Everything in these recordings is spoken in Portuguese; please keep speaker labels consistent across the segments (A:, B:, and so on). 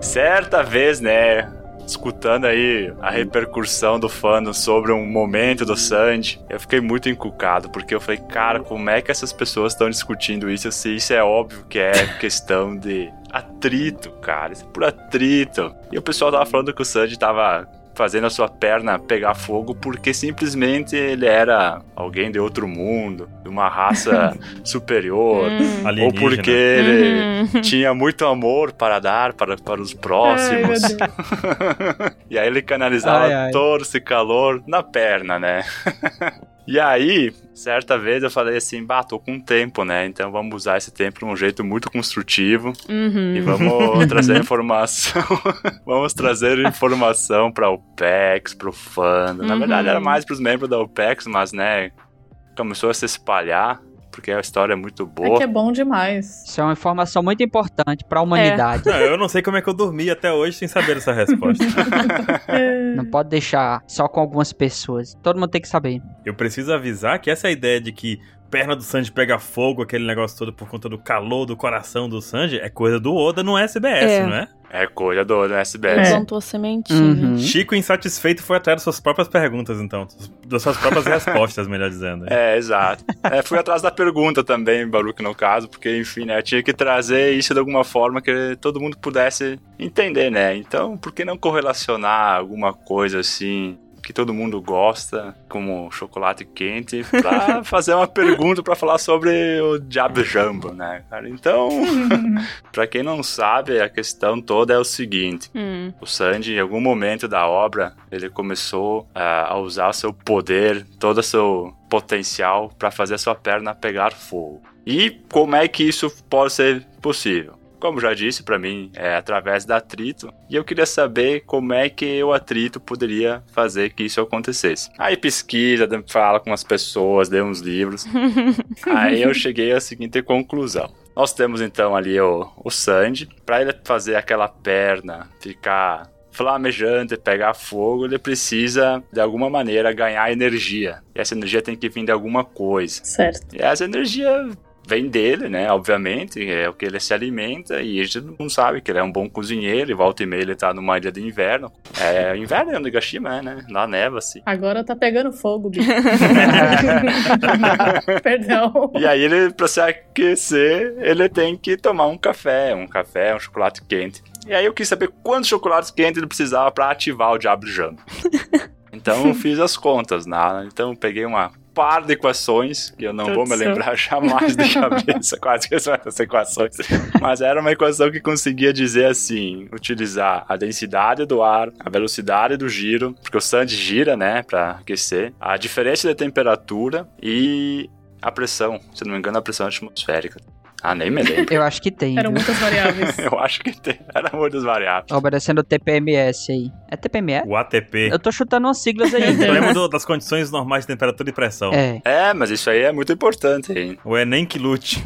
A: Certa vez, né, escutando aí a repercussão do fandom sobre um momento do Sandy, eu fiquei muito encucado, porque eu falei, cara, como é que essas pessoas estão discutindo isso se isso é óbvio que é questão de atrito, cara, isso é por atrito. E o pessoal tava falando que o Sandy tava fazendo a sua perna pegar fogo porque simplesmente ele era alguém de outro mundo, de uma raça superior,
B: Hum.
A: ou
C: Alienígena.
A: porque
B: Uhum.
A: ele tinha muito amor para dar para, para os próximos. e aí ele canalizava
D: Ai, ai.
A: todo esse calor na perna, né? E aí, certa vez eu falei assim, bah, tô com tempo, né? Então vamos usar esse tempo de um jeito muito construtivo
B: Uhum.
A: e vamos trazer informação. vamos trazer informação pra OPEX, pro fandom. Na
B: Uhum.
A: verdade era mais pros membros da OPEX, mas né, começou a se espalhar, porque a história é muito
E: É que
A: boa.
E: é bom demais.
D: Isso é uma informação muito importante pra
B: É.
D: humanidade.
C: Não, eu não sei como é que eu dormi até hoje sem saber essa resposta.
E: É.
D: Não pode deixar só com algumas pessoas. Todo mundo tem que saber.
C: Eu preciso avisar que essa é ideia de que perna do Sanji pega fogo, aquele negócio todo por conta do calor do coração do Sanji, é coisa do Oda, não é SBS,
B: É.
C: não é?
A: É coisa do do
B: Ele
A: SBS.
B: plantou a sementinha.
C: Chico, insatisfeito, foi atrás das suas próprias perguntas, então. Das suas próprias respostas, melhor dizendo.
A: É, exato. É, fui atrás da pergunta também, Baruch, no caso, porque, enfim, né, eu tinha que trazer isso de alguma forma que todo mundo pudesse entender, né? Então, por que não correlacionar alguma coisa assim que todo mundo gosta, como chocolate quente, pra fazer uma pergunta pra falar sobre o Jab Jambo, né, cara? Então, pra quem não sabe, a questão toda é o seguinte.
B: Hum.
A: O Sanji, em algum momento da obra, ele começou ah, a usar seu poder, todo o seu potencial para fazer a sua perna pegar fogo. E como é que isso pode ser possível? Como já disse para mim, é através da atrito, e eu queria saber como é que o atrito poderia fazer que isso acontecesse. Aí pesquisa, fala com as pessoas, lê uns livros. Aí eu cheguei à seguinte conclusão. Nós temos então ali o, o Sandy. Pra ele fazer aquela perna ficar flamejante, pegar fogo, ele precisa de alguma maneira ganhar energia. E essa energia tem que vir de alguma coisa.
E: Certo.
A: E essa energia vem dele, né? Obviamente, é o que ele se alimenta e a gente não sabe que ele é um bom cozinheiro e volta e meia ele tá numa ilha de inverno. É, inverno é no Nagashima, né? Lá neva, assim.
E: Agora tá pegando fogo, bicho. Perdão.
A: E aí ele, pra se aquecer, ele tem que tomar um café, um café, um chocolate quente. E aí eu quis saber quantos chocolates quentes ele precisava pra ativar o Diablo Jambo. Então eu fiz as contas, né? Então eu peguei uma par de equações, que eu não
E: Tudo
A: vou me
E: certo.
A: lembrar jamais de cabeça, quase que são essas equações. Mas era uma equação que conseguia dizer assim, utilizar a densidade do ar, a velocidade do giro, porque o sand gira, né, pra aquecer, a diferença da temperatura e a pressão, se não me engano, a pressão atmosférica. Ah, nem me lembro.
D: Eu acho que tem.
E: Eram
D: viu?
E: muitas variáveis.
A: Eu acho que tem. era muitas variáveis.
D: Obedecendo o TPMS aí. É TPMS?
C: O ATP.
D: Eu tô chutando umas siglas aí.
C: Eu lembro do- das condições normais de temperatura e pressão.
D: é.
A: É, mas isso aí é muito importante, hein?
C: O Enem que lute.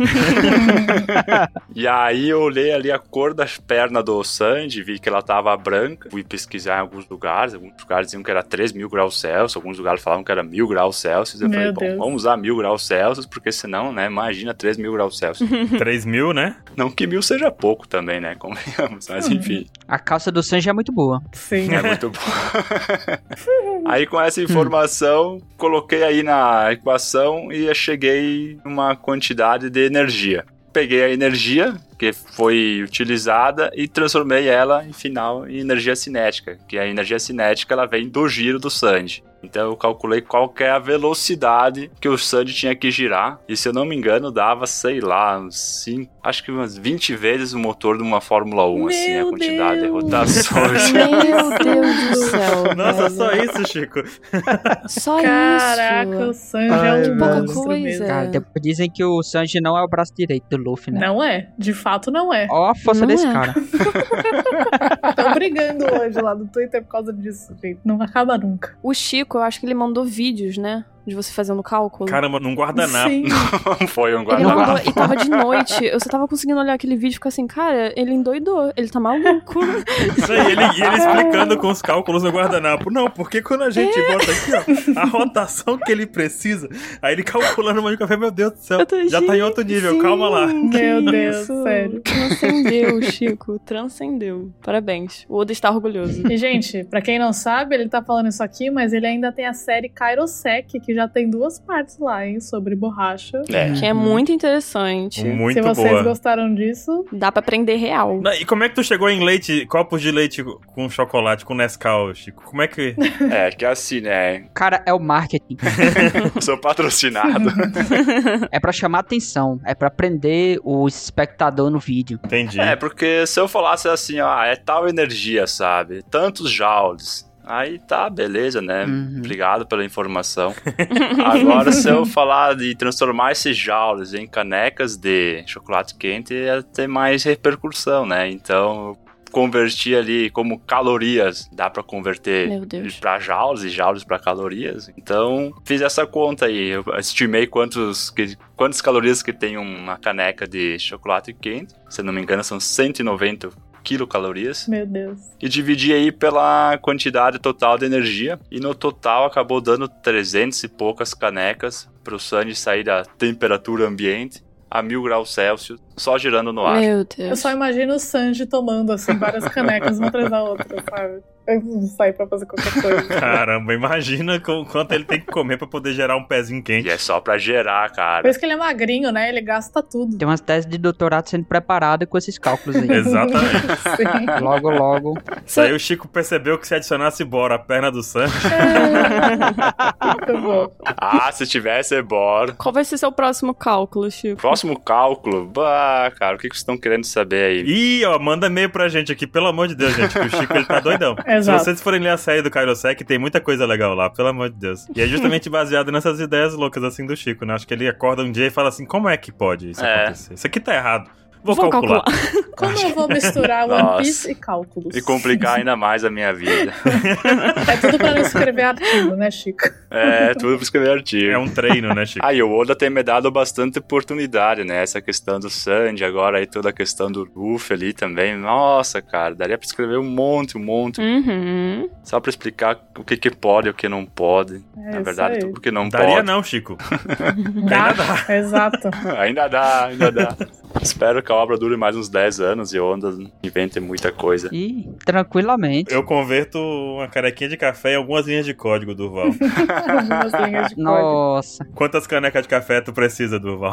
A: E aí eu olhei ali a cor das pernas do Sandy, vi que ela tava branca. Fui pesquisar em alguns lugares. Alguns lugares diziam que era 3 mil graus Celsius, alguns lugares falavam que era mil graus Celsius. Eu
E: Meu
A: falei, bom,
E: Deus.
A: vamos usar mil graus Celsius, porque senão, né, imagina 3 mil graus Celsius.
E: Uhum.
C: 3 mil, né?
A: Não que mil seja pouco também, né, convenhamos, mas
E: Uhum.
A: enfim.
D: A calça do Sanji é muito boa.
E: Sim.
A: É muito bom. aí com essa informação, coloquei aí na equação e eu cheguei numa quantidade de energia. Peguei a energia que foi utilizada e transformei ela, em final, em energia cinética. Que a energia cinética ela vem do giro do Sandy. Então eu calculei qual que é a velocidade que o Sandy tinha que girar. E se eu não me engano, dava, sei lá, uns 5, acho que umas 20 vezes o motor de uma Fórmula 1, assim, a
E: Meu
A: quantidade de
E: Deus!
A: rotações.
B: Meu Deus do céu.
C: Nossa,
B: velho.
C: só isso, Chico.
B: Só
E: Caraca, o
B: isso.
E: Sanji
D: Ai,
E: é um
D: que
B: pouca
E: monstro
B: coisa.
E: mesmo.
D: Cara, depois dizem que o Sanji não é o braço direito do Luffy, né?
E: Não é. De fato, não é.
D: Ó a força
B: Não
D: desse
B: é.
D: cara.
E: Tô brigando hoje lá no Twitter por causa disso, gente. Não acaba nunca.
B: O Chico, eu acho que ele mandou vídeos, né? de você fazendo cálculo.
C: Caramba, num guardanapo.
E: Sim.
A: Foi um
B: Ele
A: guardanapo.
B: mandou, e tava de noite, eu só tava conseguindo olhar aquele vídeo e ficar assim, cara, ele endoidou, ele tá maluco.
C: Isso aí, ele, e ele explicando com os cálculos no guardanapo. Não, porque quando a gente
B: É.
C: bota aqui, ó, a rotação que ele precisa, aí ele calculando o de café, meu Deus do céu,
B: Eu tô,
C: já tá em outro
B: "Gente,
C: nível,
B: sim,
C: calma lá.
B: que
E: Meu Deus,
B: isso?
E: sério.
B: Transcendeu, Chico, transcendeu. Parabéns, o Oda está orgulhoso.
E: E, gente, pra quem não sabe, ele tá falando isso aqui, mas ele ainda tem a série Kairosek, que já tem duas partes lá, hein? Sobre borracha.
A: É.
B: Que é muito interessante.
E: Se
C: Muito
E: vocês
C: boa.
E: gostaram disso,
B: Dá pra aprender real.
C: Não, E como é que tu chegou em leite, copos de leite com chocolate, com Nescau, Chico? Como é que.
A: É, que assim, né?
D: Cara, é o marketing.
A: Sou patrocinado.
D: É pra chamar atenção. É pra prender o espectador no vídeo.
C: Entendi.
A: É, porque se eu falasse assim, ó, é tal energia, sabe? Tantos joules. Aí tá, beleza, né?
D: Uhum.
A: Obrigado pela informação. Agora, se eu falar de transformar esses joules em canecas de chocolate quente, ia ter mais repercussão, né? Então, eu converti ali como calorias, dá pra converter
B: Meu Deus.
A: para joules e joules para calorias. Então, fiz essa conta aí. Eu estimei quantos, que, quantas calorias que tem uma caneca de chocolate quente. Se eu não me engano, são 190 quilocalorias.
E: meu Deus.
A: E dividi aí pela quantidade total de energia. E no total acabou dando 300 e poucas canecas para o Sanji sair da temperatura ambiente a mil graus Celsius, só girando no ar.
B: Meu
E: Eu
B: Deus.
E: só imagino o Sanji tomando, assim, várias canecas uma atrás da outra, sabe? Antes de sair pra fazer qualquer coisa.
C: Caramba, imagina com- quanto ele tem que comer pra poder gerar um pezinho
A: E
C: quente.
A: é só pra gerar,
E: Por
A: cara.
E: isso que ele é magrinho, né? Ele gasta tudo.
D: Tem umas teses de doutorado sendo preparada com esses cálculos aí.
C: Exatamente.
E: Sim.
D: Logo, logo.
B: Cê-
C: Aí o Chico percebeu que se adicionasse bora a perna do Sam,
E: É. Muito bom.
A: Ah, se tivesse Ebor.
B: Qual vai ser seu próximo cálculo, Chico?
A: Próximo cálculo. Bah, cara, o que que vocês estão querendo saber aí?
C: Ih, ó, manda e-mail pra gente aqui, pelo amor de Deus, gente, que o Chico ele tá doidão.
E: Exato.
C: Se vocês forem ler a série do Kairosek, tem muita coisa legal lá, pelo amor de Deus. E é justamente baseado nessas ideias loucas assim do Chico, né? Acho que ele acorda um dia e fala assim: como é que pode isso
A: É.
C: acontecer? Isso aqui tá errado. Vou,
B: Vou
C: calcular.
E: Como eu vou misturar One
A: Nossa.
E: Piece e cálculos?
A: E complicar ainda mais a minha vida.
E: É tudo pra não escrever artigo, né, Chico?
A: É, tudo pra escrever artigo.
C: É um treino, né, Chico?
A: Aí, o Oda tem me dado bastante oportunidade, né? Essa questão do Sandy, agora aí toda a questão do Luffy ali também. Nossa, cara, daria pra escrever um monte, um monte.
B: Uhum.
A: Só pra explicar o que que pode e o que não pode.
E: É,
A: Na verdade,
E: isso
A: tudo que não
C: Daria
A: pode.
C: não, Chico.
E: aí. Dá. Exato.
A: Ainda dá, ainda dá. Espero que a obra dure mais uns 10 anos e o Oda invente muita coisa.
D: E tranquilamente.
C: Eu converto uma carequinha de café em algumas linhas de código, Durval.
E: Algumas linhas de código.
D: Nossa.
C: Quantas canecas de café tu precisa, Durval?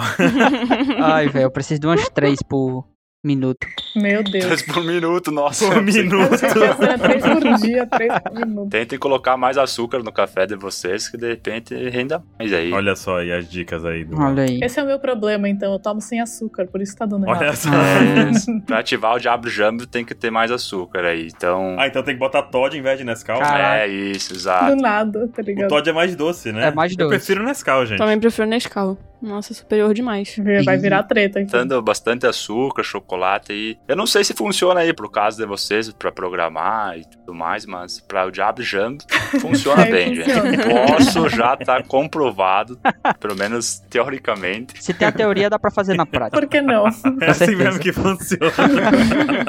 D: Ai, velho, eu preciso de umas três por minuto.
E: Meu Deus.
A: Três por minuto, nossa.
C: Por minuto.
E: Era é três por dia, três por minuto.
A: Tentem colocar mais açúcar no café de vocês, que de repente renda mais aí.
C: Olha só aí as dicas aí, Durval.
D: Olha aí.
E: Esse é o meu problema, então. Eu tomo sem açúcar, por isso tá dando errado.
C: Olha só.
D: É.
A: Pra ativar o Diablo Jambo tem que ter mais açúcar aí. Então.
C: Ah, então tem que botar Todd em vez de Nescau?
D: Cara,
A: é
D: caraca.
A: isso,
E: Ah. Do
A: exato.
E: nada, tá
C: O
E: ligado?
C: Todd é mais doce, né?
D: É mais
C: Eu
D: doce.
C: prefiro Nescau, gente.
B: Também prefiro Nescau. Nossa, superior demais.
E: Vai virar treta aqui.
A: Tendo bastante açúcar, chocolate aí. Eu não sei se funciona aí pro caso de vocês, pra programar e tudo mais, mas pra o Diablo Jambo funciona
E: Aí
A: bem, gente.
E: funciona.
A: Posso já tá comprovado, pelo menos teoricamente.
D: Se tem a teoria, dá pra fazer na prática.
E: Por que
C: É
E: não?
C: assim
D: certeza.
C: mesmo que funciona.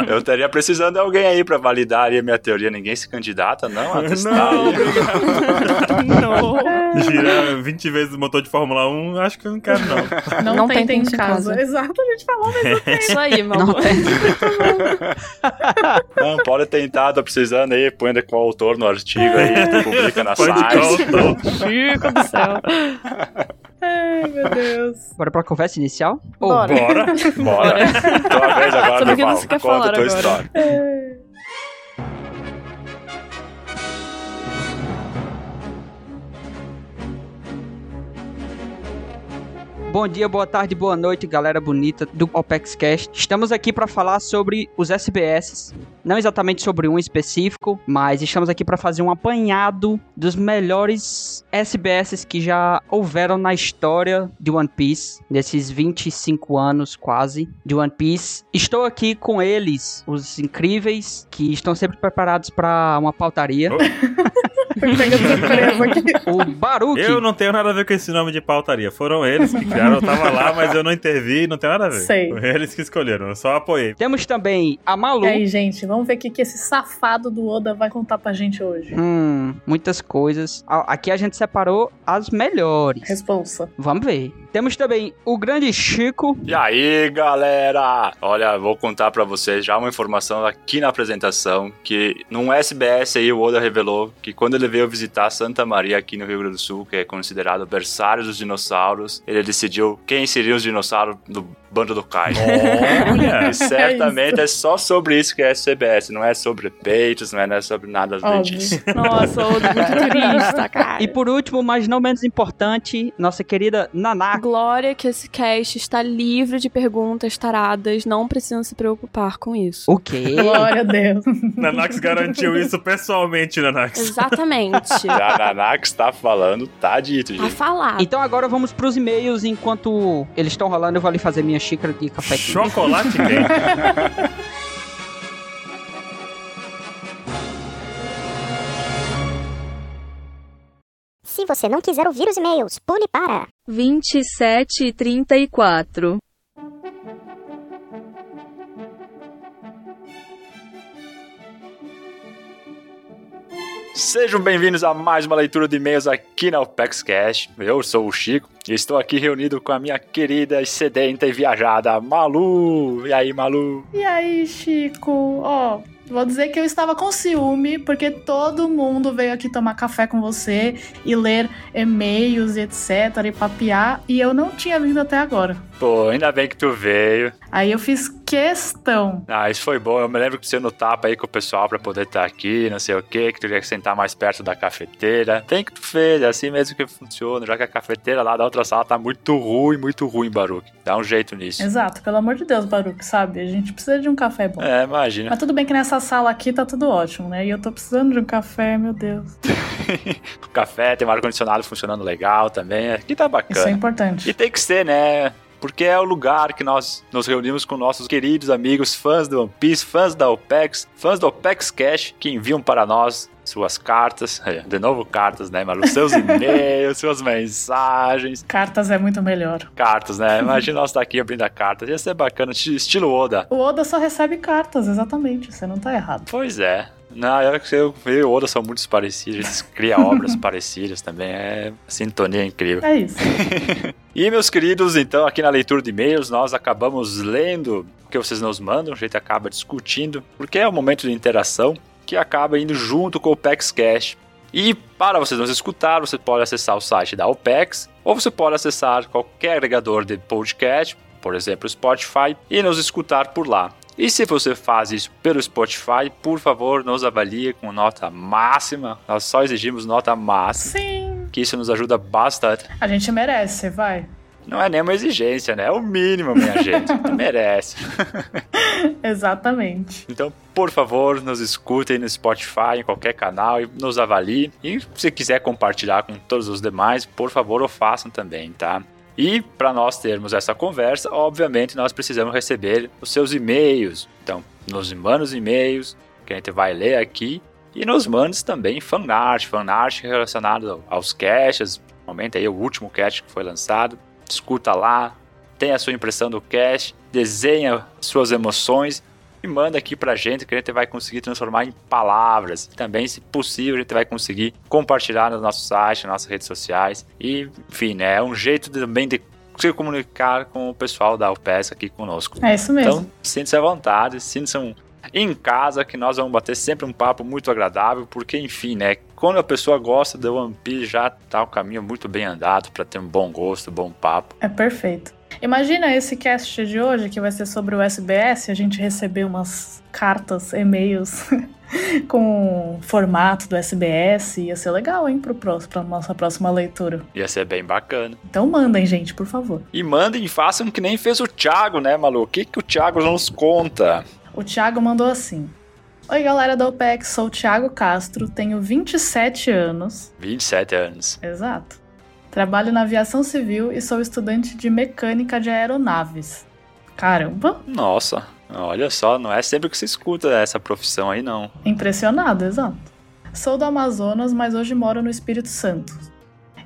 A: Eu estaria precisando de alguém aí pra validar aí a minha teoria. Ninguém se candidata, não? A testar
C: Não,
A: aí.
B: Não.
C: Girar 20 vezes o motor de Fórmula 1, acho que eu não quero, não.
E: Não,
B: Não
E: tem,
B: tem
E: tem em
B: tente em
E: casa.
B: casa.
E: Exato, a gente falou.
B: É Isso aí, meu
D: Não
B: amor.
D: tem.
A: Não, pode tentar, tô precisando aí, põe de qual autor no artigo aí, publica na
C: Pode
A: site.
C: calcular.
B: Chico do céu.
E: Ai, meu Deus.
D: Bora pra conversa inicial? Ou
B: Bora.
C: Bora.
A: Bora. Tua vez agora,
B: Sobre o que
A: Durval.
B: você quer
A: Conta
B: falar
A: a tua
B: agora.
A: história.
D: Bom dia, boa tarde, boa noite, galera bonita do OpexCast. Estamos aqui para falar sobre os SBS, não exatamente sobre um específico, mas estamos aqui para fazer um apanhado dos melhores SBS que já houveram na história de One Piece, nesses 25 anos quase de One Piece. Estou aqui com eles, os incríveis que estão sempre preparados para uma pautaria.
E: Foi pega de surpresa aqui.
D: O Baruque.
C: Eu não tenho nada a ver com esse nome de pautaria. Foram eles que criaram, eu tava lá, mas eu não intervi, não tem nada a ver.
E: Sei.
C: Foi eles que escolheram, eu só apoiei.
D: Temos também a Malu.
E: E aí, gente, vamos ver o que, que esse safado do Oda vai contar pra gente hoje.
D: Hum, muitas coisas. A- Aqui a gente separou as melhores.
E: Responsa.
D: Vamos ver. Temos também o grande Chico.
A: E aí, galera? Olha, vou contar pra vocês já uma informação aqui na apresentação que num SBS aí o Oda revelou que quando ele veio visitar Santa Maria aqui no Rio Grande do Sul, que é considerado o berçário dos dinossauros, ele decidiu quem seriam os dinossauros do bando do Kai.
C: Olha,
A: E certamente é só sobre isso que é SBS, não é sobre peitos, não é, não é sobre nada
E: Óbvio.
A: disso.
B: Nossa, Oda, muito turista, cara.
D: E por último, mas não menos importante, nossa querida Naná.
B: Glória que esse cast está livre de perguntas taradas, não precisam se preocupar com isso.
D: O quê?
E: Glória a Deus.
C: Nanax garantiu isso pessoalmente, Nanax.
B: Exatamente.
A: Já a Naná que está falando, tá dito,
B: Tá
A: gente.
B: falado.
D: Então agora vamos pros e-mails. Enquanto eles estão rolando, eu vou ali fazer minha xícara de café quente.
C: Chocolate quente.
F: Se você não quiser ouvir os e-mails, pule para.
G: 27 e 34.
A: Sejam bem-vindos a mais uma leitura de e-mails aqui na Opex Cash. Eu sou o Chico e estou aqui reunido com a minha querida, e sedenta e viajada Malu. E aí, Malu?
E: E aí, Chico? Ó, vou dizer que eu estava com ciúme, porque todo mundo veio aqui tomar café com você e ler e-mails e etc. e papear, e eu não tinha vindo até agora.
A: Pô, ainda bem que tu veio.
E: Aí eu fiz questão.
A: Ah, isso foi bom. Eu me lembro que você no tapa aí com o pessoal pra poder estar aqui, não sei o quê, que tu queria sentar mais perto da cafeteira. Tem que tu fez, é assim mesmo que funciona, já que a cafeteira lá da outra sala tá muito ruim, muito ruim, Baruque. Dá um jeito nisso.
E: Exato, pelo amor de Deus, Baruque, sabe? A gente precisa de um café bom.
A: É, imagina.
E: Mas tudo bem que nessa sala aqui tá tudo ótimo, né? E eu tô precisando de um café, meu Deus.
A: O café tem um ar-condicionado funcionando legal também. Aqui tá bacana.
E: Isso é
A: E
E: importante.
A: tem que ser, né? Porque é o lugar que nós nos reunimos com nossos queridos amigos, fãs do One Piece, fãs da OPEX, fãs do OPEX Cash, que enviam para nós suas cartas, é, de novo cartas, né, Malu? Seus e-mails, suas mensagens,
E: Cartas é muito melhor.
A: cartas, né? Imagina nós estar aqui abrindo a carta, ia ser bacana, esti- estilo Oda.
E: O Oda só recebe cartas, exatamente. Você não tá errado.
A: Pois é. Não, eu, eu, eu e o Oda são muito parecidos, eles criam obras parecidas também, é sintonia incrível.
E: É isso.
A: E meus queridos, então aqui na leitura de e-mails nós acabamos lendo o que vocês nos mandam, a gente acaba discutindo, porque é um momento de interação que acaba indo junto com o PEX Cash. E para vocês nos escutar, você pode acessar o site da OPEX ou você pode acessar qualquer agregador de podcast, por exemplo, Spotify, e nos escutar por lá. E se você faz isso pelo Spotify, por favor, nos avalie com nota máxima. Nós só exigimos nota máxima,
E: Sim.
A: que isso nos ajuda bastante.
E: A gente merece, vai.
A: Não é nenhuma exigência, né? É o mínimo, minha gente. Merece.
E: Exatamente.
A: Então, por favor, nos escutem no Spotify, em qualquer canal e nos avaliem. E se quiser compartilhar com todos os demais, por favor, o façam também, tá? E para nós termos essa conversa, obviamente nós precisamos receber os seus e-mails. Então, nos manda os e-mails que a gente vai ler aqui e nos mande também fanart, fanart relacionado aos caches, momento aí o último cache que foi lançado. Escuta lá, tem a sua impressão do cache, desenha suas emoções e manda aqui pra gente que a gente vai conseguir transformar em palavras. Também, se possível, a gente vai conseguir compartilhar nos nossos sites, nas nossas redes sociais. E, enfim, né, é um jeito também de se comunicar com o pessoal da UPS aqui conosco.
E: É isso mesmo.
A: Então, sinta-se à vontade, sinta-se um- em casa, que nós vamos bater sempre um papo muito agradável, porque, enfim, né? Quando a pessoa gosta do One Piece, já tá o caminho muito bem andado pra ter um bom gosto, bom papo.
E: É perfeito. Imagina esse cast de hoje, que vai ser sobre o SBS, a gente receber umas cartas, e-mails com o formato do SBS. Ia ser legal, hein, pro próximo, pra nossa próxima leitura.
A: Ia ser bem bacana.
E: Então mandem, gente, por favor.
A: E mandem e façam que nem fez o Thiago, né, Malu? O que, que o Thiago nos conta?
E: O Thiago mandou assim. Oi, galera da OPEX, sou o Thiago Castro, tenho 27 anos.
A: 27 anos.
E: Exato. Trabalho na aviação civil e sou estudante de mecânica de aeronaves. Caramba,
A: Nossa, olha só, não é sempre que se escuta essa profissão aí, não.
E: impressionado, exato. Sou do Amazonas, mas hoje moro no Espírito Santo.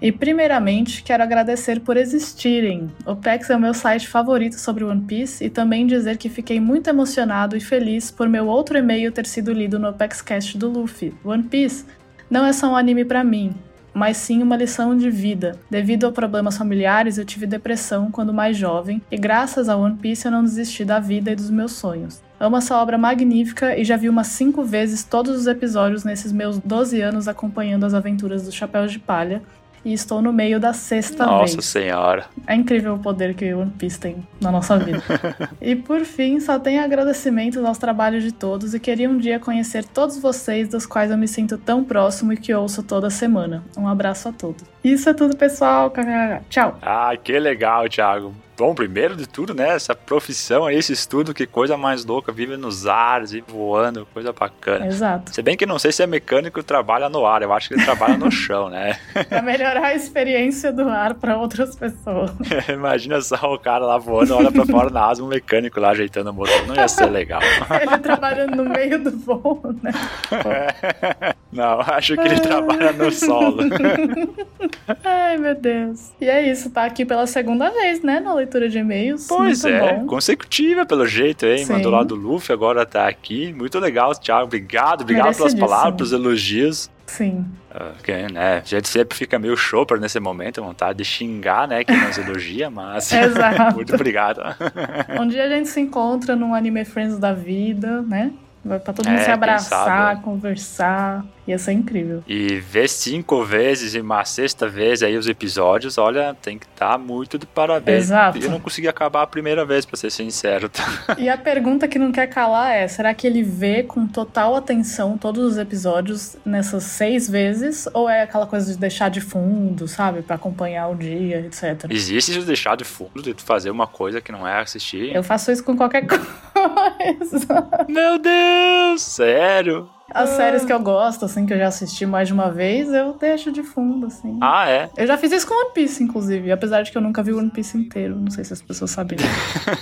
E: E primeiramente, quero agradecer por existirem. O PEX é o meu site favorito sobre One Piece e também dizer que fiquei muito emocionado e feliz por meu outro e-mail ter sido lido no PEXcast do Luffy. One Piece não é só um anime pra mim, mas sim uma lição de vida. Devido a problemas familiares, eu tive depressão quando mais jovem, e graças a One Piece eu não desisti da vida e dos meus sonhos. Amo essa obra magnífica e já vi umas cinco vezes todos os episódios nesses meus 12 anos acompanhando as aventuras do Chapéu de Palha. E estou no meio da sexta
A: Nossa
E: vez.
A: senhora.
E: É incrível o poder que One Piece tem na nossa vida. e por fim, só tenho agradecimentos aos trabalhos de todos e queria um dia conhecer todos vocês, dos quais eu me sinto tão próximo e que ouço toda semana. Um abraço a todos. Isso é tudo, pessoal. KKK. Tchau.
A: Ah, que legal, Thiago. Bom, primeiro de tudo, né? Essa profissão aí, esse estudo, que coisa mais louca. Vive nos ares e voando, coisa bacana.
E: Exato.
A: Se bem que não sei se é mecânico que trabalha no ar, eu acho que ele trabalha no chão, né?
E: Pra melhorar a experiência do ar para outras pessoas.
A: Imagina só o cara lá voando, olha pra fora na asa, um mecânico lá ajeitando o motor. Não ia ser legal.
E: Ele trabalhando no meio do voo, né?
A: Não, acho que
E: É.
A: ele trabalha no solo.
E: Ai, meu Deus. E é isso, tá aqui pela segunda vez, né? Na leitura de e-mails.
A: Pois
E: Muito
A: é,
E: tá bom.
A: consecutiva pelo jeito, hein?
E: Sim.
A: Mandou lá do Luffy, agora tá aqui. Muito legal, Thiago. Obrigado, obrigado pelas
E: Merecidíssimo.
A: palavras, pelos elogios.
E: Sim.
A: Ah, que, né, a gente sempre fica meio chopper nesse momento, vontade de xingar, né? Que nos elogia, mas.
E: Exato.
A: Muito obrigado.
E: Um dia a gente se encontra num Anime Friends da vida, né? Vai pra todo mundo
A: É,
E: se
A: quem
E: abraçar,
A: sabe?
E: conversar. Ia ser incrível.
A: E ver cinco vezes e uma sexta vez aí os episódios, olha, tem que estar muito de parabéns.
E: Exato.
A: Eu não consegui acabar a primeira vez, pra ser sincero. tá?
E: E a pergunta que não quer calar é: será que ele vê com total atenção todos os episódios nessas seis vezes? Ou é aquela coisa de deixar de fundo, sabe? Pra acompanhar o dia, etc.
A: Existe isso de deixar de fundo, de tu fazer uma coisa que não é assistir.
E: Eu faço isso com qualquer coisa.
A: Meu Deus! Sério?
E: As séries que eu gosto, assim, que eu já assisti mais de uma vez, eu deixo de fundo, assim.
A: Ah, é?
E: Eu já fiz isso com One Piece, inclusive, apesar de que eu nunca vi o One Piece inteiro. Não sei se as pessoas sabem.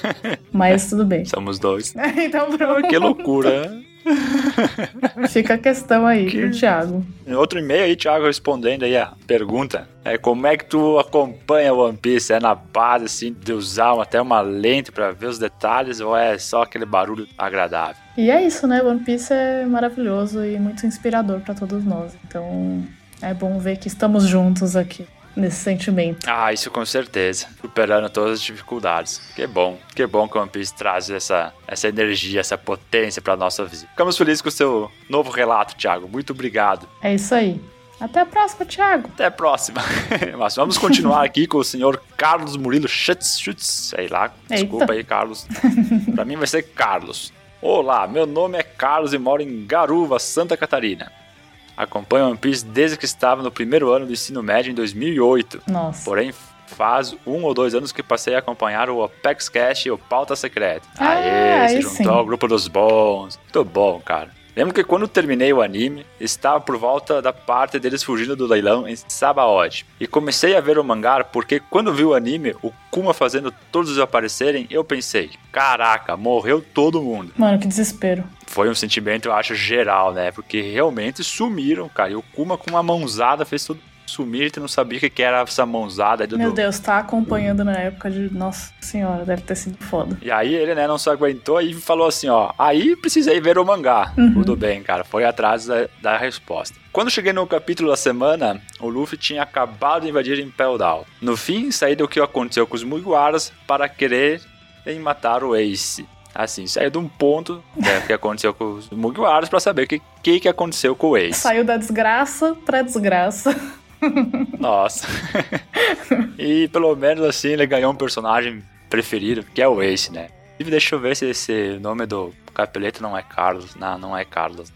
E: Mas tudo bem.
A: Somos dois.
E: Então pronto.
A: Que loucura, né?
E: Fica a questão aí
A: Que-
E: pro Thiago.
A: Outro e-mail aí, Thiago, respondendo aí a pergunta. É, como é que tu acompanha o One Piece? É na base, assim, de usar até uma lente pra ver os detalhes ou é só aquele barulho agradável?
E: E é isso, né? One Piece é maravilhoso e muito inspirador pra todos nós. Então é bom ver que estamos juntos aqui nesse sentimento.
A: Ah, isso com certeza. Superando todas as dificuldades. Que bom, que bom que o One Piece traz essa, essa energia, essa potência pra nossa vida. Ficamos felizes com o seu novo relato, Thiago. Muito obrigado.
E: É isso aí. Até a próxima, Thiago.
A: Até a próxima. Mas vamos continuar aqui com o senhor Carlos Murilo Schutz, Schutz, sei lá. Desculpa
E: Eita.
A: aí, Carlos. Pra mim vai ser Carlos. Olá, meu nome é Carlos e moro em Garuva, Santa Catarina. Acompanho One Piece desde que estava no primeiro ano do ensino médio em 2008.
E: Nossa.
A: Porém, faz um ou dois anos que passei a acompanhar o Opex Cash e o Pauta Secreta.
E: Ah,
A: Aê, se
E: aí
A: juntou
E: sim.
A: ao grupo dos bons. Muito bom, cara. Lembro que quando terminei o anime, estava por volta da parte deles fugindo do leilão em Sabaody. E comecei a ver o mangá porque quando vi o anime, o Kuma fazendo todos aparecerem, eu pensei, caraca, morreu todo mundo
E: Mano, que desespero.
A: foi um sentimento, eu acho, geral, né? Porque realmente sumiram, cara. E o Kuma com uma mãozada fez tudo sumir, tu não sabia o que que era essa mãozada aí, Dudu.
E: Meu Deus, tá acompanhando na época de. Nossa senhora, deve ter sido foda.
A: E aí ele, né, não se aguentou e falou assim, ó, aí precisei ver o mangá. Tudo bem, cara, foi atrás da, da resposta. Quando cheguei no capítulo da semana, o Luffy tinha acabado de invadir Impel Down. No fim, saí do que aconteceu com os Mugiwaras para querer em matar o Ace. Assim, saiu de um ponto né, que aconteceu com os Mugiwaras para saber o que, que, que aconteceu com o Ace.
E: Saiu da desgraça pra desgraça.
A: Nossa. e pelo menos assim ele ganhou um personagem preferido, que é o Ace, né? E Deixa eu ver se esse nome do capeleto não é Carlos. Não, não é Carlos.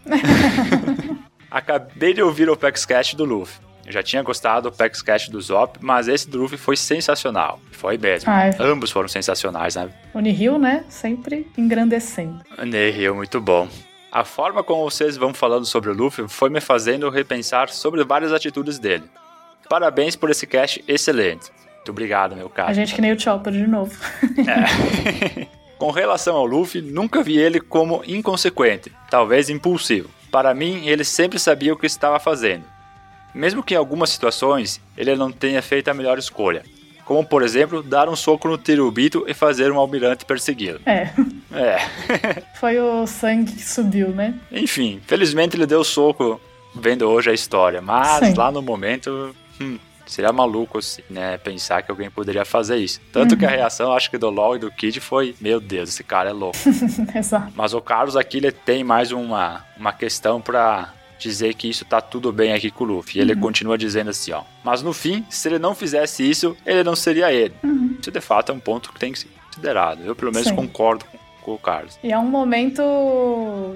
A: Acabei de ouvir o PaxCast do Luffy. Eu já tinha gostado do PaxCast do Zop, mas esse do Luffy foi sensacional. Foi mesmo.
E: Ai.
A: Ambos foram sensacionais, né?
E: Unihil, né? Sempre engrandecendo.
A: Nehil, muito bom. A forma como vocês vão falando sobre o Luffy foi me fazendo repensar sobre várias atitudes dele. Parabéns por esse cast excelente. Muito obrigado, meu
E: A
A: caro.
E: gente que nem o Chopper de novo.
A: Com relação ao Luffy, nunca vi ele como inconsequente, talvez impulsivo. Para mim, ele sempre sabia o que estava fazendo. Mesmo que em algumas situações ele não tenha feito a melhor escolha. Como, por exemplo, dar um soco no tirubito e fazer um almirante persegui-lo.
E: É,
A: É,
E: foi o sangue que subiu, né?
A: enfim, felizmente ele deu soco vendo hoje a história, mas
E: Sim.
A: lá no momento, hum, seria maluco assim, né, pensar que alguém poderia fazer isso. Tanto
E: Uhum.
A: que a reação, acho que do LoL e do Kid foi, meu Deus, esse cara é louco.
E: Exato.
A: Mas o Carlos aqui ele tem mais uma, uma questão pra dizer que isso tá tudo bem aqui com o Luffy. E Ele
E: Uhum.
A: continua dizendo assim, ó. Mas no fim, se ele não fizesse isso, ele não seria ele. Isso de fato é um ponto que tem que ser considerado. Eu pelo menos
E: Uhum. Sim.
A: concordo com, com o Carlos.
E: E é um momento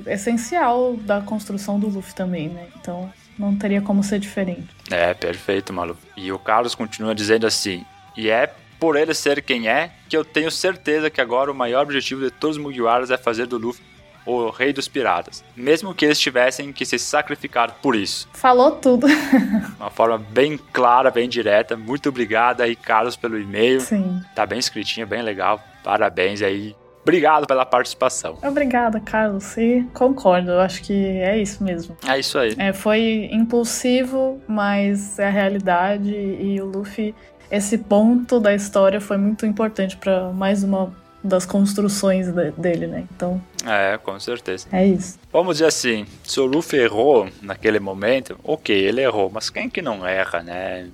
E: essencial da construção do Luffy também, né? Então não teria como ser diferente.
A: É, perfeito, maluco. E o Carlos continua dizendo assim: E é por ele ser quem é que eu tenho certeza que agora o maior objetivo de todos os Mugiwaras é fazer do Luffy o rei dos piratas, mesmo que eles tivessem que se sacrificar por isso.
E: Falou tudo.
A: Uma forma bem clara, bem direta. Muito obrigado aí, Carlos, pelo e-mail.
E: Sim.
A: Tá bem escritinho, bem legal. Parabéns aí. Obrigado pela participação.
E: Obrigada, Carlos. E concordo, eu acho que é isso mesmo.
A: É isso aí.
E: É, foi impulsivo, mas é a realidade e o Luffy, esse ponto da história foi muito importante pra mais uma das construções de- dele, né? Então,
A: É, com certeza.
E: é isso.
A: Vamos dizer assim, se o Luffy errou naquele momento, ok, ele errou, mas quem que não erra, né?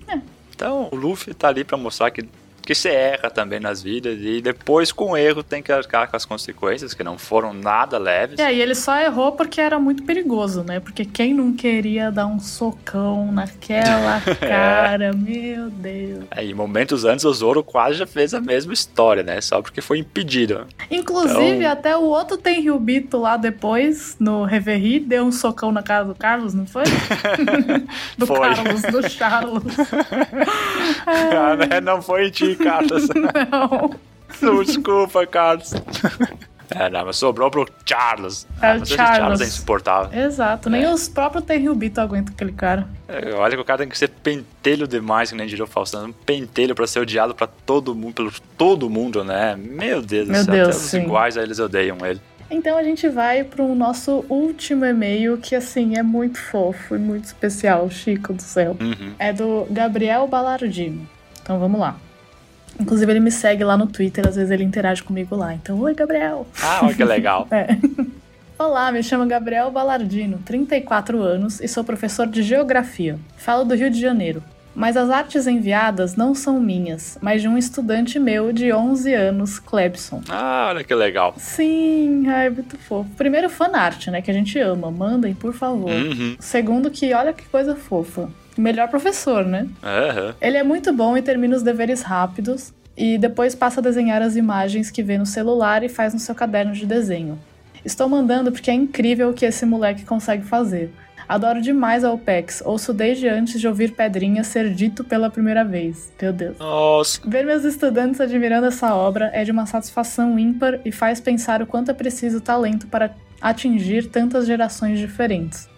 A: Então, o Luffy tá ali pra mostrar que, que você erra também nas vidas e depois com o erro tem que arcar com as consequências, que não foram nada leves.
E: E aí ele só errou porque era muito perigoso, né? Porque quem não queria dar um socão naquela
A: É.
E: cara, meu Deus.
A: Aí, momentos antes, o Zoro quase já fez a mesma história, né? Só porque foi impedido.
E: Inclusive,
A: Então-
E: até o outro Tenryubito lá depois, no Reverie, deu um socão na cara do Carlos, não foi? do
A: Foi.
E: Carlos, do Charles.
A: Ah, né? Não foi em ti, Carlos.
E: Não.
A: Não, Desculpa, Carlos. É, não, mas sobrou pro Charles.
E: É, o
A: mas esse
E: Charles.
A: Charles é insuportável.
E: Exato, nem os próprios Tenryubito aguentam aquele cara.
A: É, Olha que o cara tem que ser pentelho demais, que nem diria o Faustão. Um pentelho pra ser odiado pra todo mundo, pelo todo mundo, né? Meu Deus do
E: Meu
A: céu.
E: Deus,
A: até os
E: sim.
A: iguais a eles odeiam ele.
E: Então a gente vai pro nosso último e-mail, que assim, é muito fofo e muito especial, Chico do céu.
A: Uhum.
E: É do Gabriel Balardino. Então vamos lá. Inclusive ele me segue lá no Twitter, às vezes ele interage comigo lá. Então, oi Gabriel!
A: Ah, olha que legal.
E: É. Olá, me chamo Gabriel Balardino, 34 anos e sou professor de Geografia. Falo do Rio de Janeiro. Mas as artes enviadas não são minhas, mas de um estudante meu de 11 anos, Clebson.
A: Ah, olha que legal.
E: Sim, ai, muito fofo. Primeiro, fanart, né? Que a gente ama. Mandem, por favor.
A: Uhum.
E: Segundo, que olha que coisa fofa. Melhor professor, né?
A: Aham.
E: Ele é muito bom e termina os deveres rápidos e depois passa a desenhar as imagens que vê no celular e faz no seu caderno de desenho. Estou mandando porque é incrível o que esse moleque consegue fazer. Adoro demais a OPEX, ouço desde antes de ouvir Pedrinha ser dito pela primeira vez. Meu Deus.
A: Nossa.
E: Ver meus estudantes admirando essa obra é de uma satisfação ímpar e faz pensar o quanto é preciso talento para atingir tantas gerações diferentes.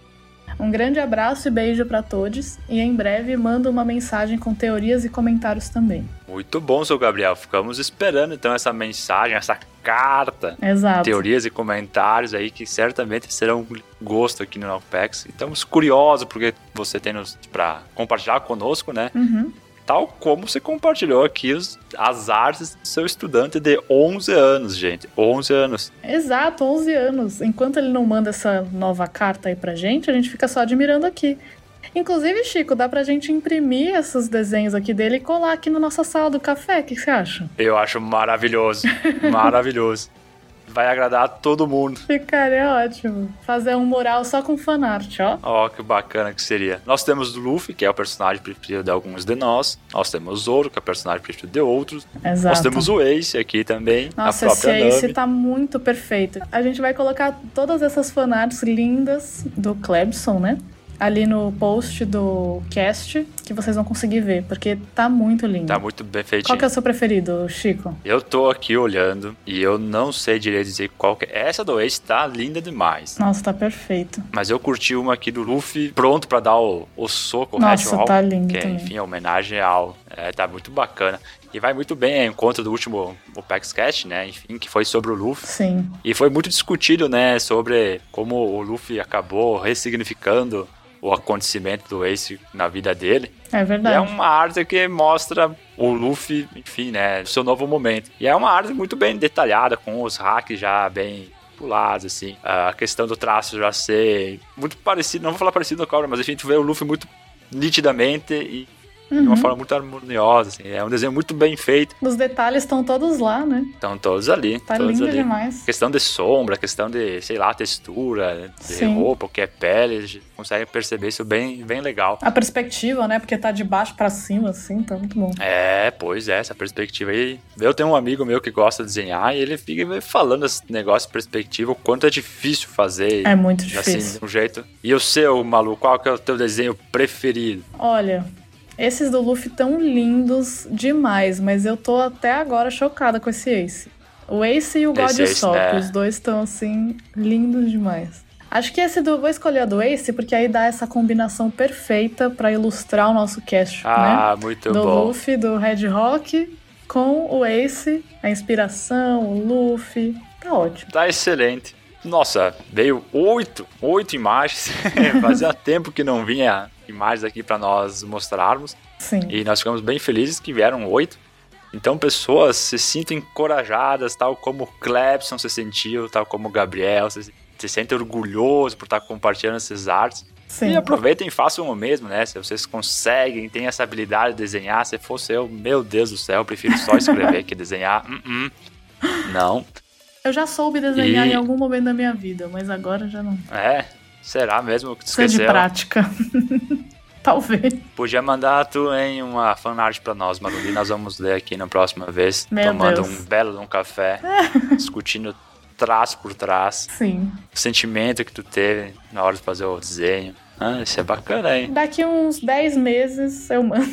E: Um grande abraço e beijo para todos, e em breve mando uma mensagem com teorias e comentários também.
A: Muito bom, seu Gabriel. Ficamos esperando então essa mensagem, essa carta.
E: Exato.
A: Teorias e comentários aí que certamente serão um gosto aqui no Alpex. E Estamos curiosos porque você tem nos pra compartilhar conosco, né?
E: Uhum.
A: tal como você compartilhou aqui os- as artes do seu estudante de 11 anos, gente. 11 anos.
E: Exato, 11 anos. Enquanto ele não manda essa nova carta aí pra gente, a gente fica só admirando aqui. Inclusive, Chico, dá pra gente imprimir esses desenhos aqui dele e colar aqui na nossa sala do café. O que que você acha?
A: Eu acho maravilhoso. maravilhoso. Vai agradar a todo mundo.
E: Ficaria ótimo. Fazer um mural só com fanart, ó.
A: Ó, que bacana que seria. Nós temos o Luffy, que é o personagem preferido de alguns de nós. Nós temos o Zoro, que é o personagem preferido de outros.
E: Exato.
A: Nós temos o Ace aqui também.
E: Nossa,
A: a
E: esse,
A: própria
E: esse
A: Nami.
E: tá muito perfeito. A gente vai colocar todas essas fanarts lindas do Clebson, né? Ali no post do cast, que vocês vão conseguir ver, porque tá muito lindo.
A: Tá muito bem feitinho.
E: Qual é que é o seu preferido, Chico?
A: Eu tô aqui olhando e eu não sei direito dizer qual que é. Essa do Ace tá linda demais.
E: Nossa, tá perfeito.
A: Mas eu curti uma aqui do Luffy, pronto pra dar o, o soco, o
E: Nossa,
A: headshot,
E: tá lindo
A: que é,
E: também.
A: enfim, é homenagem ao. É, tá muito bacana. E vai muito bem ao encontro do último Opex Cash, né? Enfim, que foi sobre o Luffy.
E: Sim.
A: E foi muito discutido, né? Sobre como o Luffy acabou ressignificando o acontecimento do Ace na vida dele.
E: É
A: E é
E: verdade.
A: uma arte que mostra o Luffy, enfim, né, seu novo momento. E é uma arte muito bem detalhada, com os hacks já bem pulados, assim. A questão do traço já ser muito parecido, não vou falar parecido no Cobra, mas enfim, tu vê o Luffy muito nitidamente e de uma
E: Uhum.
A: forma muito harmoniosa, assim. É um desenho muito bem feito.
E: Os detalhes estão todos lá, né?
A: Estão todos ali,
E: Tá
A: um- todos
E: lindo
A: ali.
E: demais.
A: Questão de sombra, questão de, sei lá, textura, de
E: Sim.
A: roupa, o que é pele, a gente consegue perceber isso bem, bem legal.
E: A perspectiva, né? Porque tá de baixo pra cima, assim, tá muito bom.
A: É, pois é, essa perspectiva aí. Eu tenho um amigo meu que gosta de desenhar e ele fica me falando esse negócio de perspectiva, o quanto é difícil fazer.
E: É muito
A: Assim,
E: difícil.
A: de um jeito. E o seu, Malu, qual que é o teu desenho preferido?
E: Olha, esses do Luffy tão lindos demais, mas eu tô até agora chocada com esse Ace. O Ace e o God
A: Esse Ace,
E: Sop,
A: né?
E: os dois estão assim, lindos demais. Acho que esse do. Vou escolher a do Ace, porque aí dá essa combinação perfeita pra ilustrar o nosso cast, né?
A: Ah, muito
E: do
A: bom.
E: Luffy, do Red Rock, com o Ace, a inspiração, o Luffy. Tá ótimo.
A: Tá excelente. Nossa, veio oito, oito imagens. Fazia tempo que não vinha imagens aqui pra nós mostrarmos.
E: Sim.
A: E nós ficamos bem felizes que vieram oito. Então, pessoas, se sintam encorajadas, tal como o Clebson se sentiu, tal como o Gabriel, se, se sentem orgulhosos por estar compartilhando essas artes.
E: Sim.
A: E aproveitem e façam o mesmo, né? Se vocês conseguem, têm essa habilidade de desenhar, se fosse eu, meu Deus do céu, eu prefiro só escrever que desenhar. Hum, hum. Não,
E: Eu já soube desenhar
A: E-
E: em algum momento da minha vida, mas agora já não.
A: é. Será mesmo que tu
E: Precisa de
A: esqueceu?
E: prática. Talvez.
A: Podia mandar tu em uma fanart pra nós, Malu, e nós vamos ler aqui na próxima vez,
E: Meu
A: tomando
E: Deus.
A: um belo de um café, discutindo traço por traço,
E: Sim.
A: o sentimento que tu teve na hora de fazer o desenho. Ah, isso é bacana, hein?
E: Daqui uns 10 meses eu mando.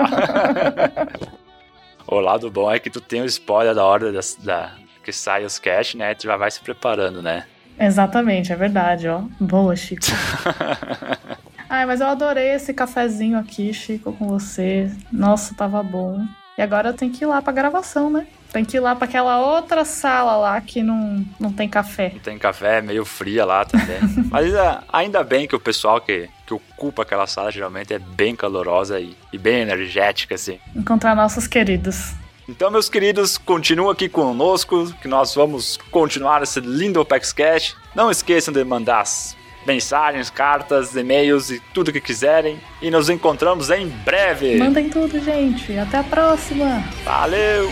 A: Tá. o lado bom é que tu tem o spoiler da hora das- da, que sai os cash, né? Tu já vai se preparando, né?
E: Exatamente, é verdade, ó. Boa, Chico. Ai, mas eu adorei esse cafezinho aqui, Chico, com você. Nossa, tava bom. E agora eu tenho que ir lá pra gravação, né? Tem que ir lá pra aquela outra sala lá que não, não tem café.
A: Não tem café, é meio fria lá também. Mas ah, ainda bem que o pessoal que, que ocupa aquela sala geralmente é bem calorosa e, e bem energética, assim.
E: Encontrar nossos queridos.
A: Então, meus queridos, continuem aqui conosco, que nós vamos continuar esse lindo Opex Cash. Não esqueçam de mandar as mensagens, cartas, e-mails e tudo que quiserem. E nos encontramos em breve.
E: Mandem tudo, gente. Até a próxima!
A: Valeu!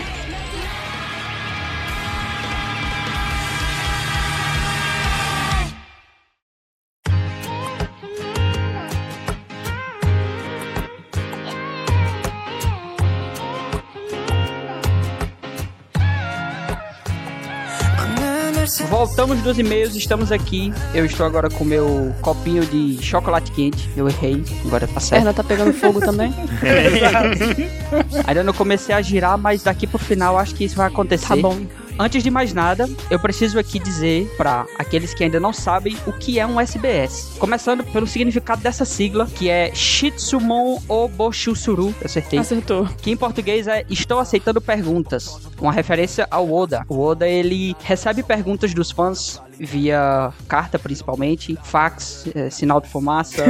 D: Voltamos dos e-mails, estamos aqui. Eu estou agora com meu copinho de chocolate quente. Eu errei, agora tá certo.
B: perna tá pegando fogo também.
D: Ainda não comecei a girar, mas daqui pro final acho que isso vai acontecer.
B: É. Tá bom.
D: Antes de mais nada, eu preciso aqui dizer para aqueles que ainda não sabem o que é um SBS. Começando pelo significado dessa sigla, que é Shitsumon Oboshusuru. Eu acertei
B: Acertou.
D: que em português é Estou aceitando perguntas, uma referência ao Oda. O Oda ele recebe perguntas dos fãs via carta principalmente, fax, eh, sinal de fumaça,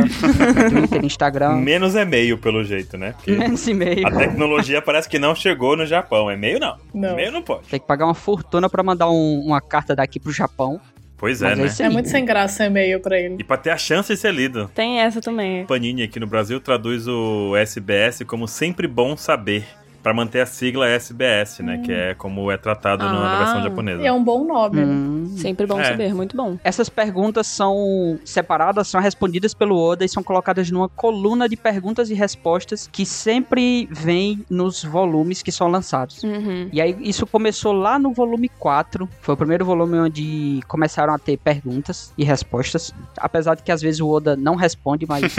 D: Twitter, Instagram,
C: Menos é meio, pelo jeito, né? Porque
D: menos e-mail.
C: a tecnologia parece que não chegou no Japão. É meio não.
E: Não.
C: E-mail não pode.
D: Tem que pagar uma fortuna pra mandar um- uma carta daqui pro Japão.
C: Pois é,
D: Mas é
C: né?
D: isso
E: É
D: aí.
E: muito sem graça e-mail pra ele.
C: E pra ter a chance de ser lido.
B: Tem essa também.
C: Panini aqui no Brasil traduz o SBS como sempre bom saber. Pra manter a sigla SBS, né? Que é como é tratado na- na
B: Ah.
C: versão japonesa.
E: E é um bom nome. né?
D: Hum.
B: Sempre bom
C: É.
B: saber, muito bom.
D: Essas perguntas são separadas, são respondidas pelo Oda e são colocadas numa coluna de perguntas e respostas que sempre vem nos volumes que são lançados.
B: Uhum.
D: E aí isso começou lá no volume 4. Foi o primeiro volume onde começaram a ter perguntas e respostas. Apesar de que às vezes o Oda não responde, mas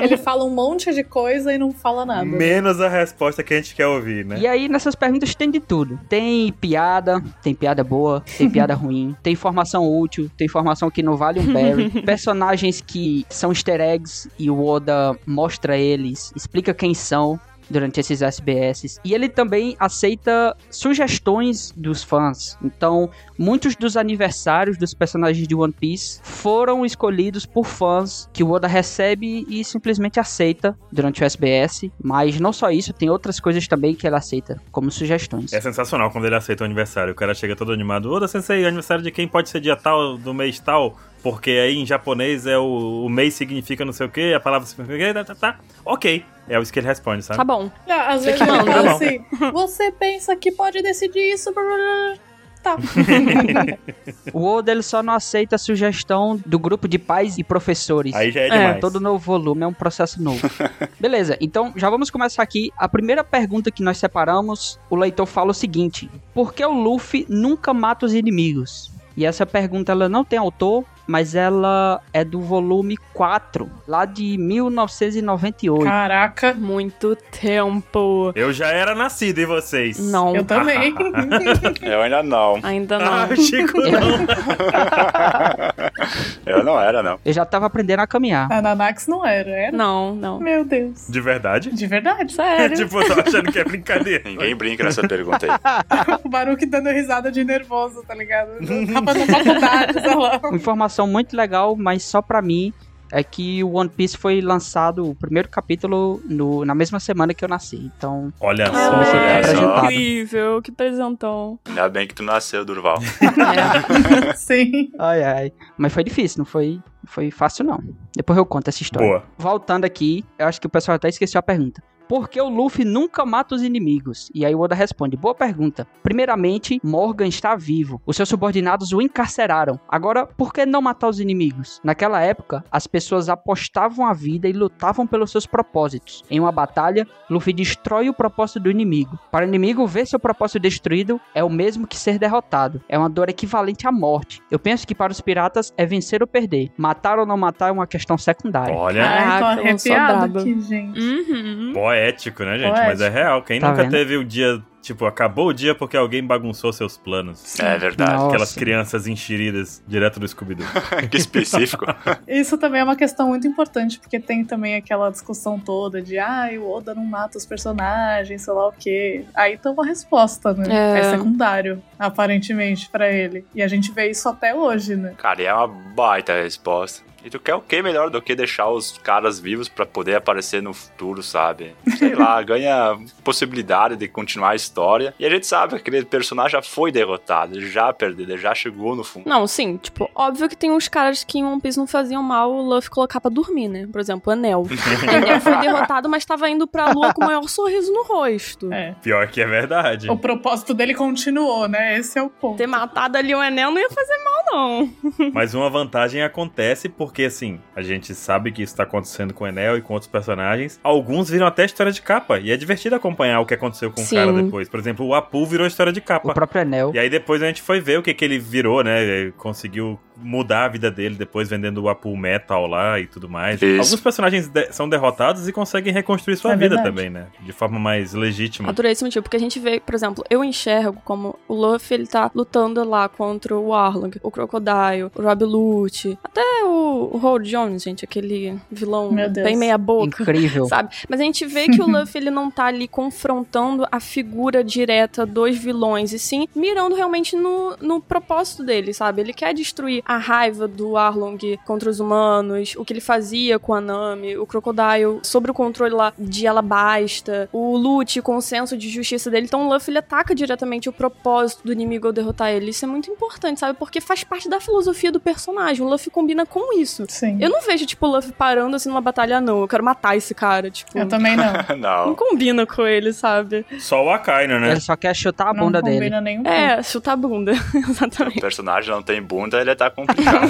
E: Ele fala um monte de coisa e não fala nada.
C: Menos a resposta que a gente quer ouvir, né?
D: E aí nessas perguntas tem de tudo. Tem piada, tem piada boa, tem piada ruim, tem informação útil, tem informação que não vale um berry. Personagens que são easter eggs e o Oda mostra eles, explica quem são. durante esses SBS. E ele também aceita sugestões dos fãs. Então, muitos dos aniversários dos personagens de One Piece foram escolhidos por fãs que o Oda recebe e simplesmente aceita durante o SBS. Mas não só isso, tem outras coisas também que ele aceita como sugestões.
C: É sensacional quando ele aceita o aniversário. O cara chega todo animado. Oda Sensei, aniversário de quem pode ser dia tal, do mês tal? Porque aí em japonês é o, o mês significa não sei o que, a palavra significa. Tá, tá, tá. Ok. É isso que ele responde, sabe?
B: Tá bom.
E: Ah, Às vezes
B: que
E: ele
B: manda.
E: fala
C: Não.
E: assim, você pensa que pode decidir isso, blá, blá, blá. tá.
D: O Oda ele só não aceita a sugestão do grupo de pais e professores.
C: Aí já é demais.
D: Todo novo volume é um processo novo. Beleza, então já vamos começar aqui. A primeira pergunta que nós separamos, o leitor fala o seguinte: Por que o Luffy nunca mata os inimigos? E essa pergunta ela não tem autor, mas ela é do volume 4, lá de 1998.
E: Caraca,
B: Muito tempo.
C: Eu já era nascido, e vocês?
B: Não,
E: eu também.
A: Eu ainda não.
B: ainda
C: Ah,
B: não.
C: Chico, não.
A: Eu não era, não.
D: Eu já tava aprendendo a caminhar.
E: A Nanax não era, era?
B: Não, não.
E: Meu Deus.
C: De verdade?
E: De verdade.
B: Sério.
C: tipo, eu tava achando que é brincadeira.
A: Ninguém brinca nessa pergunta aí.
E: O Baruque dando risada de nervoso, tá ligado? Tava na faculdade, sei lá.
D: Uma informação muito legal, mas só pra mim, é que o One Piece foi lançado o primeiro capítulo no- na mesma semana que eu nasci. Então,
C: Olha
B: Ah,
C: só.
A: Olha
B: é
A: só.
B: incrível, que presentão.
A: Ainda bem que tu nasceu, Durval.
E: Sim.
D: Ai, ai. Mas foi difícil, não foi, não foi fácil, não. Depois eu conto essa história.
C: Boa.
D: Voltando aqui, eu acho que o pessoal até esqueceu a pergunta. Por que o Luffy nunca mata os inimigos? E aí o Oda responde: Boa pergunta. Primeiramente, Morgan está vivo. Os seus subordinados o encarceraram. Agora, por que não matar os inimigos? Naquela época, as pessoas apostavam a vida e lutavam pelos seus propósitos. Em uma batalha, Luffy destrói o propósito do inimigo. Para o inimigo, ver seu propósito destruído é o mesmo que ser derrotado. É uma dor equivalente à morte. Eu penso que para os piratas é vencer ou perder. Matar ou não matar é uma questão secundária.
C: Olha.
B: Caraca,
E: Ai, tô
B: eu sou
E: arrepiada
B: braba.
E: aqui, gente.
B: Uhum.
C: Poético, né, gente?
E: Poético.
C: Mas é real. Quem
D: Tá
C: nunca
D: vendo?
C: teve o dia. Tipo, acabou o dia porque alguém bagunçou seus planos.
A: É verdade.
D: Nossa.
C: Aquelas crianças enxeridas direto do Scooby-Doo.
A: Que específico.
E: Isso também é uma questão muito importante, porque tem também aquela discussão toda de ah, o Oda não mata os personagens, sei lá o quê. Aí tem uma resposta, né?
B: É.
E: É, secundário, aparentemente, pra ele. E a gente vê isso até hoje, né?
A: Cara, e é uma baita resposta. E tu quer o que melhor do que deixar os caras vivos pra poder aparecer no futuro, sabe? Sei lá, ganha possibilidade de continuar a história. E a gente sabe que aquele personagem já foi derrotado, ele já perdeu, ele já chegou no fundo.
B: Não, sim, tipo, óbvio que tem uns caras que em One Piece não faziam mal o Luffy colocar pra dormir, né? Por exemplo, o Anel. Ele foi derrotado, mas tava indo pra lua com o maior sorriso no rosto.
E: É.
C: Pior que é verdade.
E: O propósito dele continuou, né? Esse é o ponto.
B: Ter matado ali o Anel não ia fazer mal, não.
C: Mas uma vantagem acontece porque, assim, a gente sabe que isso tá acontecendo com o Enel e com outros personagens. Alguns viram até história de capa. E é divertido acompanhar o que aconteceu com
B: Sim.
C: o cara depois. Por exemplo, o Apu virou história de
D: O
C: capa.
D: próprio Enel.
C: E aí depois a gente foi ver o que, que ele virou, né? Ele Conseguiu mudar a vida dele depois vendendo o Apu Metal lá e tudo mais.
A: Isso.
C: Alguns personagens de- são derrotados e conseguem reconstruir sua
E: É
C: vida
E: verdade.
C: também, né? De forma mais legítima.
B: Adorei esse motivo, porque a gente vê, por exemplo, eu enxergo como o Luffy, ele tá lutando lá contra o Arlong, o Crocodile, o Rob Lute, até o, o Howard Jones, gente, aquele vilão
E: Meu Deus.
B: bem meia boca.
D: Incrível.
B: Sabe? Mas a gente vê que o Luffy ele não tá ali confrontando a figura direta dos vilões, e sim mirando realmente no, no propósito dele, sabe? Ele quer destruir a raiva do Arlong contra os humanos, o que ele fazia com a Nami, o Crocodile sobre o controle lá de Alabasta, o Lute com o senso de justiça dele. Então o Luffy ele ataca diretamente o propósito do inimigo ao derrotar ele. Isso é muito importante, sabe? Porque faz parte da filosofia do personagem. O Luffy combina com isso.
E: Sim.
B: Eu não vejo, tipo, o Luffy parando assim numa batalha, não. Eu quero matar esse cara, tipo.
E: Eu também não.
B: Não
A: Não.
B: combina com ele, sabe?
C: Só o Akainu, né?
D: Ele só quer chutar a
E: não
D: bunda dele.
E: combina nenhum.
B: É, chutar a bunda.
A: O
B: Exatamente.
A: personagem não tem bunda, ele tá complicado.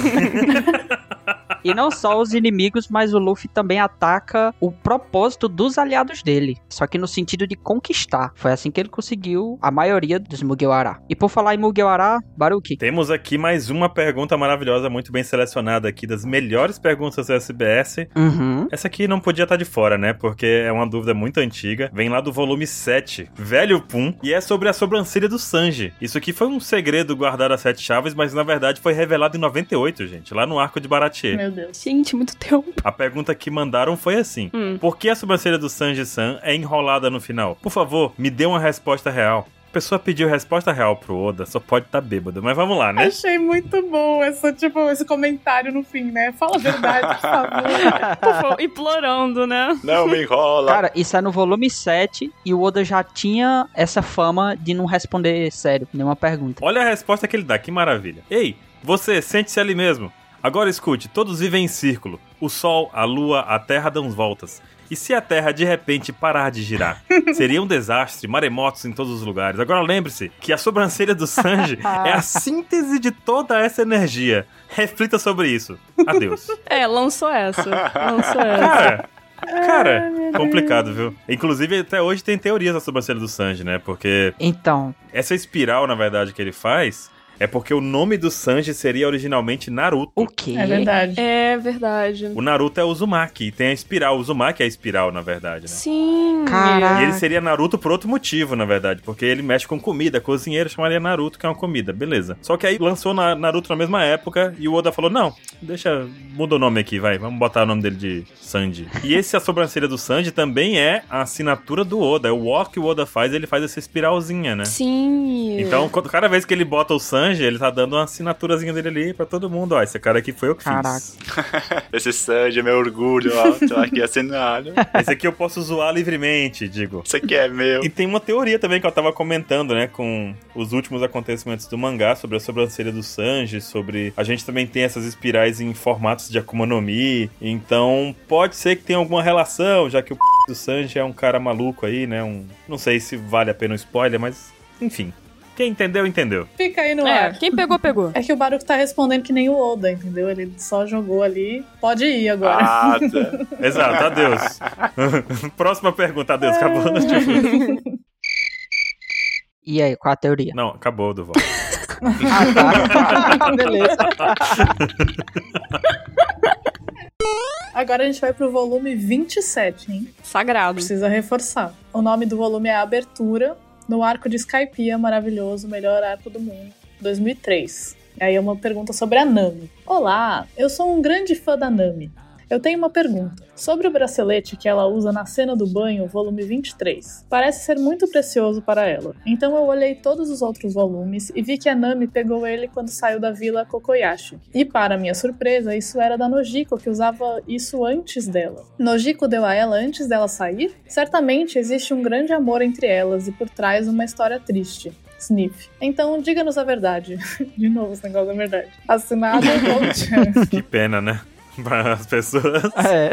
D: E não só os inimigos, mas o Luffy também ataca o propósito dos aliados dele. Só que no sentido de conquistar. Foi assim que ele conseguiu a maioria dos Mugiwara. E por falar em Mugiwara, Baruki,
C: Temos aqui mais uma pergunta maravilhosa, muito bem selecionada aqui, das melhores perguntas do SBS.
D: uhum.
C: Essa aqui não podia estar de fora, né? Porque é uma dúvida muito antiga. Vem lá do volume 7, Velho Pum, e é sobre a sobrancelha do Sanji. Isso aqui foi um segredo guardado a sete chaves, mas na verdade foi revelado em 98, gente, lá no arco de Baratie.
E: Meu Deus.
B: Gente, muito tempo.
C: A pergunta que mandaram foi assim:
B: Hum.
C: Por que a sobrancelha do Sanji San é enrolada no final? Por favor, me dê uma resposta real. A pessoa pediu resposta real pro Oda, só pode estar tá bêbado, mas vamos lá, né?
E: Achei muito bom essa, tipo, esse comentário no fim, né? Fala a verdade, por favor.
B: Por favor, implorando, né?
A: Não me enrola.
D: Cara, isso é no volume 7 e o Oda já tinha essa fama de não responder sério nenhuma pergunta.
C: Olha a resposta que ele dá, que maravilha. Ei, você, sente-se ali mesmo. Agora escute, todos vivem em círculo. O Sol, a Lua, a Terra dão voltas. E se a Terra de repente parar de girar? Seria um desastre, maremotos em todos os lugares. Agora lembre-se que a sobrancelha do Sanji é a síntese de toda essa energia. Reflita sobre isso. Adeus.
B: É, lançou essa. Lançou essa.
C: Cara, cara, complicado, viu? Inclusive, até hoje tem teorias da sobrancelha do Sanji, né? Porque
D: Então,
C: essa espiral, na verdade, que ele faz é porque o nome do Sanji seria originalmente Naruto.
D: o quê?
E: É verdade.
B: É verdade.
C: O Naruto é o Uzumaki, e tem a espiral. O Uzumaki é a espiral, na verdade, né?
B: Sim.
D: Caraca.
C: E ele seria Naruto por outro motivo, na verdade, porque ele mexe com comida. Cozinheiro chamaria Naruto, que é uma comida, beleza. Só que aí lançou na- Naruto na mesma época e o Oda falou: não, deixa, muda o nome aqui, vai, vamos botar o nome dele de Sanji. E esse, a sobrancelha do Sanji, também é a assinatura do Oda. É o walk que o Oda faz, ele faz essa espiralzinha, né?
B: Sim.
C: Então, quando- cada vez que ele bota o Sanji, ele tá dando uma assinaturazinha dele ali pra todo mundo. Ó, esse cara aqui foi eu que fiz.
D: Caraca.
A: Esse Sanji é meu orgulho, ó. Tô aqui assinado.
C: Esse aqui eu posso zoar livremente, digo.
A: Isso aqui é meu.
C: E tem uma teoria também que eu tava comentando, né, com os últimos acontecimentos do mangá, sobre a sobrancelha do Sanji, sobre... A gente também tem essas espirais em formatos de Akuma no Mi, então pode ser que tenha alguma relação, já que o p... do Sanji é um cara maluco aí, né, um... Não sei se vale a pena o spoiler, mas, enfim. Quem entendeu, entendeu.
E: Fica aí no
B: É,
E: ar.
B: quem pegou, pegou.
E: É que o Baruch tá respondendo que nem o Oda, entendeu? Ele só jogou ali. Pode ir agora.
A: Ah, tá.
C: Exato, adeus. Próxima pergunta, adeus, acabou.
D: E aí, qual a teoria?
C: Não, acabou, Duval.
D: Ah, tá.
E: Beleza. Agora a gente vai pro volume 27, hein?
B: Hum. Sagrado.
E: Precisa reforçar. O nome do volume é Abertura, no arco de Skypiea, maravilhoso, melhor arco do mundo, 2003. Aí é uma pergunta sobre a Nami. Olá, eu sou um grande fã da Nami. Eu tenho uma pergunta. Sobre o bracelete que ela usa na cena do banho, volume 23. Parece ser muito precioso para ela. Então eu olhei todos os outros volumes e vi que a Nami pegou ele quando saiu da vila Kokoyashi. E para minha surpresa, isso era da Nojiko, que usava isso antes dela. Nojiko deu a ela antes dela sair? Certamente existe um grande amor entre elas e por trás uma história triste. Sniff. Então, diga-nos a verdade. De novo, esse negócio da verdade. Assinado Gold.
C: que pena, né? Para as pessoas.
D: É,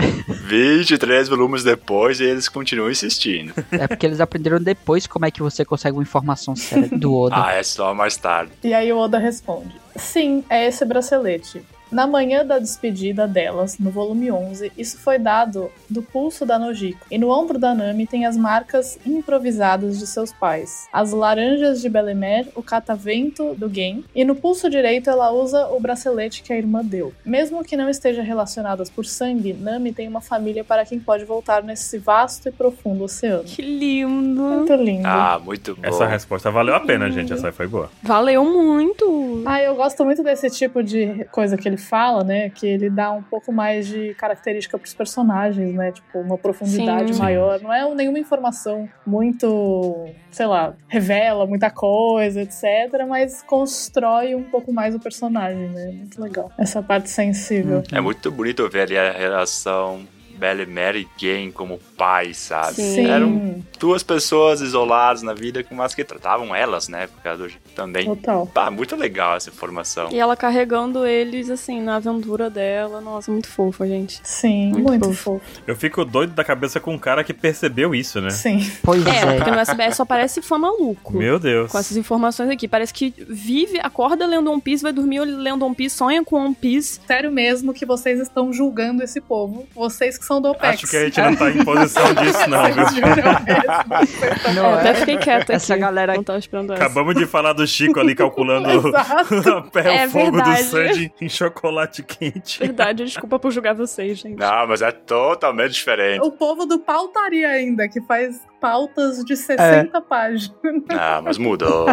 A: 23 volumes depois e eles continuam insistindo.
E: Tá
D: é porque eles aprenderam depois como é que você consegue uma informação séria do Oda.
A: Ah, é só mais tarde.
E: E aí o Oda responde: Sim, é esse bracelete. Na manhã da despedida delas, no volume 11, isso foi dado do pulso da Nojiko. E no ombro da Nami tem as marcas improvisadas de seus pais. As laranjas de Belemer, o catavento do Gen. E no pulso direito ela usa o bracelete que a irmã deu. Mesmo que não estejam relacionadas por sangue, Nami tem uma família para quem pode voltar nesse vasto e profundo oceano.
B: Que lindo.
E: Muito lindo.
A: Ah, muito bom.
C: Essa resposta valeu a pena, gente. Essa aí foi boa.
B: Valeu muito.
E: Ah, eu gosto muito desse tipo de coisa que ele fala, né? Que ele dá um pouco mais de característica pros personagens, né? Tipo, uma profundidade
B: Sim.
E: maior. Não é nenhuma informação muito, sei lá, revela muita coisa, etc. Mas constrói um pouco mais o personagem, né? Muito legal. Essa parte sensível.
A: É muito bonito ver ali a relação Belle Mary e Jane como pais, sabe?
B: Sim.
A: Eram duas pessoas isoladas na vida, mas que tratavam elas, né? Por causa do... também.
E: total.
A: Pá, muito legal essa informação.
B: E ela carregando eles, assim, na aventura dela. Nossa, muito fofa, gente.
E: Sim,
B: Muito
E: muito,
B: fofo.
E: fofo.
C: Eu fico doido da cabeça com um cara que percebeu isso, né?
E: Sim.
D: Pois
B: É, porque
D: é.
B: no SBS só parece fã maluco.
C: Meu Deus.
B: Com essas informações aqui. Parece que vive, acorda lendo One Piece, vai dormir lendo One Piece, sonha com One Piece.
E: Sério mesmo que vocês estão julgando esse povo. Vocês que são do OPEX.
C: Acho que né? a gente não tá em posição disso, não, viu?
E: Vocês juram mesmo. Vocês estão
D: Não
B: Eu
D: é.
B: até fiquei quieta
D: Essa
B: aqui.
D: galera-
B: Não tava esperando essa.
C: Acabamos de falar do Chico ali calculando
E: Exato.
C: o pé
B: É
C: o fogo
B: verdade.
C: do Sandy em chocolate quente.
B: Verdade, desculpa por julgar vocês, gente.
A: Não, mas é totalmente diferente.
E: O povo do pautaria ainda, que faz pautas de 60 páginas.
A: Ah, mas mudou.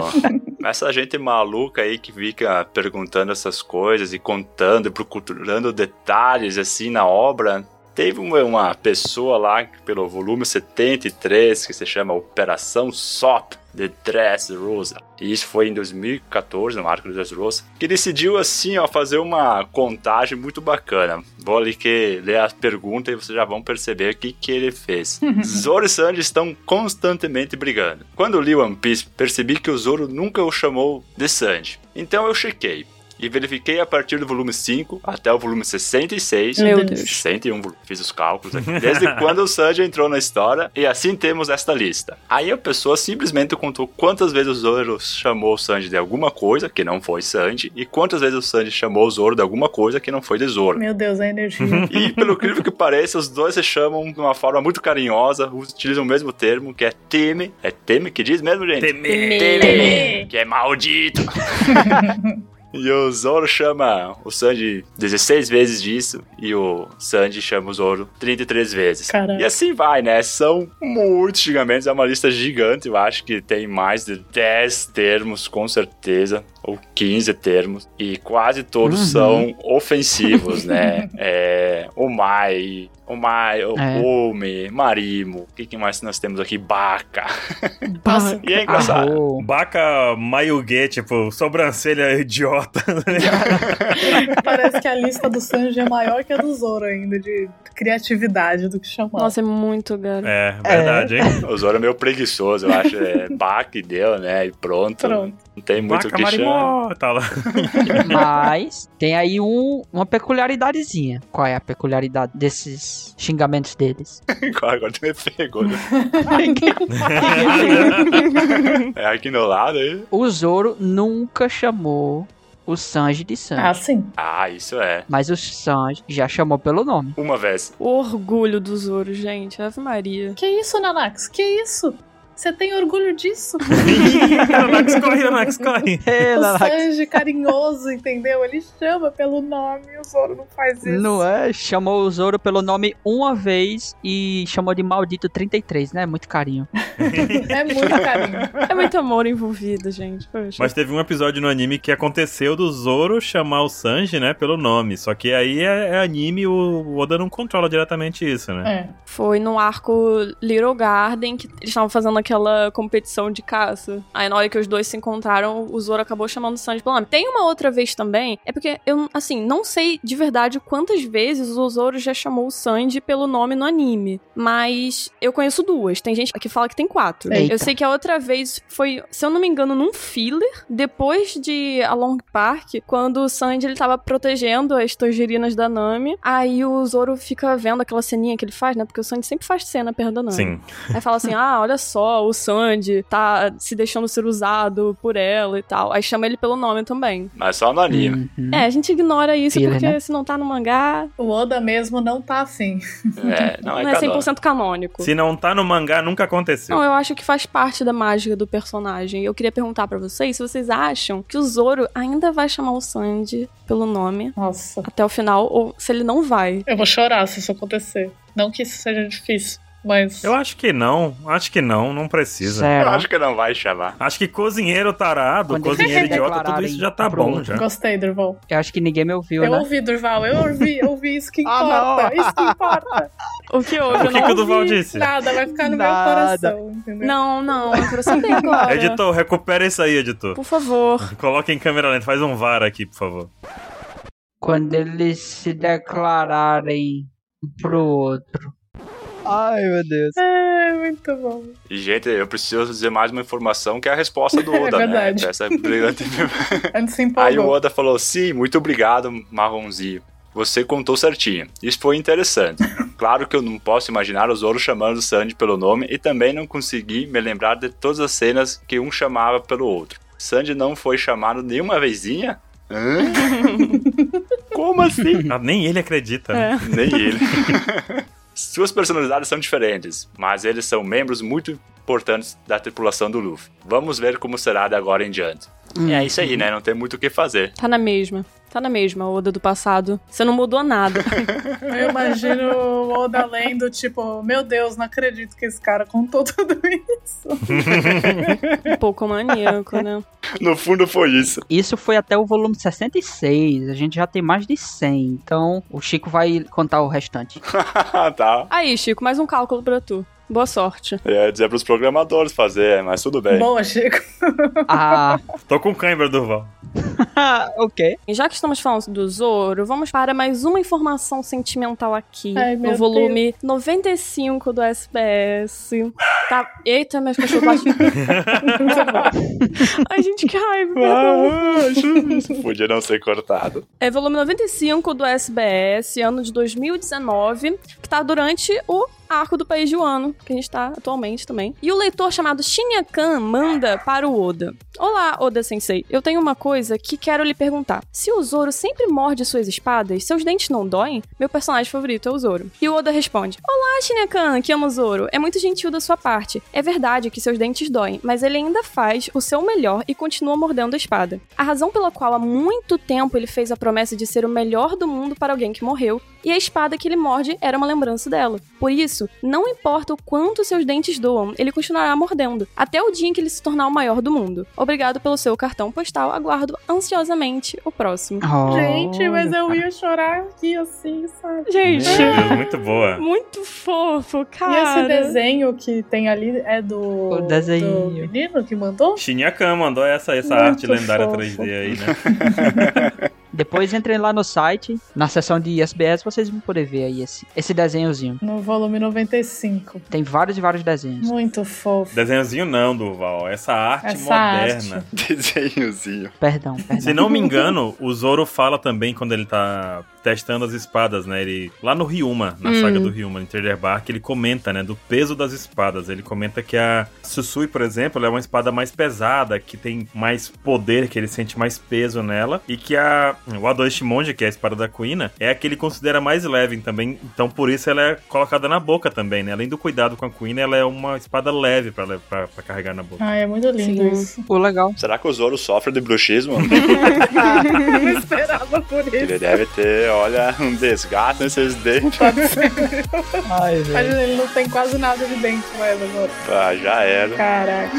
A: Essa gente maluca aí que fica perguntando essas coisas e contando e procurando detalhes assim na obra. Teve uma- uma pessoa lá que pelo volume 73 que se chama Operação SOP de Dressrosa. E isso foi em 2014, no Marco de Dressrosa, que decidiu assim, ó, fazer uma contagem muito bacana. Vou ali que ler as perguntas e vocês já vão perceber o que, que ele fez. Zoro e Sanji estão constantemente brigando. Quando li One Piece, percebi que o Zoro nunca o chamou de Sanji. Então eu chequei. E verifiquei a partir do volume 5 até o volume 66.
B: Meu Deus.
A: 101 volumes. um Fiz os cálculos aqui. Desde quando o Sanji entrou na história. E assim temos esta lista. Aí a pessoa simplesmente contou quantas vezes o Zoro chamou o Sanji de alguma coisa que não foi Sanji. E quantas vezes o Sanji chamou o Zoro de alguma coisa que não foi de Zoro.
E: Meu Deus, a energia.
A: E pelo incrível que pareça, os dois se chamam de uma forma muito carinhosa, utilizam o mesmo termo, que é teme. É teme que diz mesmo, gente?
C: Temer.
A: Teme, que é maldito. e o Zoro chama o Sanji 16 vezes disso e o Sanji chama o Zoro 33 vezes.
E: Caraca.
A: E assim vai, né? São muitos xingamentos, é uma lista gigante, eu acho que tem mais de 10 termos, com certeza, ou 15 termos, e quase todos
D: Uhum.
A: são ofensivos, né? É, o Mai, o Mai, o
D: É.
A: Ome, Marimo, o que, que mais nós temos aqui? Baca.
D: Ah,
E: Nossa,
A: E é engraçado.
D: Arrou.
C: Baca Mayuge, tipo, sobrancelha idiota.
E: parece que a lista do Sanji é maior que a do Zoro ainda, de criatividade, do que chamar.
B: Nossa, é muito garoto.
C: É, verdade, hein?
A: O Zoro é meio preguiçoso, eu acho. É Baca e deu, né? E pronto.
E: Pronto. é
A: Não tem muito o
C: Baca
A: que chamar.
C: Marimó, tá lá.
D: Mas tem aí um- uma peculiaridadezinha. Qual é a peculiaridade desses xingamentos deles?
A: Agora tu me pegou, né? É aqui no lado aí.
D: O Zoro nunca chamou o Sanji de Sanji.
E: Ah, sim.
A: Ah, isso é.
D: Mas o Sanji já chamou pelo nome.
A: Uma vez.
B: O orgulho do Zoro, gente. Ave Maria.
E: Que isso, Nanax? Que isso? Você tem orgulho disso?
C: Nanax corre, Nanax corre.
E: o Sanji carinhoso, entendeu? Ele chama pelo nome e o Zoro não faz isso.
D: Não é? Chamou o Zoro pelo nome uma vez e chamou de maldito 33, né? Muito carinho.
E: É muito carinho.
B: É muito amor envolvido, gente. Poxa.
C: Mas teve um episódio no anime que aconteceu do Zoro chamar o Sanji, né, pelo nome. Só que aí é, é anime o o Oda não controla diretamente isso, né?
E: É.
B: Foi no arco Little Garden que eles estavam fazendo aquela competição de caça. Aí na hora que os dois se encontraram, o Zoro acabou chamando o Sanji pelo nome. Tem uma outra vez também, é porque eu, assim, não sei de verdade quantas vezes o Zoro já chamou o Sanji pelo nome no anime. Mas eu conheço duas. Tem gente que fala que tem quatro.
D: Eita.
B: Eu sei que a outra vez foi, se eu não me engano, num filler, depois de A Long Park, quando o Sanji ele tava protegendo as tangerinas da Nami. Aí o Zoro fica vendo aquela ceninha que ele faz, né? Porque o Sanji sempre faz cena perto da Nami.
C: Sim.
B: Aí fala assim: ah, olha só, o Sanji tá se deixando ser usado por ela e tal. Aí chama ele pelo nome também.
A: Mas só no anime.
D: Uhum.
B: É, a gente ignora isso
D: Filler,
B: porque
D: né?
B: se não tá no mangá,
E: O Oda mesmo não tá afim.
A: É, não
B: não
A: é,
B: é
A: canônico.
B: 100% canônico.
C: Se não tá no mangá, nunca aconteceu.
B: Não, eu acho que faz parte da mágica do personagem. Eu queria perguntar pra vocês se vocês acham que o Zoro ainda vai chamar o Sanji pelo nome
E: Nossa.
B: até o final ou se ele não vai.
E: Eu vou chorar se isso acontecer. Não que isso seja difícil, mas.
C: Eu acho que não, acho que não, não precisa.
A: Eu
D: Será?
A: acho que não vai chamar.
C: Acho que cozinheiro tarado,
D: Quando
C: cozinheiro
D: eles
C: idiota, tudo
D: declararem
C: isso já tá
D: pro
C: bom
D: outro.
C: já.
E: Gostei, Durval.
D: Eu acho que ninguém me ouviu,
E: Eu
D: né?
E: ouvi, Durval. Eu ouvi, eu ouvi. Isso que
D: Ah, não.
E: importa. isso que importa.
B: O que houve?
C: O que, que o
B: não,
C: Duval
E: ouvi
C: disse?
E: Nada, vai ficar no
D: Nada.
E: meu coração, entendeu?
B: não, não, eu quero saber agora.
C: Editor, recupera isso aí, editor.
B: Por favor.
C: Coloca em câmera lenta, faz um VAR aqui, por favor.
D: Quando eles se declararem um pro outro. Ai, meu Deus.
E: É, muito bom.
A: E, gente, eu preciso dizer mais uma informação que é a resposta do
E: É
A: Oda, né?
E: verdade.
A: Essa brilhante
E: Antes se
A: Aí o
E: empolgou.
A: Oda falou: sim, muito obrigado, Marronzinho. Você contou certinho. Isso foi interessante. Claro que eu não posso imaginar o Zoro chamando o Sanji pelo nome e também não consegui me lembrar de todas as cenas que um chamava pelo outro. Sanji não foi chamado nenhuma vezinha? Hã? Como assim?
C: Ah, nem ele acredita. né?
B: É.
A: Nem ele. Suas personalidades são diferentes, mas eles são membros muito importantes da tripulação do é Luffy. Vamos ver como será de agora em diante. E é isso aí, né? Não tem muito o que fazer.
B: Tá na mesma. Tá na mesma, Oda do passado. Você não mudou nada.
E: Eu imagino o Oda lendo, tipo, meu Deus, não acredito que esse cara contou tudo isso.
B: Um pouco maníaco, né?
A: No fundo foi isso.
D: Isso foi até o volume 66. A gente já tem mais de 100. Então o Chico vai contar o restante.
A: tá.
B: Aí, Chico, mais um cálculo pra tu. Boa sorte.
A: Eu ia dizer pros programadores fazer, mas tudo bem.
E: Boa, Chico.
D: Ah,
C: Tô com cãibra, Durval.
D: ok.
B: E já que estamos falando do Zoro, vamos para mais uma informação sentimental aqui.
E: Ai, meu
B: no volume 95 do SBS. Tá... Eita, meus cachorros Ai, gente, que raiva. perdão.
A: Ah, Podia não ser cortado.
B: É volume 95 do SBS, ano de 2019, que tá durante o arco do país de Wano, que a gente tá atualmente também. E o leitor chamado Shinyakan manda para o Oda. Olá, Oda-sensei. Eu tenho uma coisa que quero lhe perguntar. Se o Zoro sempre morde suas espadas, seus dentes não doem? Meu personagem favorito é o Zoro. E o Oda responde. Olá, Shinyakan, que amo o Zoro. É muito gentil da sua parte. É verdade que seus dentes doem, mas ele ainda faz o seu melhor e continua mordendo a espada. A razão pela qual há muito tempo ele fez a promessa de ser o melhor do mundo para alguém que morreu, e a espada que ele morde era uma lembrança dela. Por isso, não importa o quanto seus dentes doam, ele continuará mordendo, até o dia em que ele se tornar o maior do mundo. Obrigado pelo seu cartão postal, aguardo ansiosamente o próximo.
E: Gente, mas eu
D: Olha,
E: ia chorar aqui assim, sabe?
B: Gente,
C: Meu Deus, muito boa.
B: muito fofo,
E: E esse
B: cara.
E: desenho que tem ali é do,
D: O desenho.
E: do menino que mandou?
C: Shinyakan mandou essa, essa
E: Muito
C: arte lendária
E: fofo.
C: 3D aí, né?
D: Depois entrem lá no site, na seção de SBS, vocês vão poder ver aí esse, esse desenhozinho.
E: No volume 95.
D: Tem vários e vários desenhos.
E: Muito fofo.
C: Desenhozinho não, Durval. Essa arte
E: Essa
C: moderna.
E: arte.
A: Desenhozinho.
D: Perdão, perdão.
C: Se não me engano, o Zoro fala também quando ele tá testando as espadas, né? Ele lá no Ryuma, na
B: Hum.
C: saga do Ryuma, em Trailer Bark, ele comenta, né, do peso das espadas. Ele comenta que a Susui, por exemplo, ela é uma espada mais pesada, que tem mais poder, que ele sente mais peso nela, e que a o Ado Shimonji, que é a espada da Kuina, é a que ele considera mais leve também. Então, por isso ela é colocada na boca também, né? Além do cuidado com a Kuina, ela é uma espada leve pra le- pra pra carregar na boca.
E: Ah, é muito lindo
B: Sim.
E: isso.
D: Pô, legal.
A: Será que o Zoro sofre de bruxismo?
E: Não esperava por isso.
A: Ele deve ter, olha, um desgaste nesses dentes.
D: Ai,
E: Imagina, ele não tem quase nada de dente, mas agora.
A: Ah, já era.
E: Caraca.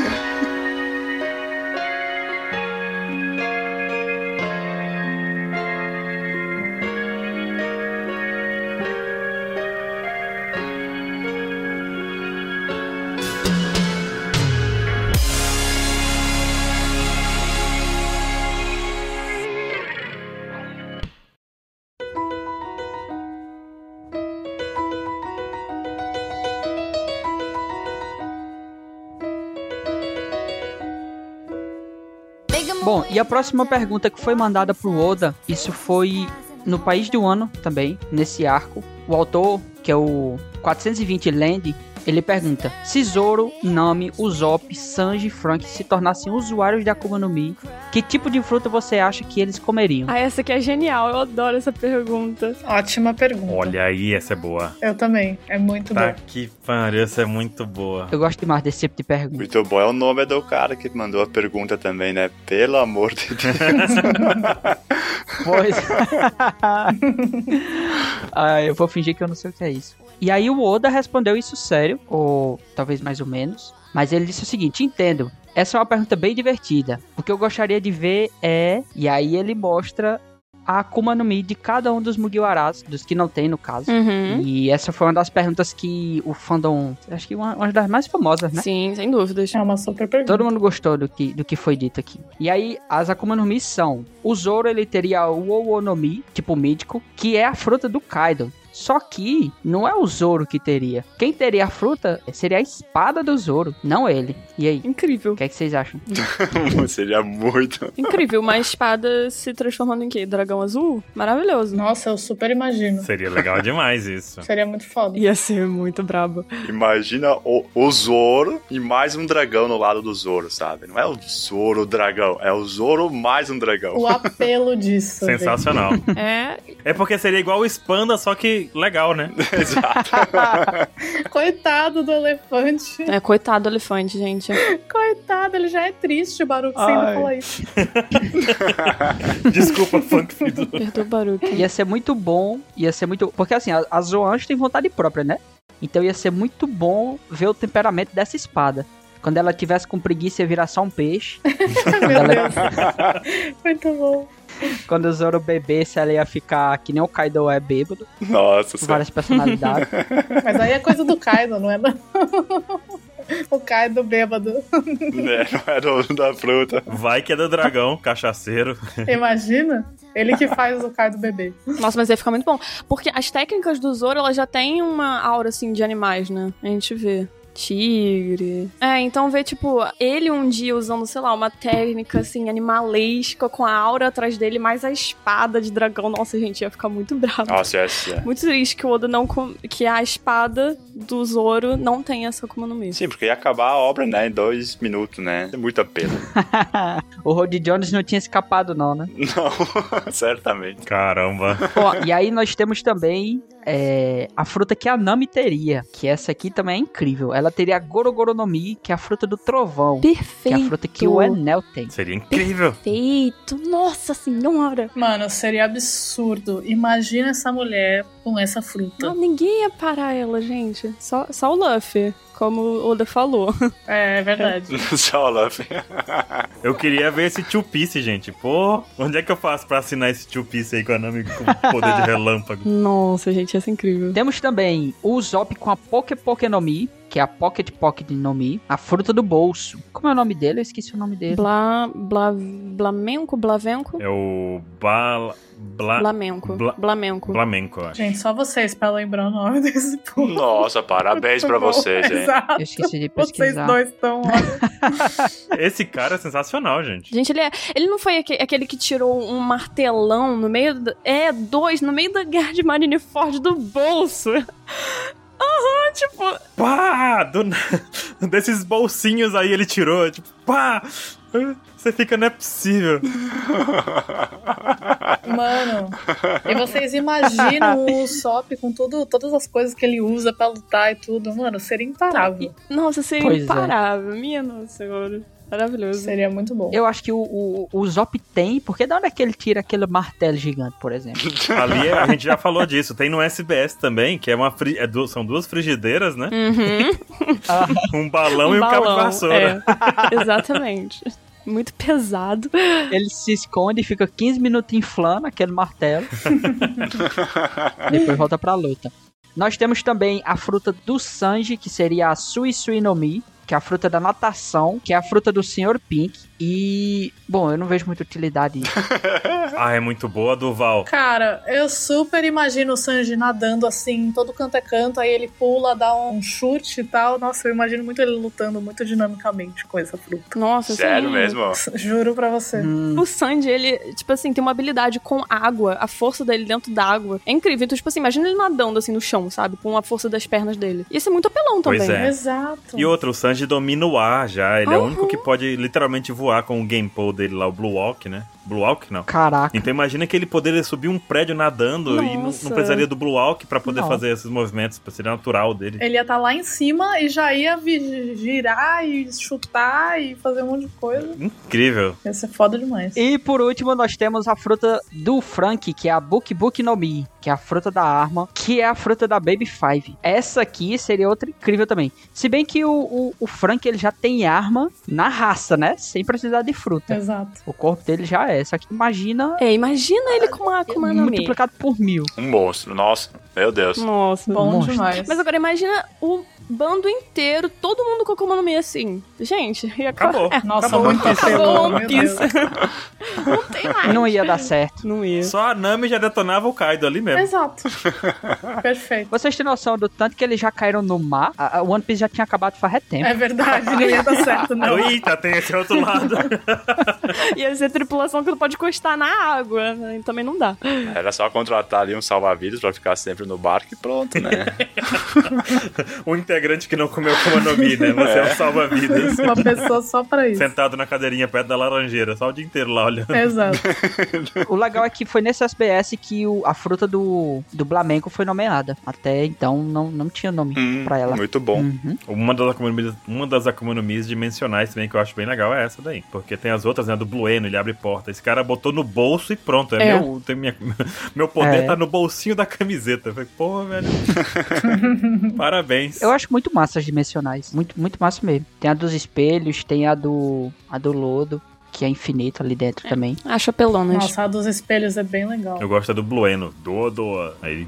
D: Bom, e a próxima pergunta que foi mandada pro Oda, isso foi no País do Ano também, nesse arco. O autor, que é o 420 Land, ele pergunta: Se Zoro, Nami, Usopp, Sanji e Frank se tornassem usuários de Akuma no Mi, que tipo de fruta você acha que eles comeriam?
B: Ah, essa aqui é genial, eu adoro essa pergunta.
E: Ótima pergunta.
C: Olha aí, essa é boa.
E: Eu também. É muito
C: Tá
E: bom.
C: que pariu, essa é muito boa.
D: Eu gosto demais desse tipo de pergunta.
A: Muito bom é o nome do cara que mandou a pergunta também, né? Pelo amor de Deus.
D: Pois. ah, eu vou fingir que eu não sei o que é isso. E aí o Oda respondeu isso sério, ou talvez mais ou menos. Mas ele disse o seguinte: entendo. Essa é uma pergunta bem divertida. O que eu gostaria de ver é. E aí ele mostra a Akuma no Mi de cada um dos Mugiwaras, dos que não tem no caso.
B: Uhum.
D: E essa foi uma das perguntas que o fandom. Acho que uma, uma das mais famosas, né?
B: Sim, sem dúvidas.
E: É uma super pergunta.
D: Todo mundo gostou do que, do que foi dito aqui. E aí, as Akuma no Mi são... O Zoro, ele teria o Owonomi, tipo mítico, que é a fruta do Kaido. Só que não é o Zoro que teria. Quem teria a fruta seria a espada do Zoro, não ele. E aí, o
B: Incrível.
D: que, é que vocês acham?
A: Seria muito.
B: Incrível, uma espada se transformando em quê? Dragão azul? Maravilhoso.
E: Nossa, eu super imagino.
C: Seria legal demais isso.
E: Seria muito foda.
B: Ia ser muito brabo.
A: Imagina o, o Zoro e mais um dragão no lado do Zoro, sabe? Não é o Zoro o dragão, é o Zoro mais um dragão.
E: O apelo disso. gente.
C: Sensacional.
B: É,
C: É porque seria igual o Spanda, só que legal, né?
A: Exato.
E: Coitado do elefante.
B: é coitado do elefante, gente.
E: Coitado, ele já é triste, o Baruch, sem ainda
H: Ai.
E: falar isso.
C: Desculpa, funk Fido.
B: Perdoa o barulho.
D: Ia ser muito bom, ia ser muito. Porque assim, a, a Zoange tem vontade própria, né? Então ia ser muito bom ver o temperamento dessa espada. Quando ela tivesse com preguiça, ia virar só um peixe.
E: Meu Deus. Muito bom.
D: Quando o Zoro bebesse, ela ia ficar que nem o Kaido é bêbado,
A: Nossa
D: com
A: senhora.
D: várias personalidades.
E: Mas aí é coisa do Kaido, não é? Não. O Kaido bêbado.
A: Né, Não era o da fruta.
C: Vai que é do dragão, cachaceiro.
E: Imagina? Ele que faz o Kaido beber.
B: Nossa, mas ia ficar muito bom. Porque as técnicas do Zoro, elas já têm uma aura, assim, de animais, né? A gente vê. Tigre. É, então vê, tipo, ele um dia usando, sei lá, uma técnica, assim, animalesca, com a aura atrás dele, mais a espada de dragão. Nossa, gente, ia ficar muito bravo.
A: Nossa, é, essa.
B: Muito triste que o Oda não. com- que a espada do Zoro não tem essa Akuma no Mi.
A: Sim, porque ia acabar a obra, né, em dois minutos, né? É muita pena.
D: o Rod Jones não tinha escapado, não, né?
A: Não, certamente.
C: Caramba.
D: Ó, e aí nós temos também é, a fruta que a Nami teria, que essa aqui também é incrível. Ela teria a Gorogoro no Mi, que é a fruta do trovão, que é a
B: Perfeito.
D: fruta que o Enel tem.
C: Seria incrível.
B: Perfeito. Nossa senhora.
E: Mano, seria absurdo. Imagina essa mulher com essa fruta.
B: Não, Ah, ninguém ia parar ela, gente. Só, só o Luffy, como o Oda falou.
E: É, é verdade.
A: Só o Luffy.
C: Eu queria ver esse Two Piece, gente. Pô, onde é que eu faço pra assinar esse Two Piece aí com a Nami com poder de relâmpago?
B: Nossa, gente, essa é incrível.
D: Temos também o Zop com a Poké Poké no Mi, que é a Pocket Pocket no Mi, a fruta do bolso. Como é o nome dele? Eu esqueci o nome dele.
B: Bla, bla, blamenco, blavenco?
C: É o Bala. É, Bla...
B: Blamenco.
C: Bla-
B: Blamenco.
C: Flamenco, eu acho.
E: Gente, só vocês pra lembrar o nome desse povo.
A: Nossa, parabéns pra vocês, hein?
E: Exato.
D: Eu esqueci de
E: Vocês
D: pesquisar.
E: dois estão. ó.
C: Esse cara é sensacional, gente.
B: Gente, ele, é, ele não foi aque- aquele que tirou um martelão no meio. da- é, dois, no meio da guerra de Marineford do bolso. Aham, tipo,
C: Pá! Do... na- Desses bolsinhos aí ele tirou. Tipo, pá! Você fica, não é possível.
E: Mano, e vocês imaginam o Sop com tudo, todas as coisas que ele usa pra lutar e tudo. Mano, seria imparável.
B: Nossa, seria
D: Pois é.
B: imparável. Minha nossa senhora. Maravilhoso.
E: Seria muito bom.
D: Eu acho que o, o, o Zop tem, porque da onde é que ele tira aquele martelo gigante, por exemplo?
C: Ali é- a gente já falou disso. Tem no SBS também, que é uma fri- é du- são duas frigideiras, né?
B: Uhum.
C: Um balão e um cabo de vassoura.
B: é. Exatamente. Muito pesado.
D: Ele se esconde e fica 15 minutos inflando aquele martelo. Depois volta pra luta. Nós temos também a fruta do Sanji, que seria a Sui Sui no Mi, que é a fruta da natação, que é a fruta do Sr. Pink. E, bom, eu não vejo muita utilidade nisso.
C: Ah, é muito boa, Duval.
E: Cara, eu super imagino o Sanji nadando assim, todo canto é canto, aí ele pula, dá um chute e tal. Nossa, eu imagino muito ele lutando muito dinamicamente com essa fruta.
B: Nossa,
A: Sério
B: assim,
A: mesmo?
E: Juro pra você.
B: O Sanji, ele, tipo assim, tem uma habilidade com água, a força dele dentro da água. É incrível. Então, tipo assim, imagina ele nadando assim no chão, sabe? Com a força das pernas dele. Ia ser muito apelão também. né?
C: Pois é.
E: Exato.
C: E outro, o Sanji domina o ar já. Ele é o
B: Uhum.
C: único que pode literalmente voar com o Genpo dele lá, o Blue Walk, né? Blue Walk não.
D: Caraca.
C: Então imagina que ele poderia subir um prédio nadando e não,
B: Nossa.
C: não precisaria do Blue Walk pra poder
D: Não.
C: fazer esses movimentos, seria natural dele.
E: Ele ia estar lá em cima e já ia vi- girar e chutar e fazer um monte de coisa.
C: Incrível.
E: Ia ser foda demais.
D: E por último, nós temos a fruta do Frank, que é a Book Book no Mi, que é a fruta da arma, que é a fruta da Baby Five. Essa aqui seria outra incrível também. Se bem que o, o, o Frank ele já tem arma na raça, né? Sem precisar de fruta.
E: Exato.
D: O corpo dele já é. Só que imagina
B: É, imagina ele com uma Akuma no Mi.
D: multiplicado por mil.
A: Um monstro, nossa. Meu Deus.
B: Nossa.
E: Bom
D: Monstro.
E: demais.
B: Mas agora imagina o bando inteiro, todo mundo com Akuma no Mi assim. Gente, ia
C: Acabou.
D: É.
E: Nossa,
C: Acabou.
E: muito
B: Acabou
E: apelão,
B: One
E: meu Deus.
B: Piece. Não tem mais.
D: Não ia dar certo.
B: Não ia.
C: Só a Nami já detonava o Kaido ali mesmo.
E: Exato. Perfeito.
D: Vocês têm noção do tanto que eles já caíram no mar? A, a One Piece já tinha acabado faz tempo.
E: É verdade, não ia dar certo, não.
C: Eita, tem esse outro lado.
B: Ia ser tripulação que não pode encostar na água. né? Também não dá.
A: Era só contratar ali um salva-vidas pra ficar sempre no barco e pronto, né?
C: o integrante que não comeu Kumanomi, né? Você é um salva-vidas.
E: Uma pessoa só pra isso.
C: Sentado na cadeirinha perto da laranjeira, só o dia inteiro lá olhando.
E: Exato.
D: O legal é que foi nesse SBS que o- a fruta do, do Flamengo foi nomeada. Até então não, não tinha nome
A: Hum,
D: pra ela.
A: Muito bom.
D: Uhum.
C: Uma das, Akuma no Mi- uma das Akuma no Mis dimensionais também que eu acho bem legal é essa daí. Porque tem as outras, né? Do Blueno, ele abre porta. Esse cara botou no bolso e pronto. É,
B: É.
C: Meu, tem minha- meu poder
D: É.
C: tá no bolsinho da camiseta. Eu falei, porra, velho. Parabéns.
D: Eu acho muito massa as dimensionais. Muito, muito massa mesmo. Tem a dos espelhos, tem a do. a do lodo, que é infinito ali dentro
E: É.
D: também.
B: Acho né? apelonas.
E: Nossa, a dos espelhos é bem legal.
C: Eu gosto da do Blueno. Do, do. Aí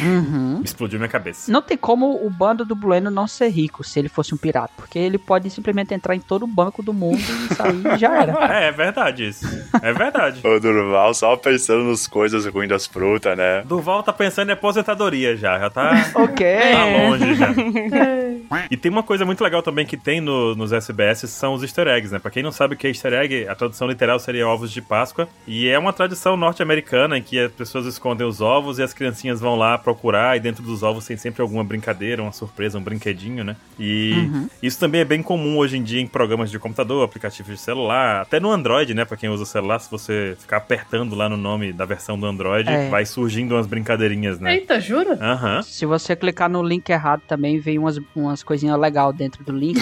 D: Uhum.
C: explodiu minha cabeça.
D: Não tem como o bando do Blueno não ser rico se ele fosse um pirata. Porque ele pode simplesmente entrar em todo o banco do mundo e sair e já era.
C: É, é verdade isso. É verdade.
A: O Durval só pensando nas coisas ruins das frutas, né?
C: Duval tá pensando em aposentadoria já. Já tá.
D: Ok.
C: Tá longe já.
D: É.
C: E tem uma coisa muito legal também que tem no- nos SBS são os easter eggs, né? Pra quem não sabe o que é easter egg, a tradução literal seria ovos de Páscoa. E é uma tradição norte-americana em que as pessoas escondem os ovos e as criancinhas vão lá procurar. E dentro dos ovos tem sempre alguma brincadeira, uma surpresa, um brinquedinho, né? E
D: Uhum.
C: isso também é bem comum hoje em dia em programas de computador, aplicativos de celular, até no Android, né? Pra quem usa o celular, se você ficar apertando lá no nome da versão do Android,
D: É.
C: vai surgindo umas brincadeirinhas, né?
E: Eita, jura?
C: Aham.
D: Se você clicar no link errado também, vem umas, umas coisinhas legal dentro do link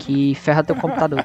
D: que ferra teu computador.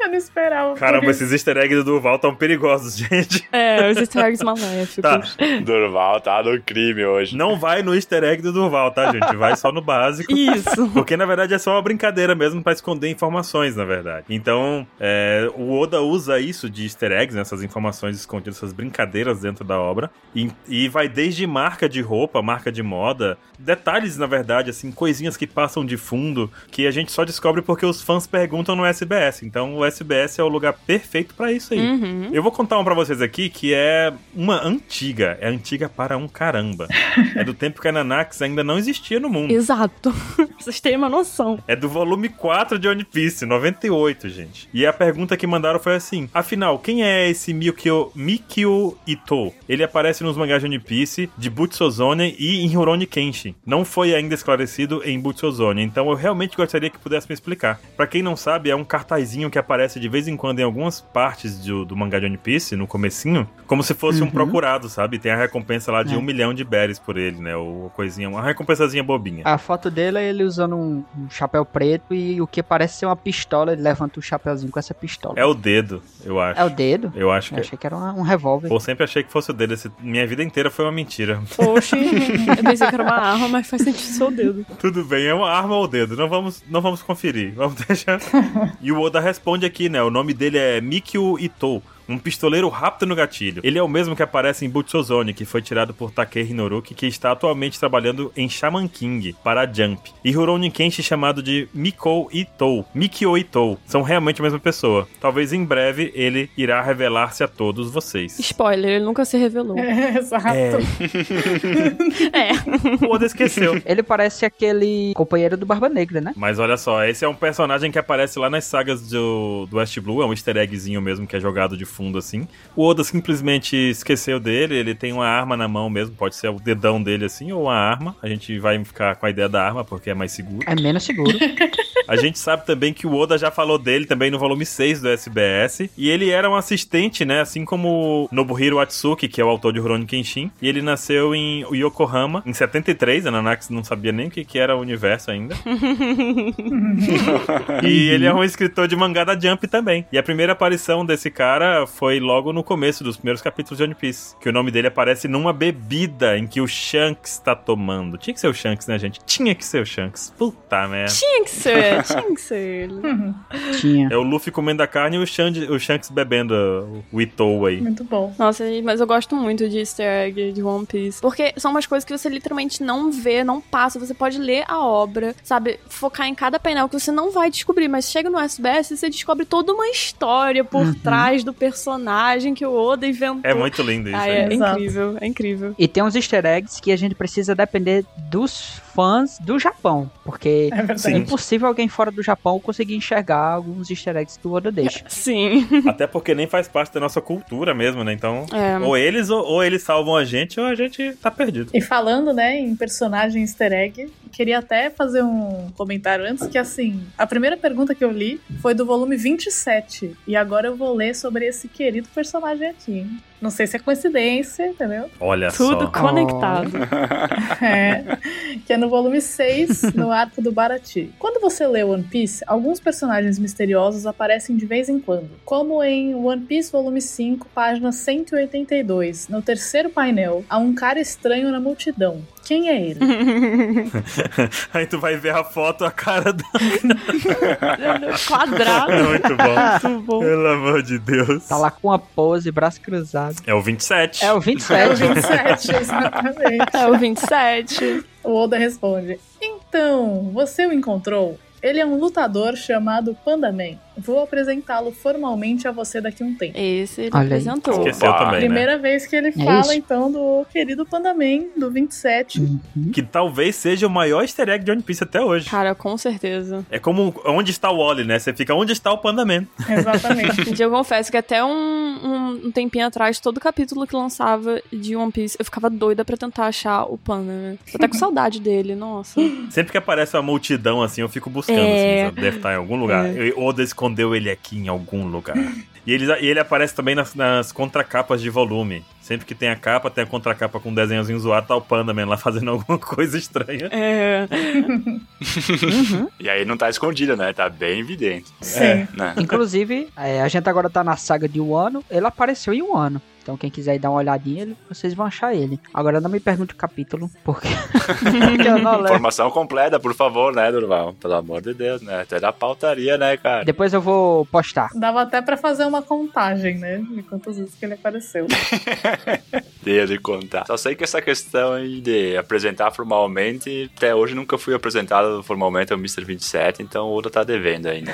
E: Eu não esperava. por
C: Caramba,
E: isso.
C: esses easter eggs do Duval tão perigosos, gente.
B: É, os easter eggs maléficos.
C: Tá,
A: Durval tá no crime hoje.
C: não vai no easter egg do Duval, tá, gente? Vai só no básico.
B: Isso.
C: Porque, na verdade, é só uma brincadeira mesmo pra esconder informações, na verdade. Então, é, o Oda usa isso de easter eggs, né, essas informações escondidas, essas brincadeiras dentro da obra. E, e vai desde marca de roupa, marca de moda, detalhes, na verdade, assim, coisinhas que passam de fundo, que a gente só descobre porque os fãs perguntam no SBS. Então, o SBS é o lugar perfeito pra isso aí.
B: Uhum.
C: Eu vou contar um pra vocês aqui que é uma antiga. É antiga para um caramba. É do tempo que a Nanax ainda não existia no mundo.
B: Exato. Vocês têm uma noção.
C: É do volume 4 de One Piece, 98, gente. E a pergunta que mandaram foi assim: Afinal, quem é esse Mikio, Mikio Ito? Ele aparece nos mangás de One Piece, de Butsuzonen e em Rurouni Kenshin. Não foi ainda esclarecido em Butsuzonen, então eu realmente gostaria que pudesse me explicar. Pra quem não sabe, é um cartazinho que aparece de vez em quando em algumas partes do, do mangá de One Piece, no comecinho, como se fosse um procurado, sabe? Tem a recompensa lá de
D: Uhum. É.
C: um milhão de berries por ele, né? Ou coisinha, uma recompensazinha bobinha.
D: A foto dele é ele usando um, um chapéu preto e o que parece ser uma pistola, ele levanta o chapéuzinho com essa pistola.
C: É o dedo, eu acho.
D: É o dedo?
C: Eu acho
D: Eu
C: que.
D: achei que era uma- um revólver.
C: Pô, sempre achei que fosse o dele. Esse- Minha vida inteira foi uma mentira.
B: Oxi. Eu pensei que era uma arma, mas faz sentido ser o dedo.
C: Tudo bem, é uma arma ou dedo. Não vamos, não vamos conferir. Vamos deixar. e o Oda responde aqui, né? O nome dele é Mikio Ito. Um pistoleiro rápido no gatilho. Ele é o mesmo que aparece em Butsozone, que foi tirado por Takei Hinoruki, que está atualmente trabalhando em Shaman King para a Jump. E Rurouni Kenshi chamado de Mikou Ito. Mikio Ito. São realmente a mesma pessoa. Talvez em breve ele irá revelar-se a todos vocês.
B: Spoiler, ele nunca se revelou.
E: É, Exato.
B: É.
C: O Oda esqueceu.
D: Ele parece aquele companheiro do Barba Negra, né?
C: Mas olha só, esse é um personagem que aparece lá nas sagas do, do West Blue, é um easter eggzinho mesmo que é jogado de fundo assim. O Oda simplesmente esqueceu dele, ele tem uma arma na mão mesmo, pode ser o dedão dele assim, ou uma arma. A gente vai ficar com a ideia da arma porque é mais seguro.
D: É menos seguro.
C: A gente sabe também que o Oda já falou dele também no volume 6 do SBS. E ele era um assistente, né? Assim como o Nobuhiro Atsuki, que é o autor de Rurouni Kenshin. E ele nasceu em Yokohama, em 73. A Nanax não sabia nem o que, que era o universo ainda. e ele é um escritor de mangá da Jump também. E a primeira aparição desse cara foi logo no começo dos primeiros capítulos de One Piece. Que o nome dele aparece numa bebida em que o Shanks tá tomando. Tinha que ser o Shanks, né, gente? Tinha que ser o Shanks. Puta merda.
B: Tinha que ser, tinha que ser ele.
D: Tinha.
C: É o Luffy comendo a carne e o, Shand- o Shanks bebendo uh, o Itou aí.
E: Muito bom.
B: Nossa, mas eu gosto muito de easter egg de One Piece. Porque são umas coisas que você literalmente não vê, não passa. Você pode ler a obra, sabe? Focar em cada painel que você não vai descobrir. Mas chega no SBS e você descobre toda uma história por trás do personagem que o Oda inventou.
C: É muito lindo isso
B: ah,
C: aí.
B: é
E: Exato.
B: incrível, é incrível.
D: E tem uns easter eggs que a gente precisa depender dos fãs do Japão, porque
E: É verdade.
D: é
C: Sim.
D: impossível alguém fora do Japão conseguir enxergar alguns easter eggs que o Oda deixa.
B: Sim.
C: Até porque nem faz parte da nossa cultura mesmo, né? Então,
B: É.
C: ou eles ou, ou eles salvam a gente ou a gente tá perdido.
E: E falando, né, em personagem easter egg, queria até fazer um comentário antes, que assim, a primeira pergunta que eu li foi do volume 27, e agora eu vou ler sobre esse querido personagem aqui. hein? Não sei se é coincidência, entendeu?
C: Olha
B: Tudo
C: só.
B: conectado.
E: É, que é no volume 6, no arco do Barati. Quando você lê One Piece, alguns personagens misteriosos aparecem de vez em quando, como em One Piece volume 5, página 182, no terceiro painel, há um cara estranho na multidão. Quem é ele?
C: Aí tu vai ver a foto, a cara do.
B: Quadrado.
C: Muito bom.
B: Muito bom.
C: Pelo amor de Deus.
D: Tá lá com a pose, braço cruzado.
C: É o 27.
D: É
E: É
D: o
E: o
D: 27.
E: 27, exatamente.
B: É o 27.
E: O Oda responde: Então, você o encontrou? Ele é um lutador chamado Pandaman. Vou apresentá-lo formalmente a você daqui a um tempo.
B: Esse ele
D: Olha aí.
B: apresentou.
C: Esqueceu
A: Opa.
C: também, né?
E: Primeira vez que ele
B: É
D: isso.
E: fala, então, do querido Pandaman, do 27.
B: Hum.
C: Que talvez seja o maior easter egg de One Piece até hoje.
B: Cara, com certeza.
C: É como onde está o Wally, né? Você fica onde está o Pandaman.
E: Exatamente.
B: Gente, eu confesso que até um, um, um tempinho atrás, todo capítulo que lançava de One Piece, eu ficava doida pra tentar achar o Panda. né? Tô até com saudade dele, nossa.
C: Sempre que aparece uma multidão assim, eu fico buscando.
B: É.
C: Assim, sabe? deve estar em algum lugar. Eu- Oda escondeu ele aqui em algum lugar. E ele, e ele aparece também nas, nas contracapas de volume. Sempre que tem a capa, tem a contracapa com um desenhozinho zoado, tá o Pandaman lá fazendo alguma coisa estranha.
B: É.
D: Uhum.
A: E aí não tá escondido, né? Tá bem evidente,
E: Sim.
A: né?
D: Inclusive, é, a gente agora tá na saga de um ano. Ele apareceu em um ano. Então, quem quiser ir dar uma olhadinha, ele- vocês vão achar ele. Agora, não me pergunte o capítulo, porque, porque eu não lembro.
A: Informação completa, por favor, né, Durval? Pelo amor de Deus, né? Até da pautaria, né, cara?
D: Depois eu vou postar.
E: Dava até pra fazer uma contagem, né? De quantas vezes que ele apareceu.
A: Deus de contar. Só sei que essa questão aí de apresentar formalmente, até hoje nunca fui apresentado formalmente ao Mr. 27, então o Oda tá devendo ainda.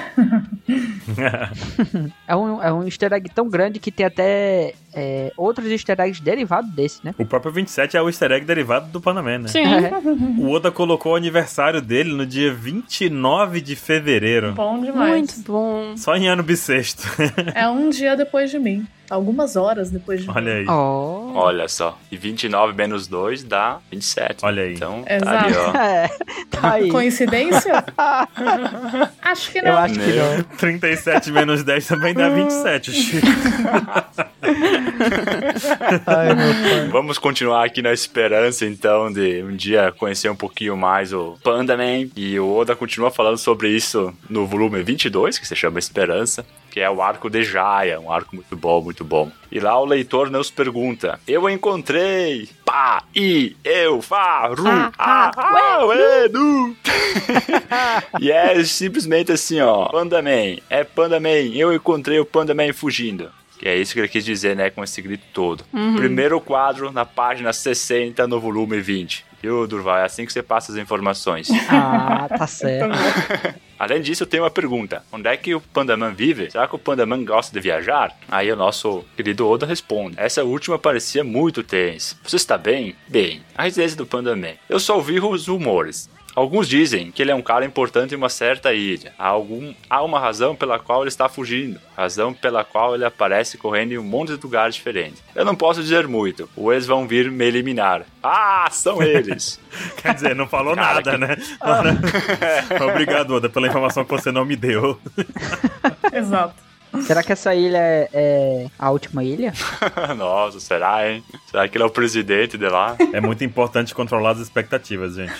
D: É um, é um easter egg tão grande que tem até é, outros easter eggs derivados desse, né?
C: O próprio 27 é o easter egg derivado do Pandaman, né?
B: Sim.
C: O Oda colocou o aniversário dele no dia 29 de fevereiro.
E: Bom demais.
B: Muito bom.
C: Só em ano bissexto.
E: É um dia depois de mim. Algumas horas depois de mim.
C: Olha aí.
D: Oh.
A: Olha só. E 29 menos 2 dá 27.
C: Olha aí.
A: Então, tá
E: Exato.
A: ali, ó.
D: É, tá aí.
E: Coincidência? acho que não.
D: Eu acho que
A: Meu.
C: Né?
D: não.
C: 37 menos 10 também dá 27, Chico.
D: Ai, meu.
A: Vamos continuar aqui na esperança, então, de um dia conhecer um pouquinho mais o Pandaman. E o Oda continua falando sobre isso no volume 22, que se chama Esperança, que é o arco de Jaya, um arco muito bom, muito bom. E lá o leitor nos pergunta, eu encontrei, pá, i, eu, fa, ru,
B: Ah,
A: ah,
B: ah,
A: ah, ué, nu. E é simplesmente assim, ó, Pandaman, é Pandaman, eu encontrei o Pandaman fugindo. Que é isso que ele quis dizer, né, com esse grito todo. Primeiro quadro na página 60, no volume 20. Viu, Durval? É assim que você passa as informações.
D: Ah, tá certo.
A: Além disso, eu tenho uma pergunta. Onde é que o Pandaman vive? Será que o Pandaman gosta de viajar? Aí o nosso querido Oda responde. Essa última parecia muito tensa. Você está bem? Bem. A residência do Pandaman. Eu só ouvi os rumores. Alguns dizem que ele é um cara importante em uma certa ilha. Há, algum, há uma razão pela qual ele está fugindo, razão pela qual ele aparece correndo em um monte de lugares diferentes. Eu não posso dizer muito, ou eles vão vir me eliminar. Ah, são eles!
C: Quer dizer, não falou
A: Cara,
C: nada,
A: que-
C: né? Obrigado, Oda, pela informação que você não me deu.
E: Exato.
D: Será que essa ilha é, é a última ilha?
A: Nossa, será, hein? Será que ele é o presidente de lá?
C: É muito importante controlar as expectativas, gente.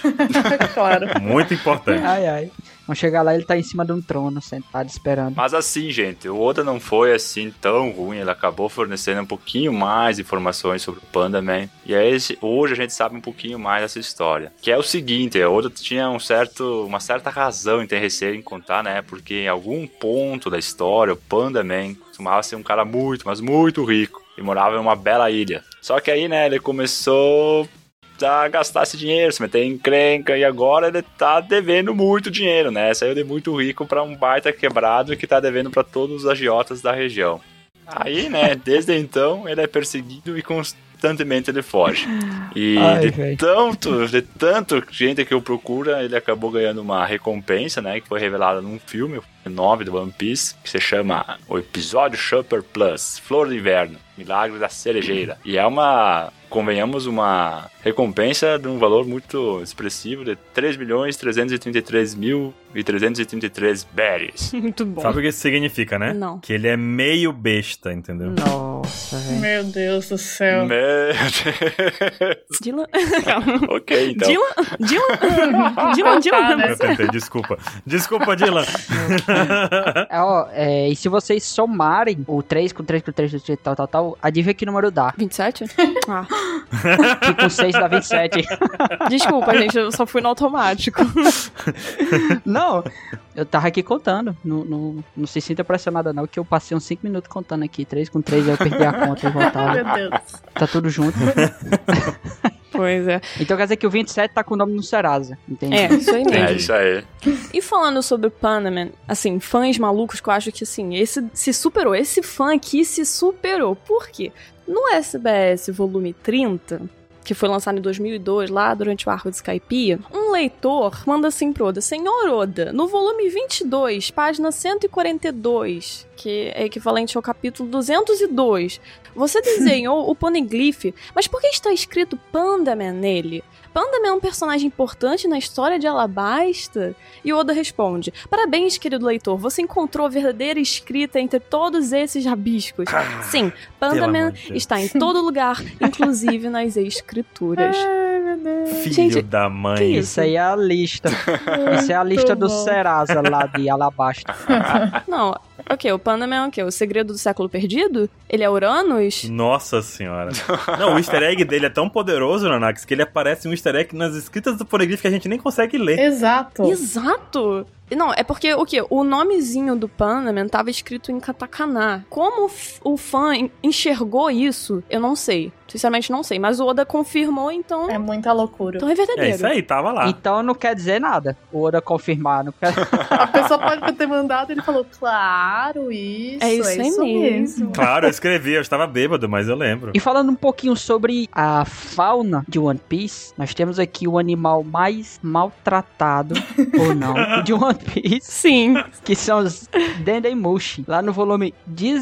E: claro.
C: Muito importante.
D: Ai, ai. Vamos chegar lá, ele tá em cima de um trono, sentado, esperando.
A: Mas assim, gente, o Oda não foi assim tão ruim, ele acabou fornecendo um pouquinho mais de informações sobre o Pandaman. E aí, esse- hoje a gente sabe um pouquinho mais dessa história. Que é o seguinte, o Oda tinha um certo, uma certa razão em ter receio em contar, né? Porque em algum ponto da história, o Pandaman costumava ser um cara muito, mas muito rico. E morava em uma bela ilha. Só que aí, né, ele começou a tá gastar esse dinheiro, se meter em encrenca, e agora ele tá devendo muito dinheiro, né? Saiu de muito rico pra um baita quebrado que tá devendo pra todos os agiotas da região. Aí, né, desde então, ele é perseguido e cons- constantemente ele foge. E
D: Ai,
A: de
D: véi.
A: tanto, de tanto gente que o procura, ele acabou ganhando uma recompensa, né? Que foi revelada num filme, o 9 do One Piece, que se chama o episódio Shopper Plus, Flor do Inverno, Milagre da Cerejeira. E é uma, convenhamos, uma recompensa de um valor muito expressivo de 3.333.333 berries.
B: Muito bom.
C: Sabe o que isso significa, né?
B: Não.
C: Que ele é meio besta, entendeu?
D: Nossa, velho.
E: Meu Deus do céu.
A: Meu Deus.
B: Dylan.
A: ok, então.
B: Dylan. Dylan. Dylan, Dylan.
C: Eu tentei, desculpa. Desculpa, Dylan.
D: É, ó, é, e se vocês somarem o 3 com 3 com 3 com 3, tal, tal, tal, adivinha que número dá.
B: 27? Ah.
D: Que com 6 dá 27.
B: Desculpa, gente, eu só fui no automático.
D: Não, eu tava aqui contando. Não, não, não se sinta pressionada, não, que eu passei uns 5 minutos contando aqui. 3 com 3, aí eu perdi a conta e voltava.
E: Meu Deus.
D: Tá tudo junto.
B: Pois é.
D: Então quer dizer que o 27 tá com o nome no Serasa, entende?
B: É, isso aí mesmo.
A: É isso aí.
B: E falando sobre Panaman, assim, fãs malucos que eu acho que, assim, esse se superou. Esse fã aqui se superou. Por quê? No SBS volume 30, que foi lançado em 2002, lá durante o arco de Skypiea, um leitor manda assim pro Oda, Senhor Oda, no volume 22, página 142, que é equivalente ao capítulo 202, você desenhou o Poneglyph, mas por que está escrito Pandaman nele? Pandaman é um personagem importante na história de Alabasta? E Oda responde: Parabéns, querido leitor, você encontrou a verdadeira escrita entre todos esses rabiscos. Sim, Pandaman
C: Ah, amor de Deus.
B: está em todo lugar, inclusive nas escrituras.
C: Ah.
E: Ai, meu Deus.
C: Filho
B: Gente,
C: da mãe.
B: que
D: Isso aí é a lista. Essa é a lista do
E: bom.
D: Serasa lá de Alabasta.
B: Não, ok, o Pandaman é o quê? O segredo do século perdido? Ele é Uranus?
C: Nossa senhora. Não, o easter egg dele é tão poderoso, Nanax, que ele aparece um easter egg nas escritas do Poneglyph que a gente nem consegue ler.
E: Exato.
B: Exato! Não, é porque o quê? O nomezinho do Pandaman tava escrito em katakana. Como o f- o fã en- enxergou isso, eu não sei. Sinceramente, não sei. Mas o Oda confirmou, então.
E: É muita loucura.
B: Então é
C: É
B: verdadeiro.
C: isso aí, tava lá.
D: Então não quer dizer nada. O Oda confirmar, não quer.
E: A pessoa pode ter mandado, ele falou, claro, isso.
B: É isso aí mesmo.
C: Claro, eu escrevi, eu estava bêbado, mas eu lembro.
D: E falando um pouquinho sobre a fauna de One Piece, nós temos aqui o animal mais maltratado, ou não, de One Piece,
B: Sim.
D: que são os Dendemushi. Lá no volume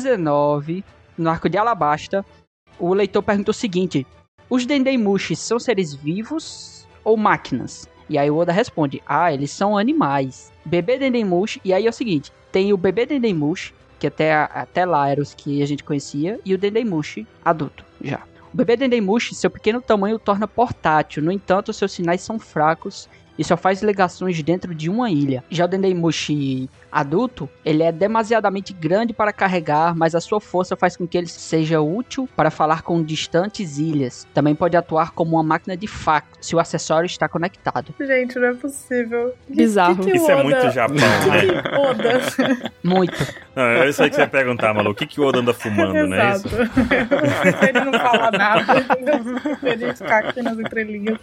D: 19, no arco de Alabasta, o leitor pergunta o seguinte: Os Dendemushi são seres vivos ou máquinas? E aí o Oda responde: Ah, eles são animais. Bebê Dendemushi. E aí é o seguinte: tem o bebê Dendemushi, que até, até lá era os que a gente conhecia, e o Dendemushi adulto, já. O bebê Dendemushi, seu pequeno tamanho o torna portátil, no entanto, seus sinais são fracos e só faz ligações dentro de uma ilha. Já o Dendemushi adulto, ele é demasiadamente grande para carregar, mas a sua força faz com que ele seja útil para falar com distantes ilhas. Também pode atuar como uma máquina de fax, se o acessório está conectado.
E: Gente, não é possível.
B: Bizarro.
E: Que que o
C: Isso é
E: Oda-
C: muito Japão, né?
E: Que Oda.
D: Muito.
C: Não, eu sei que você ia perguntar, Malu, o que, que o Oda anda fumando, não é isso?
E: Exato. ele não fala nada. Ele fica aqui nas entrelinhas.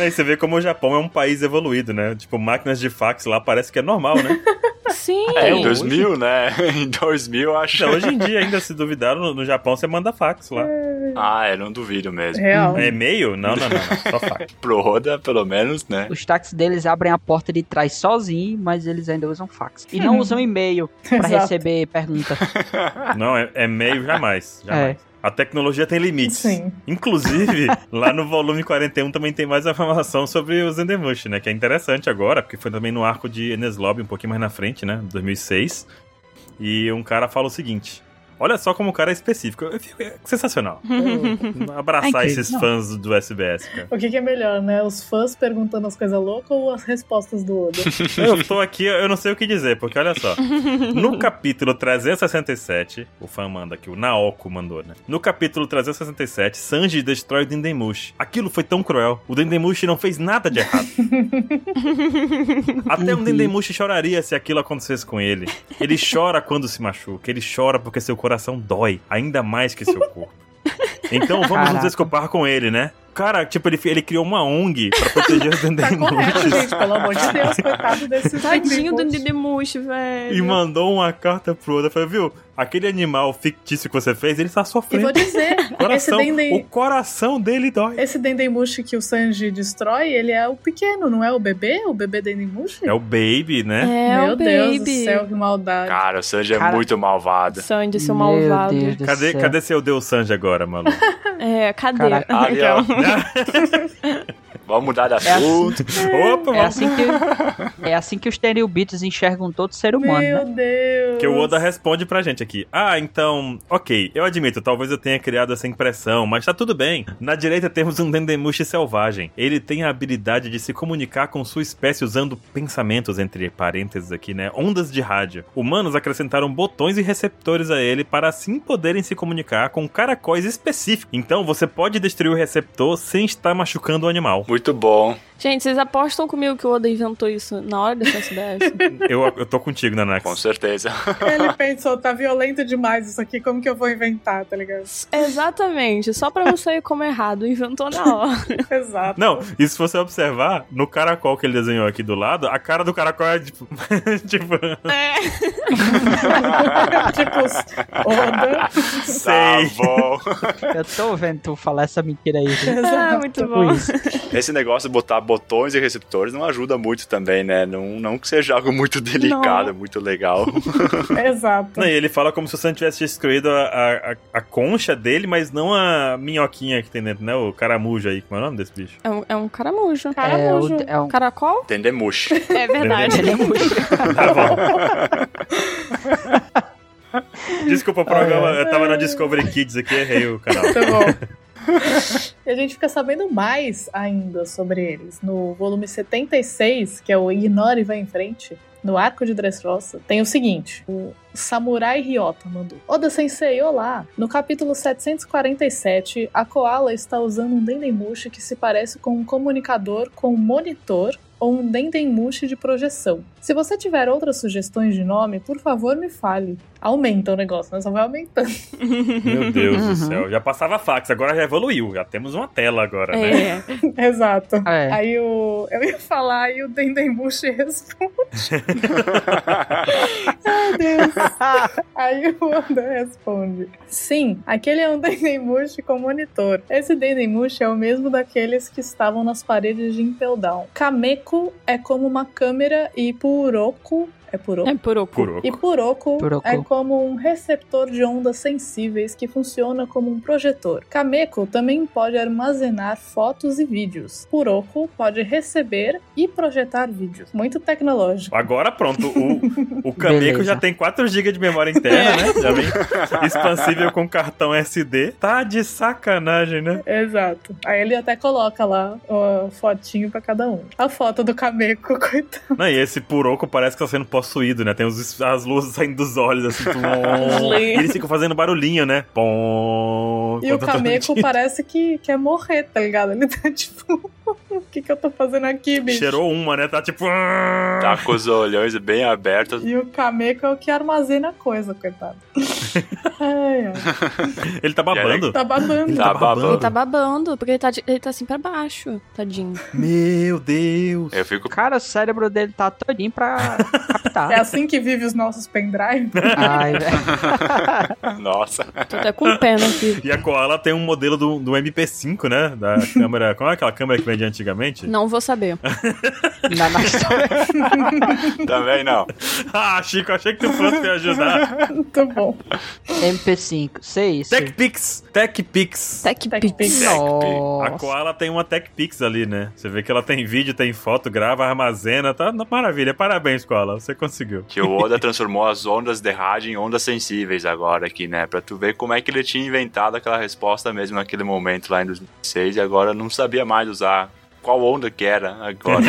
C: Aí você vê como o Japão é um país evoluído, né? Tipo, máquinas de fax lá parece que é normal, né?
B: Sim.
A: É, em 2000, né? Em 2000, eu acho.
C: Não, hoje em dia, ainda se duvidar, no, no Japão você manda fax lá.
E: É.
A: Ah, eu não duvido mesmo.
E: Real.
C: É e-mail? Não, não, não, não. Só fax.
A: Pro Roda, pelo menos, né?
D: Os táxis deles abrem a porta de trás sozinho, mas eles ainda usam fax. E não usam e-mail para
E: Exato.
D: receber pergunta.
C: Não, é, é meio jamais. jamais. A tecnologia tem limites.
E: É. Sim.
C: Inclusive, lá no volume 41 também tem mais informação sobre os Endemush, né? Que é interessante agora, porque foi também no arco de Enes Lobby, um pouquinho mais na frente, né? 2006. E um cara fala o seguinte. Olha só como o cara é específico. Eu fico- é sensacional. Eu abraçar
D: Ai, que-
C: esses
D: não.
C: fãs do SBS, cara.
E: O que, que é melhor, né? Os fãs perguntando as coisas loucas ou as respostas do Oda?
C: Eu tô aqui, eu não sei o que dizer, porque olha só. No capítulo 367, o fã manda aqui, o Naoko mandou, né? No capítulo 367, Sanji destrói o Dendemushi. Aquilo foi tão cruel. O Dendemushi não fez nada de errado. Até um Dendemushi choraria se aquilo acontecesse com ele. Ele chora quando se machuca, ele chora porque seu coração dói, ainda mais que seu corpo. Então vamos nos
D: Caraca.
C: desculpar com ele, né? Cara, tipo, ele, ele criou uma ONG pra proteger os
E: Tá correto,
C: Dendemushis.
E: gente, pelo amor de Deus, coitado desse
B: Tadinho do
E: Dendemushi.
B: Dendemushi, velho.
C: E mandou uma carta pro Oda. Falei, viu? aquele animal fictício que você fez, ele tá
E: E
C: sofrendo.
E: vou dizer, esse
C: Coração, o
E: Dendem...
C: coração dele dói.
E: Esse Dendemushi que o Sanji destrói, ele é o pequeno, não é o bebê? O bebê Dendemushi?
C: É o Baby, né?
B: É,
E: Meu
B: o
E: Deus do
B: baby.
E: céu, que maldade.
A: Cara, o Sanji é
D: Cara-
A: muito malvado.
B: Sandy, seu malvado.
D: Meu
E: É.
D: Deus do
C: Cadê,
D: céu.
C: cadê seu Deus Sanji agora, maluco?
B: É, cadê?
D: Caraca.
A: Ali, ó. Vamos mudar de
D: Então. É assim.
A: assunto.
C: Opa,
D: É
C: maluco.
D: assim que, é assim que os Tenryubitos enxergam todo ser humano, né?
E: Meu Deus.
C: Que o Oda responde pra gente aqui. Ah, então, ok, eu admito, talvez eu tenha criado essa impressão, mas tá tudo bem. Na direita temos um Dendemushi selvagem. Ele tem a habilidade de se comunicar com sua espécie usando pensamentos, entre parênteses aqui, né? Ondas de rádio. Humanos acrescentaram botões e receptores a ele para assim poderem se comunicar com caracóis específicos. Então você pode destruir o receptor sem estar machucando o animal.
A: Muito bom.
B: Gente, vocês apostam comigo que o Oda inventou isso na hora dessa SBS?
C: Eu, eu tô contigo,
A: Com
C: Nanax.
A: certeza.
E: Ele pensou, tá violento demais isso aqui, como que eu vou inventar, tá ligado?
B: Exatamente, só pra não sair como errado, inventou na hora.
E: Exato.
C: Não, e se você observar, no caracol que ele desenhou aqui do lado, a cara do caracol é tipo. tipo
B: É.
E: tipo, Oda.
A: Tá
C: sei.
A: bom.
D: Eu tô vendo tu falar essa mentira aí. gente.
B: Ah,
E: Exato.
B: muito
D: Tipo
B: bom.
D: isso.
A: Esse negócio de botar botões e receptores não ajuda muito também, né? Não, não que seja algo muito delicado, muito legal.
E: Exato.
C: Não, e ele fala como se o Sanji tivesse destruído a, a, a- a concha dele, mas não a minhoquinha que tem dentro, né? O caramujo aí. Como é o nome desse bicho?
B: É um, é um caramujo.
D: É,
E: Caramujo.
D: o- é um...
B: Caracol?
A: Tendemush.
B: É verdade.
C: Tá bom. Desculpa o programa, eu tava na Discovery Kids aqui, errei o canal.
E: Muito bom. E a gente fica sabendo mais ainda sobre eles. No volume 76, que é o Ignore e Vai em Frente, no arco de Dressrosa, tem o seguinte: o Samurai Ryota mandou. Oda Sensei, olá! No capítulo 747, a Koala está usando um Dendemushi que se parece com um comunicador com um monitor ou um Dendemushi de projeção. Se você tiver outras sugestões de nome, por favor me fale. Aumenta o negócio, né? Só vai aumentando.
C: Meu Deus
D: Uhum.
C: do céu. Já passava fax, agora já evoluiu. Já temos uma tela agora,
B: É.
C: né?
E: Exato.
D: É.
E: Aí o, eu ia falar e o Dendemushi responde. Meu Deus. Aí o Oda responde. Sim, aquele é um Dendemushi com monitor. Esse Dendemushi é o mesmo daqueles que estavam nas paredes de Impel Down. Kameko é como uma câmera e Kuroko... É Kuroko?
B: É poroco.
C: Kuroko.
E: E Kuroko,
D: Kuroko.
E: é como um receptor de ondas sensíveis que funciona como um projetor. Kameko também pode armazenar fotos e vídeos. Kuroko pode receber e projetar vídeos. Muito tecnológico.
C: Agora pronto, o, o Cameco
D: Beleza.
C: já tem 4 GB de memória interna, né? Já vem expansível com cartão SD. Tá de sacanagem, né?
E: Exato. Aí ele até coloca lá ó, fotinho pra cada um. A foto do Kameko, coitado.
C: Não, e esse Puroco parece que tá sendo possuído, né? Tem os, as luzes saindo dos olhos, assim. Tum, e eles ficam fazendo barulhinho, né? Pom,
E: E o
C: quando tá
E: Kameko parece que quer morrer, tá ligado? Ele tá tipo, o que que eu tô fazendo aqui, bicho?
C: Cheirou uma, né? Tá tipo...
A: tá com os olhões bem abertos.
E: E o Kameko é o que armazena coisa, coitado. Ai, ai.
C: Ele tá babando.
E: Tá babando.
A: Tá
B: Ele
A: babando.
B: tá babando, porque ele tá, de- ele tá assim pra baixo, tadinho.
C: Meu Deus.
A: Eu fico.
D: Cara, o cérebro dele tá todinho pra captar.
E: É assim que vive os nossos pendrive?
D: Ai, velho.
A: Nossa.
B: Tô até com pena aqui.
C: E a Koala tem um modelo do, do MP5, né? Da câmera... Qual é aquela câmera que vendia antigamente?
B: Não vou saber.
D: Na nossa-
A: Também não.
C: ah, Chico, achei que tu fosse me ajudar.
E: Muito bom.
D: MP5, sei isso.
C: TechPix. TechPix.
B: Tech
E: Tech
B: Pix.
E: Pix.
C: A
D: Nossa.
C: Koala tem uma TechPix ali, né? Você vê que ela tem vídeo, tem foto, grava, armazena, tá? Maravilha, parabéns, Koala, você conseguiu.
A: Que o Oda transformou as ondas de rádio em ondas sensíveis agora aqui, né? Pra tu ver como é que ele tinha inventado aquela resposta mesmo naquele momento lá em 2006 e agora não sabia mais usar qual onda que era agora.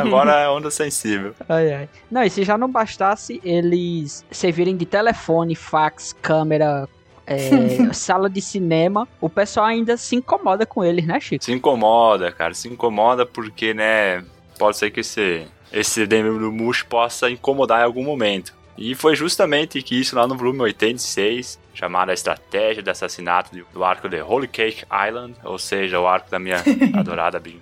A: agora é onda sensível.
D: Ai, ai. Não, e se já não bastasse eles servirem de telefone, fax, câmera, é, sala de cinema, o pessoal ainda se incomoda com eles, né, Chico?
A: Se incomoda, cara. Se incomoda porque, né? Pode ser que esse, esse Dendemush possa incomodar em algum momento. E foi justamente que isso lá no volume 86, chamado A Estratégia de Assassinato de- do Arco de Holy Cake Island, ou seja, o arco da minha adorada Bim.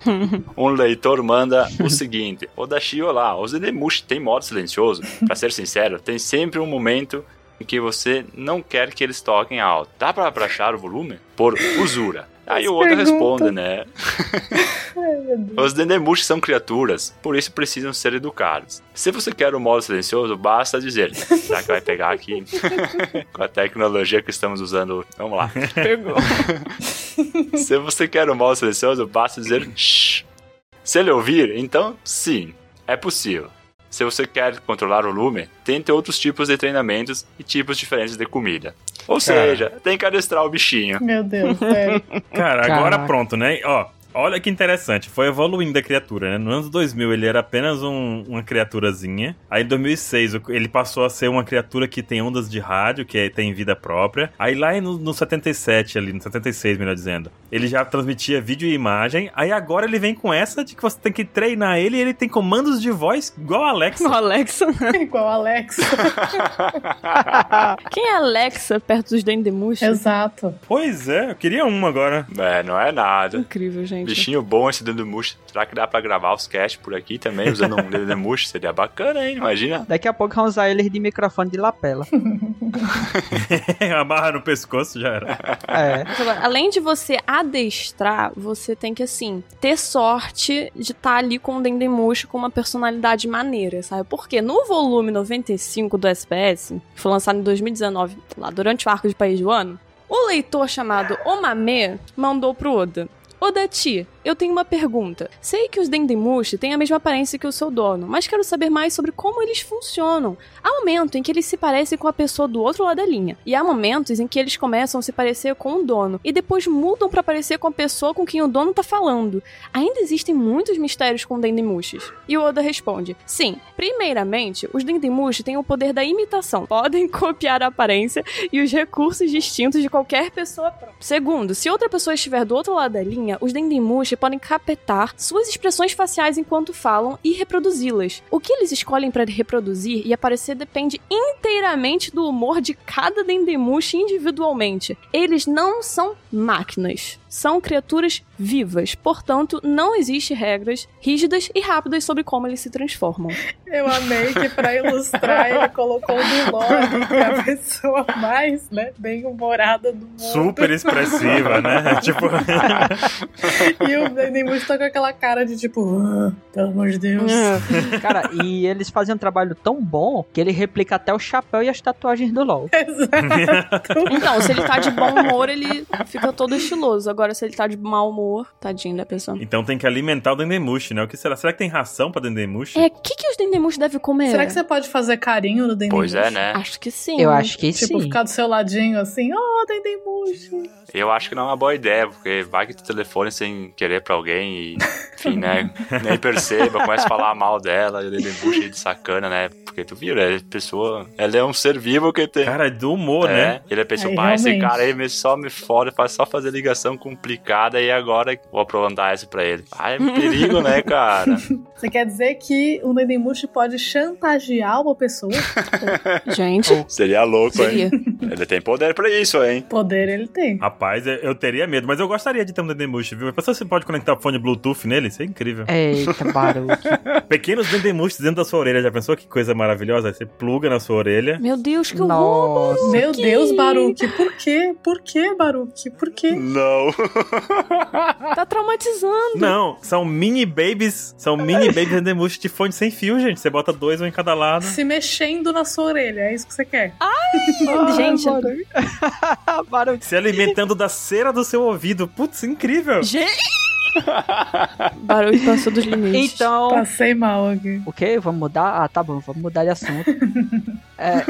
A: Um leitor manda o seguinte: Odashi, olá, os Dendemush têm modo silencioso. Pra ser sincero, tem sempre um momento em que você não quer que eles toquem alto. Dá pra baixar o volume? Por usura. Aí
E: As
A: o outro
E: perguntas.
A: responde, né?
E: Ai, meu Deus.
A: Os dendemush são criaturas, por isso precisam ser educados. Se você quer um modo silencioso, basta dizer. Será que vai pegar aqui? Com a tecnologia que estamos usando, vamos lá.
B: Pegou.
A: Se você quer um modo silencioso, basta dizer shh. Se ele ouvir, então sim, é possível. Se você quer controlar o lume, tente outros tipos de treinamentos e tipos diferentes de comida. Ou
C: Cara.
A: seja, tem que adestrar o bichinho.
E: Meu Deus, sério.
C: Cara, agora
D: Caraca.
C: pronto, né? Ó, olha que interessante. Foi evoluindo a criatura, né? No ano 2000 ele era apenas um- uma criaturazinha. Aí em 2006 o- ele passou a ser uma criatura que tem ondas de rádio, que é- tem vida própria. Aí lá no, no 77 ali, no 76 melhor dizendo, ele já transmitia vídeo e imagem. Aí agora ele vem com essa de que você tem que treinar ele e ele tem comandos de voz igual a Alexa.
B: O Alexa.
E: Igual a Alex.
B: Quem é Alexa perto dos Dendemush?
E: Exato.
C: Pois é, eu queria uma agora.
A: É, não é nada.
B: Incrível, gente.
A: Bichinho bom esse Dendemush. Será que dá pra gravar os casts por aqui também usando um Dendemush? Seria bacana, hein? Imagina.
D: Daqui a pouco vão usar eles de microfone de lapela.
C: Amarra no pescoço já era.
D: É.
B: Agora, além de você adestrar, você tem que, assim, ter sorte de estar ali com o Dendemush com uma personalidade maneira, sabe? Porque no volume 95 do SPS, que foi lançado em 2019, lá durante o arco de País do Ano, o leitor chamado Omame mandou pro Oda. Oda Ti, eu tenho uma pergunta. Sei que os Dendemushi têm a mesma aparência que o seu dono, mas quero saber mais sobre como eles funcionam. Há momentos em que eles se parecem com a pessoa do outro lado da linha, e há momentos em que eles começam a se parecer com o dono, e depois mudam pra parecer com a pessoa com quem o dono tá falando. Ainda existem muitos mistérios com Dendemushis. E o Oda responde: Sim, primeiramente, os Dendemushi têm o poder da imitação, podem copiar a aparência e os recursos distintos de qualquer pessoa própria. Segundo, se outra pessoa estiver do outro lado da linha, os Dendemushi podem captar suas expressões faciais enquanto falam e reproduzi-las. O que eles escolhem para reproduzir e aparecer depende inteiramente do humor de cada Dendemushi individualmente. Eles não são máquinas, são criaturas vivas, portanto, não existem regras rígidas e rápidas sobre como eles se transformam.
E: Eu amei que pra ilustrar ele colocou o Milord, que é a pessoa mais, né, bem humorada do mundo.
C: Super expressiva, né? tipo,
E: E o Dendemush tá com aquela cara de tipo, "Ah, pelo amor de Deus.
B: Ah.
D: Cara, e eles fazem um trabalho tão bom que ele replica até o chapéu e as tatuagens do LOL.
B: Então, se ele tá de bom humor, ele fica todo estiloso. Agora, se ele tá de mau humor, tadinho da pessoa.
C: então tem que alimentar o Dendemushi, né? O que será? Será que tem ração pra Dendemushi?
B: É, o que, que os Dendemush devem comer?
E: Será que você pode fazer carinho no Dendemush?
A: Pois é, né?
B: Acho que sim.
D: Eu acho que
E: Tipo,
D: sim.
E: ficar do seu ladinho assim, oh, Dendemush.
A: Eu acho que não é uma boa ideia, porque vai que tu telefone sem querer pra alguém e, enfim, né? Nem perceba, começa a falar mal dela e o Dendemush é de sacana, né? Porque tu viu, é pessoa. Ela é um ser vivo que tem.
C: Cara, é do humor,
A: É,
C: né?
A: Ele pensou,
E: Aí,
A: pá, esse
E: realmente.
A: cara aí me- só me fode, faz só fazer ligação complicada e agora vou aprontar essa pra ele. Ah, é um perigo, né, cara?
E: Você quer dizer que o Dendemush pode chantagear uma pessoa?
B: Gente,
A: Seria louco, hein?
B: seria.
A: Ele tem poder pra isso, hein?
E: Poder ele tem.
C: Rapaz, é, eu- eu teria medo, mas eu gostaria de ter um Dendemushi, viu? A pessoa você pode conectar o fone Bluetooth nele, isso é incrível.
D: Eita, barulho.
C: Pequenos Dendemushis dentro da sua orelha, já pensou que coisa maravilhosa? Você pluga na sua orelha.
B: Meu Deus, que horror.
D: Nossa.
E: Meu
B: Que-
E: Deus, Baruque, por quê? Por quê, Baruque? Por quê?
A: Não.
B: Tá traumatizando.
C: Não, são mini babies, são mini babies Dendemushi de fone sem fio, gente. Você bota dois, um em cada lado.
E: Se mexendo na sua orelha, é isso que você quer?
B: Ah, gente,
D: barulho.
C: Se alimentando da cera do seu ouvido. Putz, incrível.
B: gente. Barulho passou dos limites.
D: Então,
E: Passei mal aqui.
D: O quê? Vamos mudar? Ah, tá bom, vamos mudar de assunto. É,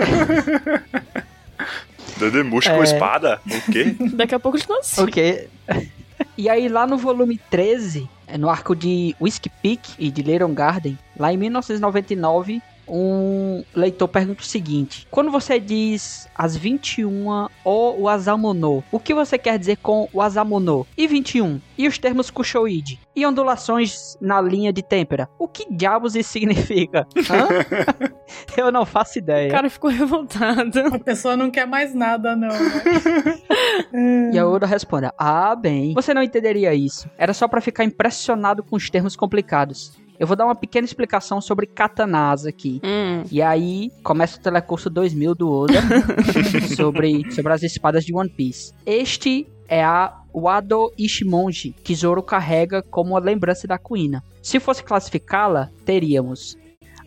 A: Dendemush com
D: É.
A: espada? O quê?
B: Daqui a pouco eles assim. nascem.
D: ok. E aí, lá no volume 13, é, no arco de Whiskey Peak e de Leiron Garden, lá em 1999, um leitor pergunta o seguinte: Quando você diz as 21 ou o Azamono, o que você quer dizer com o Azamono? E 21? E os termos Kushoid? E ondulações na linha de têmpera? O que diabos isso significa? Hã? Eu não faço
B: O
D: ideia.
B: cara ficou revoltado.
E: A pessoa não quer mais nada, não. Né?
D: E a Oda responde: Ah, bem. Você não entenderia isso. Era só pra ficar impressionado com os termos complicados. Eu vou dar uma pequena explicação sobre katanas aqui.
B: Hum.
D: E aí começa o telecurso 2000 do Oda sobre, sobre as espadas de One Piece. Este é a Wado Ishimonji, que Zoro carrega como a lembrança da Kuina. Se fosse classificá-la, teríamos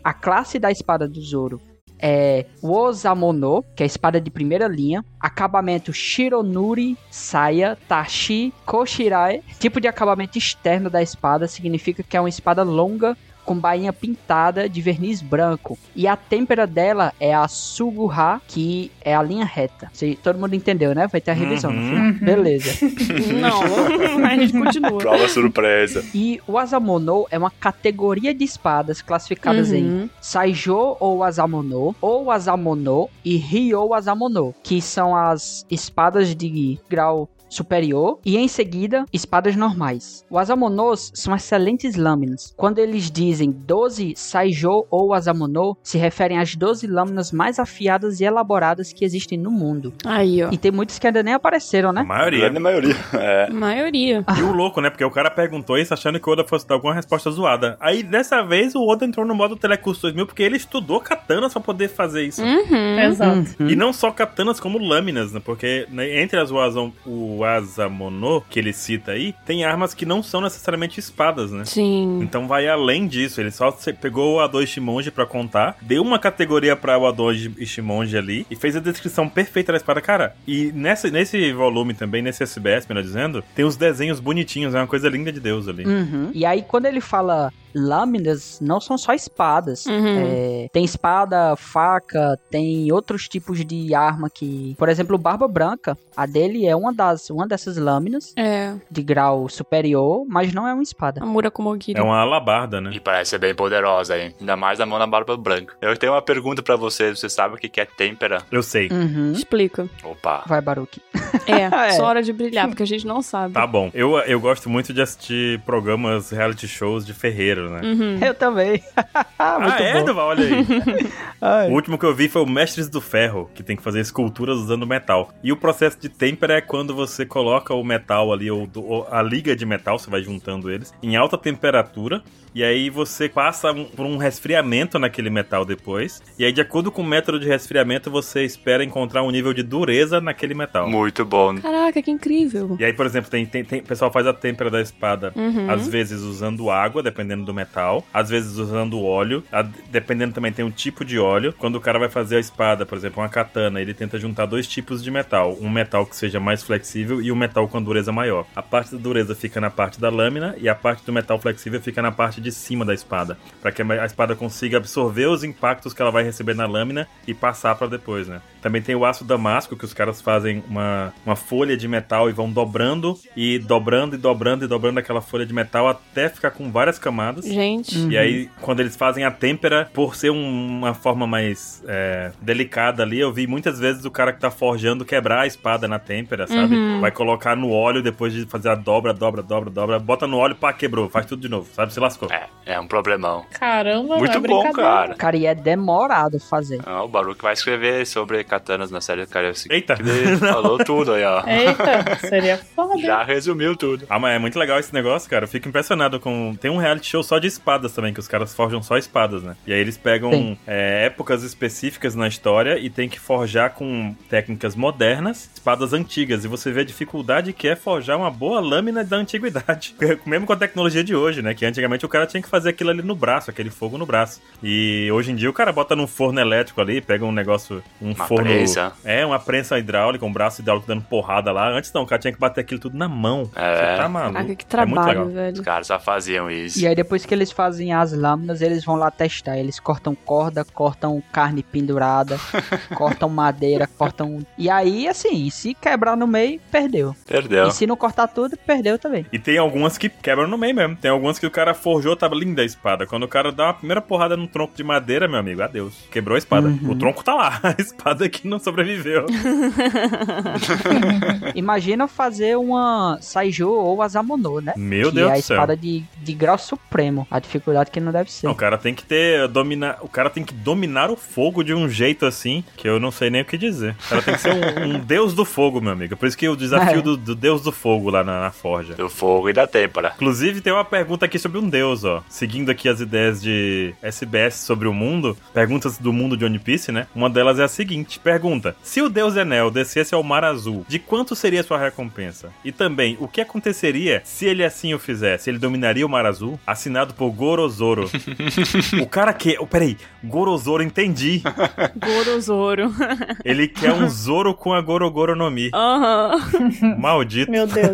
D: a classe da espada do Zoro é Wozamono, que é a espada de primeira linha, acabamento Shironuri, Saya, Tashi, Koshirai. Tipo de acabamento externo da espada significa que é uma espada longa com bainha pintada de verniz branco. E a têmpera dela é a Suguha, que é a linha reta. Se todo mundo entendeu, né? Vai ter a revisão no
C: Uhum.
D: final.
E: Uhum.
D: Beleza.
B: Não, mas continua.
A: Prova surpresa.
D: E o Azamono é uma categoria de espadas classificadas em
B: Uhum.
D: Saijo ou Azamono, ou Azamono e Ryo Azamono, que são as espadas de grau superior e em seguida espadas normais. Os Azamonos são excelentes lâminas. Quando eles dizem 12 Saijo ou Azamono, se referem às 12 lâminas mais afiadas e elaboradas que existem no mundo.
B: Aí, ó.
D: E tem muitos que ainda nem apareceram,
C: A
D: né?
C: maioria.
A: Grande maioria. É.
B: Maioria.
C: E o louco, né? Porque o cara perguntou isso achando que o Oda fosse dar alguma resposta zoada. Aí, dessa vez, o Oda entrou no modo Telecurso 2000 porque ele estudou katanas pra poder fazer isso.
B: Uhum.
E: Exato.
D: Uhum.
C: E não só katanas, como lâminas, né? Porque né, entre as Wazam, o Azamono, que ele cita aí, tem armas que não são necessariamente espadas, né?
B: Sim.
C: Então vai além disso, ele só se- pegou o A2 Shimonji pra contar, deu uma categoria pra o A2 Shimonji ali e fez a descrição perfeita da espada. Cara, e nessa, nesse volume também, nesse SBS, melhor dizendo, tem os desenhos bonitinhos, é uma coisa linda de Deus ali.
D: Uhum. E aí quando ele fala lâminas, não são só espadas.
B: Uhum.
D: É, tem espada, faca, tem outros tipos de arma que, por exemplo, o Barba Branca, a dele é uma das uma dessas lâminas
B: É.
D: de grau superior, mas não é uma espada.
B: A Mura Komogiri.
C: É uma alabarda, né?
A: E parece ser bem poderosa, hein? Ainda mais a mão na barba branca. Eu tenho uma pergunta pra vocês. Você sabe o que que é têmpera?
C: Eu sei.
D: Uhum.
B: Explica.
A: Opa.
D: Vai, Baruki.
B: É,
D: É.
B: só hora de brilhar, porque a gente não sabe.
C: Tá bom. Eu, eu gosto muito de assistir programas reality shows de Ferreiro, né?
B: Uhum.
D: Eu também.
C: ah,
D: Muito
C: é,
D: bom.
C: Duval? Olha aí.
D: Ai.
C: O último que eu vi foi o Mestres do Ferro, que tem que fazer esculturas usando metal. E o processo de têmpera é quando você coloca o metal ali, ou, do- ou a liga de metal, você vai juntando eles, em alta temperatura, e aí você passa um- por um resfriamento naquele metal depois. E aí, de acordo com o método de resfriamento, você espera encontrar um nível de dureza naquele metal.
A: Muito bom.
B: Caraca, que incrível.
C: E aí, por exemplo, tem, tem- tem- o pessoal faz a têmpera da espada
B: Uhum.
C: às vezes usando água, dependendo do metal. Às vezes usando óleo. a- dependendo também tem um tipo de óleo. Quando o cara vai fazer a espada, por exemplo, uma katana, ele tenta juntar dois tipos de metal. Um metal que seja mais flexível e um metal com a dureza maior. A parte da dureza fica na parte da lâmina e a parte do metal flexível fica na parte de cima da espada. Pra que a espada consiga absorver os impactos que ela vai receber na lâmina e passar pra depois, né? Também tem o aço damasco, que os caras fazem uma, uma folha de metal e vão dobrando, e dobrando, e dobrando, e dobrando aquela folha de metal até ficar com várias camadas.
B: Gente.
D: Uhum.
C: E aí, quando eles fazem a têmpera, por ser um- uma forma mais é, delicada ali, eu vi muitas vezes o cara que tá forjando quebrar a espada na têmpera, sabe?
B: Uhum.
C: Vai colocar no óleo depois de fazer a dobra, dobra, dobra, dobra, bota no óleo, pá, quebrou, faz tudo de novo, sabe? Se lascou.
A: É, é um problemão.
E: Caramba, não é
A: Muito bom,
E: brincadeira.
A: cara.
D: Cara, e é demorado fazer.
A: Ah, o Baruch vai escrever sobre katanas na série do Cara.
C: Eita!
A: Ele falou tudo aí, ó.
E: Eita, seria foda.
A: Já resumiu tudo.
C: Ah, mas é muito legal esse negócio, cara. Eu fico impressionado com. Tem um reality show só de espadas também, que os caras forjam só espadas, né? E aí eles pegam
D: Sim.
C: é, épocas específicas na história e tem que forjar com técnicas modernas, espadas antigas. E você vê a dificuldade que é forjar uma boa lâmina da antiguidade. Mesmo com a tecnologia de hoje, né? Que antigamente o cara tinha que fazer aquilo ali no braço, aquele fogo no braço. E hoje em dia o cara bota num forno elétrico ali, pega um negócio, um
A: Uma
C: forno.
A: presa.
C: É, uma prensa hidráulica, um braço hidráulico dando porrada lá. Antes não, o cara tinha que bater aquilo tudo na mão.
A: É.
C: Você tá maluco.
B: Caraca, que
C: É muito
B: trabalho,
C: legal.
A: Os
B: velho.
A: caras só faziam isso.
D: E aí depois que eles fazem as lâminas, eles vão lá testar. Eles cortam corda, cortam carne pendurada, cortam madeira, cortam. um. E aí, assim, se quebrar no meio, perdeu.
A: Perdeu.
D: E se não cortar tudo, perdeu também.
C: E tem algumas que quebram no meio mesmo. Tem algumas que o cara forjou, tá linda a espada. Quando o cara dá uma primeira porrada num tronco de madeira, meu amigo, adeus. Quebrou a espada.
D: Uhum.
C: O tronco tá lá. A espada que não sobreviveu.
D: Imagina fazer uma Saijo ou Azamono, né?
C: Meu
D: que
C: Deus
D: é a
C: do céu.
D: é espada de, de grau supremo. extremo. A dificuldade que não deve ser.
C: Não, o cara tem que ter. Dominar, o cara tem que dominar o fogo de um jeito assim que eu não sei nem o que dizer. O cara tem que ser um, um deus do fogo, meu amigo. Por isso que o desafio
D: É.
C: do, do deus do fogo lá na, na Forja.
A: Do fogo e da têmpora.
C: Inclusive, tem uma pergunta aqui sobre um deus, ó. Seguindo aqui as ideias de SBS sobre o mundo, perguntas do mundo de One Piece, né? Uma delas é a seguinte: pergunta: Se o deus Enel descesse ao Mar Azul, de quanto seria sua recompensa? E também, o que aconteceria se ele assim o fizesse? Ele dominaria o Mar Azul? Assinado por Gorozoro. o cara que. Oh, peraí, Gorozoro, entendi.
B: Gorozoro.
C: Ele quer um Zoro com a Gorogoro no Mi.
B: Aham.
C: Maldito.
E: Meu Deus.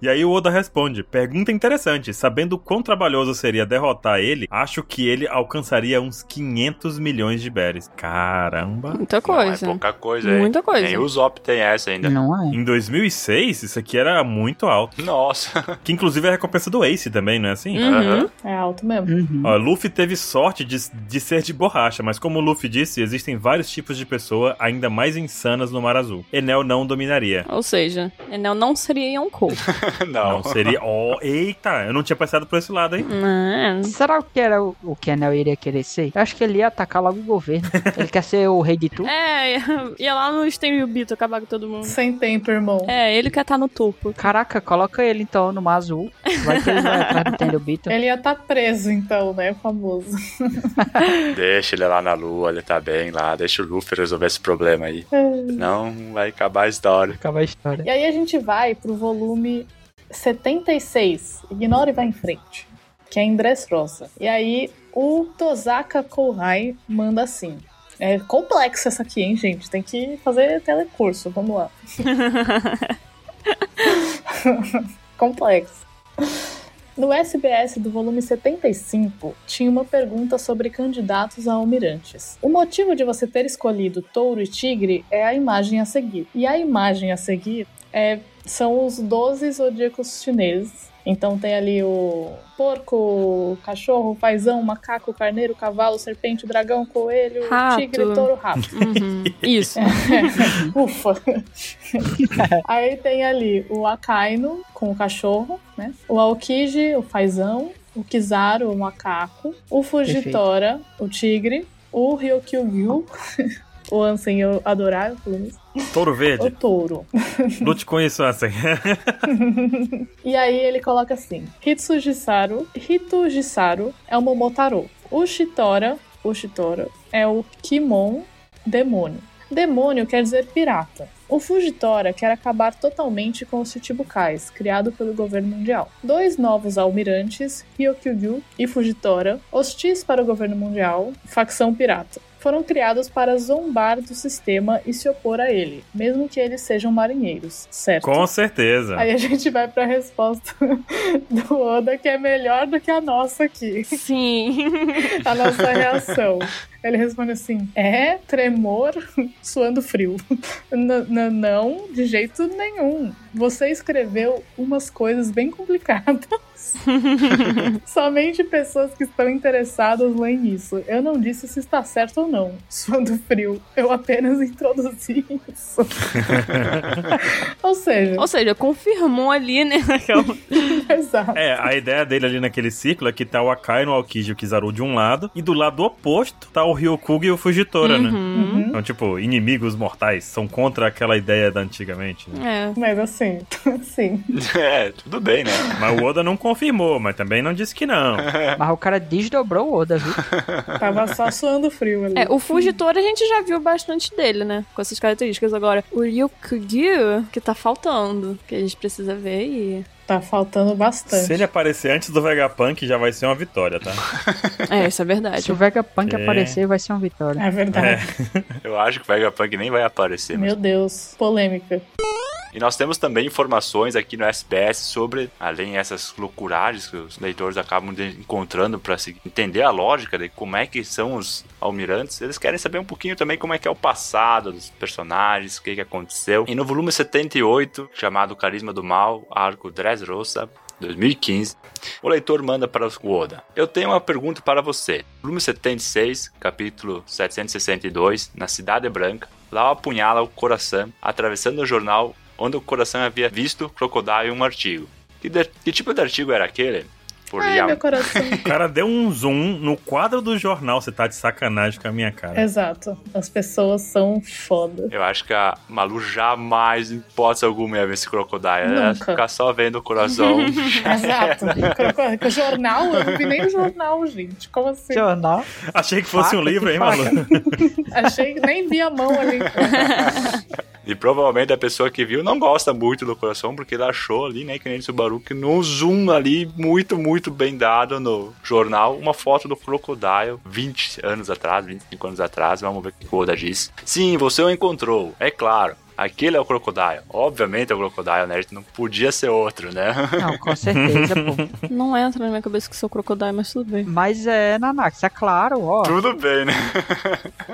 C: E aí o Oda responde: Pergunta interessante. Sabendo o quão trabalhoso seria derrotar ele, acho que ele alcançaria uns 500 milhões de berries. Caramba.
B: Muita
A: Não, é
B: coisa.
A: pouca coisa, hein?
B: Muita coisa.
A: Nem o Zop tem essa
C: né?
A: ainda.
D: Não é.
C: Em 2006, isso aqui era muito alto.
A: Nossa.
C: Que inclusive é a recompensa do Ace também, não é assim?
B: Uhum.
E: É alto mesmo.
D: Uhum.
C: Ó, Luffy teve sorte de, de ser de borracha, mas como o Luffy disse, existem vários tipos de pessoa ainda mais insanas no Mar Azul. Enel não dominaria.
B: Ou seja, Enel não seria Yonkou.
A: não.
C: Não seria. Ó, eita, eu não tinha pensado por esse lado, hein?
B: Não.
D: Será que era o, o que Enel iria querer ser? Eu acho que ele ia atacar logo o governo. ele quer ser o rei de tudo.
B: É, ia lá no Stenryubito acabar com todo mundo.
E: Sem tempo, irmão.
B: É, ele quer estar no topo.
D: Caraca, coloca ele então no mar azul. Vai que ele vai atrás do
B: É.
D: Tendobito.
E: Ele ia estar preso, então, né? O famoso.
A: Deixa ele lá na lua, ele tá bem lá. Deixa o Luffy resolver esse problema aí.
B: É.
A: Não vai acabar a história.
D: Acaba a história.
E: E aí a gente vai pro volume 76. Ignora e vai em frente. Que é em Dressrosa. E aí o Tosaka Kohai manda assim. É complexo essa aqui, hein, gente? Tem que fazer telecurso. Vamos lá. Complexo. No SBS do volume 75, tinha uma pergunta sobre candidatos a almirantes. O motivo de você ter escolhido touro e tigre é a imagem a seguir. E a imagem a seguir é- são os 12 zodíacos chineses. Então tem ali o porco, cachorro, paizão, macaco, carneiro, cavalo, serpente, dragão, coelho,
B: Rato.
E: tigre, touro, rato.
B: Uhum. Isso.
E: Ufa! Aí tem ali o Akaino com o cachorro, né? O Aokiji, o fazão, o Kizaru, o macaco, o Fujitora, o tigre, o Ryokugyu, o Ansem eu adorava, pelo menos,
C: Touro
E: o
C: verde,
E: touro.
C: lute com isso, assim.
E: E aí ele coloca assim: Hitsujisaru, Hitujisaru é o Momotaro. O Shitora, o Shitora é o Kimon, demônio. Demônio quer dizer pirata. O Fujitora quer acabar totalmente com os Chichibukais, criado pelo governo mundial. Dois novos almirantes, Ryokugyu e Fujitora, hostis para o governo mundial, facção pirata. Foram criados para zombar do sistema e se opor a ele, mesmo que eles sejam marinheiros, certo?
C: com certeza.
E: Aí a gente vai pra resposta do Oda, que é melhor do que a nossa aqui.
B: Sim.
E: A nossa reação. Ele responde assim: é tremor suando frio. N- n- não, de jeito nenhum. Você escreveu umas coisas bem complicadas. Somente pessoas que estão interessadas leem isso. Eu não disse se está certo ou não. Suando frio. Eu apenas introduzi isso. ou seja,
B: Ou seja, confirmou ali, né?
E: exato.
C: É, a ideia dele ali naquele ciclo é que tá o Akainu, o Aokiji e o Kizaru de um lado, e do lado oposto tá o Ryokug e o Fujitora, né?
B: Uhum.
C: Então, tipo, inimigos mortais são contra aquela ideia da antigamente, né?
B: É.
E: Mas assim, sim.
A: É, tudo bem, né?
C: Mas o Oda não confirmou, mas também não disse que não.
D: É. Mas o cara desdobrou o Oda, viu?
E: Tava só suando frio ali.
B: É, o Fugitora a gente já viu bastante dele, né? Com essas características agora. O Ryukugyu, que tá faltando, que a gente precisa ver e.
E: Tá faltando bastante.
C: Se ele aparecer antes do Vegapunk, já vai ser uma vitória, tá?
B: É, isso é verdade.
D: Se o Vegapunk
C: É.
D: aparecer, vai ser uma vitória.
E: É verdade.
A: Eu acho que o Vegapunk nem vai aparecer. mas-
E: Meu Deus. Polêmica.
A: E nós temos também informações aqui no SBS sobre, além dessas loucuragens que os leitores acabam de- encontrando para se entender a lógica de como é que são os almirantes, eles querem saber um pouquinho também como é que é o passado dos personagens, o que, que aconteceu. E no volume 78, chamado Carisma do Mal, Arco Dressrosa, 2015, o leitor manda para o Oda. Eu tenho uma pergunta para você. Volume 76, capítulo 762, na Cidade Branca, Lau apunhala o coração, atravessando o jornal onde o coração havia visto Crocodile em um artigo. Que, de- que tipo de artigo era aquele? por
E: Ai,
A: Yam.
E: meu coração.
C: O cara deu um zoom no quadro do jornal. Você tá de sacanagem com a minha
H: É
C: cara.
E: Exato. As pessoas são foda.
A: Eu acho que a Malu jamais, em hipótese alguma, ia ver esse crocodile. Ela ia
E: Nunca.
A: ficar só vendo o coração.
E: Exato. Com- com jornal? Eu não vi nem o jornal, gente. Como assim?
H: Jornal.
C: Achei que fosse um
H: Faca,
C: livro,
H: que
C: hein, Malu?
E: Achei que nem vi a mão ali.
A: e provavelmente a pessoa que viu não gosta muito do coração, porque ela achou ali, né, que nem esse barulho, que num zoom ali, muito, muito bem dado no jornal, uma foto do crocodile 20 anos atrás, 25 anos atrás. Vamos ver o que o Oda diz. Sim, você o encontrou, é claro. Aquele é o crocodile. Obviamente é o crocodile, né? Não podia ser outro, né?
D: Não, com certeza, pô.
B: Não entra na minha cabeça que sou crocodile, mas tudo bem.
D: Mas é, Nanax, é claro, ó.
A: Tudo bem, né?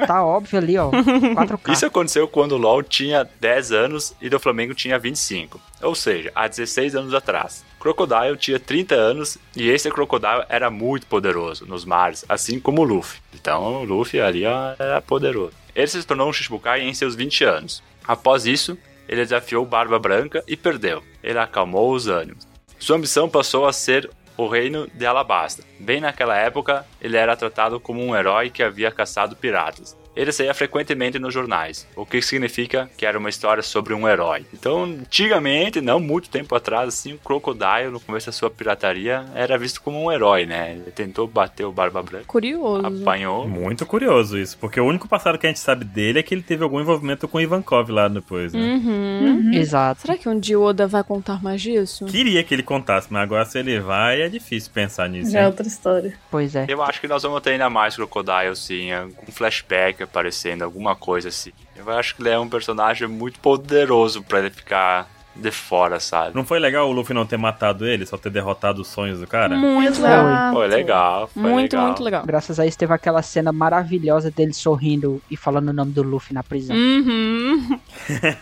D: Tá óbvio ali, ó. 4K.
A: Isso aconteceu quando o LoL tinha 10 anos e do Flamengo tinha 25. Ou seja, há 16 anos atrás. Crocodile tinha 30 anos e esse Crocodile era muito poderoso nos mares, assim como o Luffy. Então o Luffy ali ó, era poderoso. Ele se tornou um Shichibukai em seus 20 anos. Após isso, ele desafiou Barba Branca e perdeu. Ele acalmou os ânimos. Sua ambição passou a ser o reino de Alabasta. Bem naquela época, ele era tratado como um herói que havia caçado piratas. Ele saía frequentemente nos jornais, o que significa que era uma história sobre um herói. Então, antigamente, não muito tempo atrás, assim, o Crocodile, no começo da sua pirataria, era visto como um herói, né? Ele tentou bater o Barba Branca,
B: Curioso.
A: apanhou.
C: Muito curioso isso, porque o único passado que a gente sabe dele é que ele teve algum envolvimento com o Ivankov lá depois, né?
B: Uhum.
D: Exato.
B: Será que um dia o Oda vai contar mais disso?
C: Queria que ele contasse, mas agora se ele vai, é difícil pensar nisso.
E: Já é
C: hein?
E: outra história.
D: Pois é.
A: Eu acho que nós vamos ter ainda mais Crocodile, sim, algum flashback aparecendo, alguma coisa assim. Eu acho que ele é um personagem muito poderoso pra ele ficar de fora, sabe?
C: Não foi legal o Luffy não ter matado ele, só ter derrotado os sonhos do cara?
B: Muito legal.
E: Exato.
A: Foi é legal, foi
B: Muito,
A: legal.
B: muito legal.
D: Graças a isso teve aquela cena maravilhosa dele sorrindo e falando o nome do Luffy na
B: Hum.
D: prisão.
B: Uhum.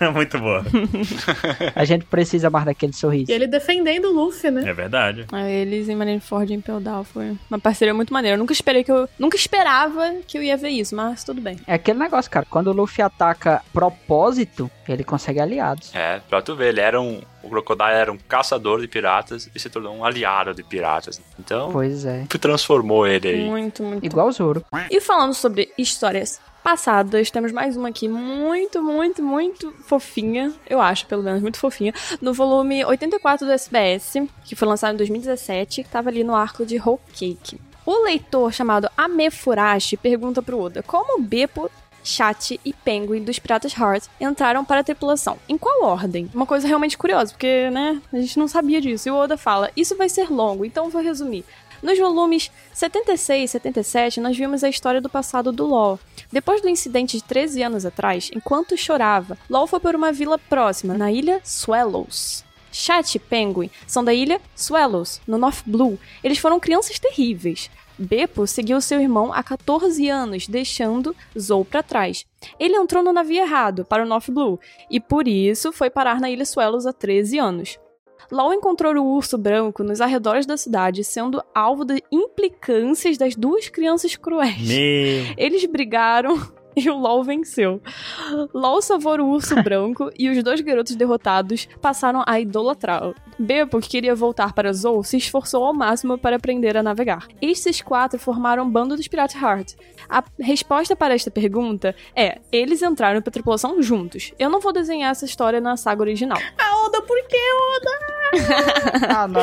C: É Muito boa.
D: A gente precisa mais daquele sorriso.
E: E ele defendendo o Luffy, né?
C: É verdade.
B: Aí Eles em Marineford e em Impel Down foi uma parceria muito maneira. Eu nunca esperei que eu nunca esperava que eu ia ver isso, mas tudo bem.
D: É aquele negócio, cara. Quando o Luffy ataca propósito, ele consegue aliados.
A: É, pra tu ver, ele era um. O Crocodile era um caçador de piratas e se tornou um aliado de piratas. Então,
D: Pois é.
A: tu transformou ele aí.
B: Muito, muito.
D: Igual o Zoro.
B: E falando sobre histórias passadas, temos mais uma aqui muito, muito, muito fofinha, eu acho, pelo menos, muito fofinha, no volume 84 do SBS, que foi lançado em 2017, que tava ali no arco de Whole Cake. O leitor chamado Ame Furashi pergunta pro Oda como Beppo, Chat e Penguin dos Piratas Heart entraram para a tripulação. Em qual ordem? Uma coisa realmente curiosa, porque, né, a gente não sabia disso. E o Oda fala: Isso vai ser longo, então vou resumir. Nos volumes 76 e 77, nós vimos a história do passado do LOL. Depois do incidente de 13 anos atrás, enquanto chorava, LOL foi para uma vila próxima, na ilha Swallows. Chat e Penguin são da ilha Swallows, no North Blue. Eles foram crianças terríveis. Beppo seguiu seu irmão há 14 anos, deixando Zou para trás. Ele entrou no navio errado, para o North Blue, e por isso foi parar na ilha Swallows há 13 anos. LOL encontrou o urso branco nos arredores da cidade, sendo alvo de implicâncias das duas crianças cruéis.
C: Meu.
B: Eles brigaram e o LOL venceu. LOL salvou o urso branco e os dois garotos derrotados passaram a idolatrá-lo. Beppo, que queria voltar para Zou, se esforçou ao máximo para aprender a navegar. Estes quatro formaram o bando dos Pirate Heart. A resposta para esta pergunta é: eles entraram para a tripulação juntos. Eu não vou desenhar essa história na saga original.
E: Ah, Oda, por quê, Oda?
H: Ah, não.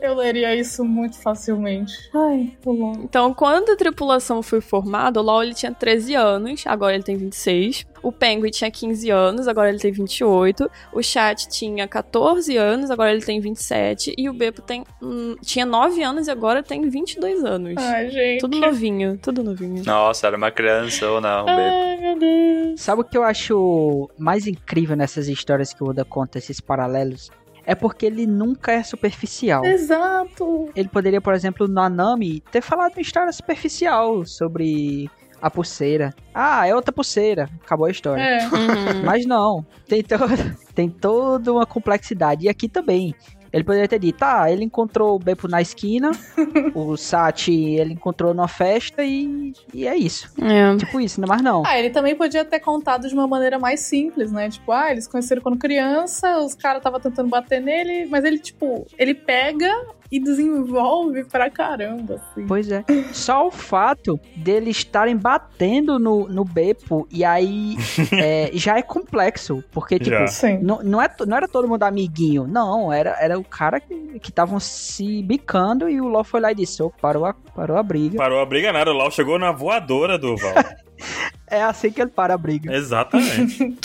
E: Eu leria isso muito facilmente. Ai, tô longo.
B: Então, quando a tripulação foi formada, o LOL ele tinha 13 anos, agora ele tem 26. O Penguin tinha 15 anos, agora ele tem 28. O Chat tinha 14 anos, agora ele tem 27. E o Beppo tem, hum, tinha 9 anos e agora tem 22 anos.
E: Ai, gente.
B: tudo novinho, tudo novinho.
A: Nossa, era uma criança ou não, bem.
E: Ai, meu Deus.
D: Sabe o que eu acho mais incrível nessas histórias que o Oda conta, esses paralelos? É porque ele nunca é superficial.
E: Exato.
D: Ele poderia, por exemplo, no Anami, ter falado uma história superficial sobre a pulseira. Ah, é outra pulseira. Acabou a história.
E: É.
B: Uhum.
D: Mas não, tem, to- tem toda uma complexidade. E aqui também. Ele poderia ter dito, tá, ele encontrou o Beppo na esquina, o Sati ele encontrou numa festa e, e é isso.
B: É.
D: Tipo isso, não mais não.
E: Ah, ele também podia ter contado de uma maneira mais simples, né? Tipo, ah, eles conheceram quando criança, os caras estavam tentando bater nele, mas ele, tipo, ele pega e desenvolve pra caramba, assim.
D: Pois é. Só o fato deles estarem batendo no, no Beppo e aí é, já é complexo, porque, tipo,
C: Já.
E: Sim.
D: não, não, é, to- não era todo mundo amiguinho, não, era, era o cara que que estavam se bicando e o Law foi lá e disse, "Ô, parou, a, parou a briga.
C: Parou a briga nada, o Lau chegou na voadora do Val.
D: É assim que ele para a briga.
C: Exatamente.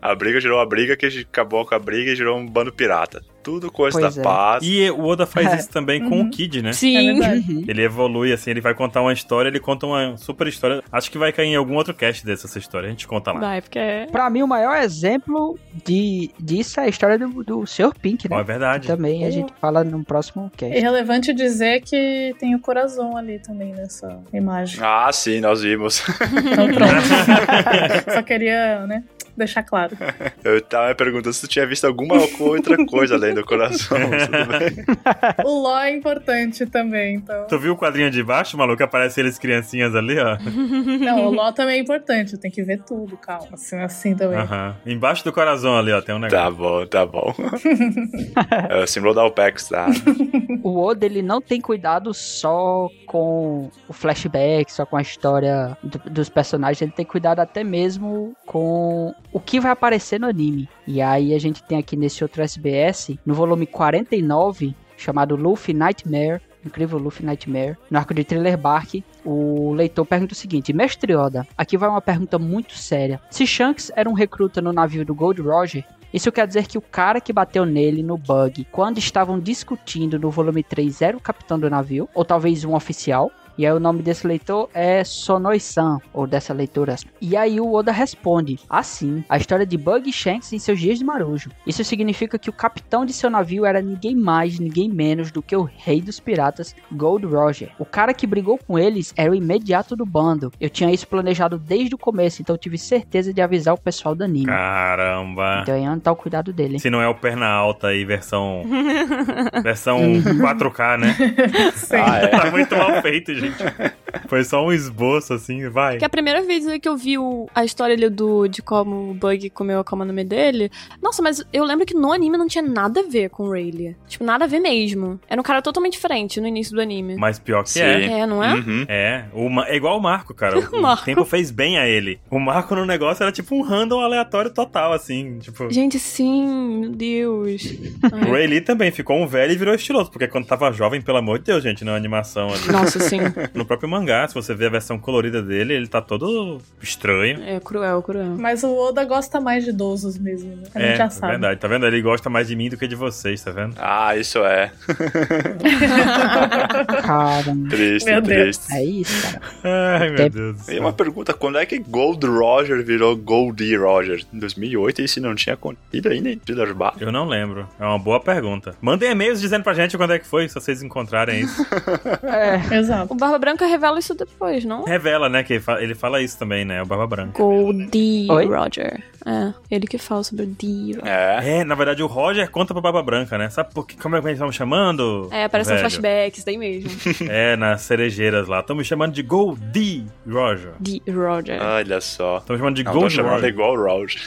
A: A briga gerou a briga que acabou com a briga e gerou um bando pirata. Tudo coisa
D: Pois
A: da
D: é.
A: paz.
C: E o Oda faz
D: É.
C: isso também com o Kid, né?
E: É
B: Sim.
E: verdade.
D: Uhum.
C: Ele evolui, assim, ele vai contar uma história, ele conta uma super história. Acho que vai cair em algum outro cast dessa essa história, a gente conta lá.
B: Vai, porque é.
D: Pra mim, o maior exemplo de, disso é a história do, do Sr. Pink,
C: Ó,
D: né?
C: é verdade.
D: Também a gente fala no próximo
E: É
D: cast.
E: relevante dizer que tem o coração ali também nessa imagem.
A: Ah, sim, nós vimos.
E: Então pronto. Só queria, né, deixar claro.
A: Eu tava me perguntando se tu tinha visto alguma outra coisa além do coração. tudo bem.
E: O Ló é importante também, então.
C: Tu viu o quadrinho de baixo, maluco? Aparece eles criancinhas ali, ó.
D: Uhum.
E: Não, o Ló também é importante, tem que ver tudo, calma. Assim, assim também.
D: Ah.
C: Aham. Embaixo do coração ali, ó, tem um negócio.
A: Tá bom, tá bom. é o símbolo da OPEX, tá?
D: O Oda, ele não tem cuidado só com o flashback, só com a história do- dos personagens. Ele tem cuidado até mesmo com o que vai aparecer no anime. E aí a gente tem aqui nesse outro SBS, no volume 49, chamado Luffy Nightmare. Incrível Luffy Nightmare. No arco de Thriller Bark, o leitor pergunta o seguinte: Mestre Oda, aqui vai uma pergunta muito séria. Se Shanks era um recruta no navio do Gold Roger, isso quer dizer que o cara que bateu nele no bug, quando estavam discutindo no volume 3, era o capitão do navio, ou talvez um oficial. E aí o nome desse leitor é Sonoi-san, ou dessa leitura. E aí o Oda responde, assim, a história de Bug e Shanks em seus dias de marujo. Isso significa que o capitão de seu navio era ninguém mais, ninguém menos do que o rei dos piratas, Gold Roger. O cara que brigou com eles era o imediato do bando. Eu tinha isso planejado desde o começo, então eu tive certeza de avisar o pessoal do anime.
C: Caramba.
D: Então aí é onde tá o cuidado dele.
C: Se não é o perna alta aí, versão. versão 4K, né?
E: Sim.
A: Ah, é.
C: Tá muito mal feito, gente. Foi só um esboço assim, vai.
B: Que é a primeira vez né, que eu vi o- a história ali do, de como o Bug comeu a coma no meio dele. Nossa, mas eu lembro que no anime não tinha nada a ver com o Rayleigh. Tipo, nada a ver mesmo. Era um cara totalmente diferente no início do anime.
C: Mas pior que
A: Sim.
C: é.
B: É, não é?
A: Uhum.
C: É, o Ma- é igual o Marco, cara. O,
B: O Marco.
C: o tempo fez bem a ele. O Marco no negócio era tipo um random aleatório total, assim. Tipo,
B: Gente, sim, meu Deus.
C: o
B: é.
C: Ray Lee também ficou um velho e virou estiloso, porque quando tava jovem, pelo amor de Deus, gente, na animação ali.
B: Nossa, sim.
C: No próprio mangá, se você ver a versão colorida dele, ele tá todo estranho.
B: É cruel, cruel.
E: Mas o Oda gosta mais de idosos mesmo, né? A gente
C: é,
E: já sabe.
C: verdade, tá vendo? Ele gosta mais de mim do que de vocês, tá vendo?
A: Ah, isso é.
D: Caramba.
A: Triste,
E: Meu Deus.
A: triste.
D: É isso, cara.
C: Ai, meu
D: Tem-
C: Deus do
A: E
C: céu.
A: uma pergunta, quando é que Gold Roger virou Goldie Roger? Em 2008 isso não tinha acontecido ainda em Thriller Bark.
C: Eu não lembro. É uma boa pergunta. Mandem e-mails dizendo pra gente quando é que foi, se vocês encontrarem isso.
D: É,
E: Exato.
B: O Barba Branca revela isso depois, não?
C: Revela, né? Que ele fa- ele fala isso também, né? O Barba Branca.
B: Goldie
D: Oi?
B: Roger. É, ele que fala sobre o D.
A: É.
C: É, na verdade o Roger conta pra Barba Branca, né? Sabe por que, como é que eles estão me chamando?
B: É, parece um
C: velho?
B: flashback, isso daí mesmo.
C: É, nas cerejeiras lá. Estão me chamando de Goldie Roger.
B: D. Roger.
A: Olha só.
C: Estão me chamando de
A: Não, tô
C: É. Gold
A: chamando
C: Roger.
A: igual Roger.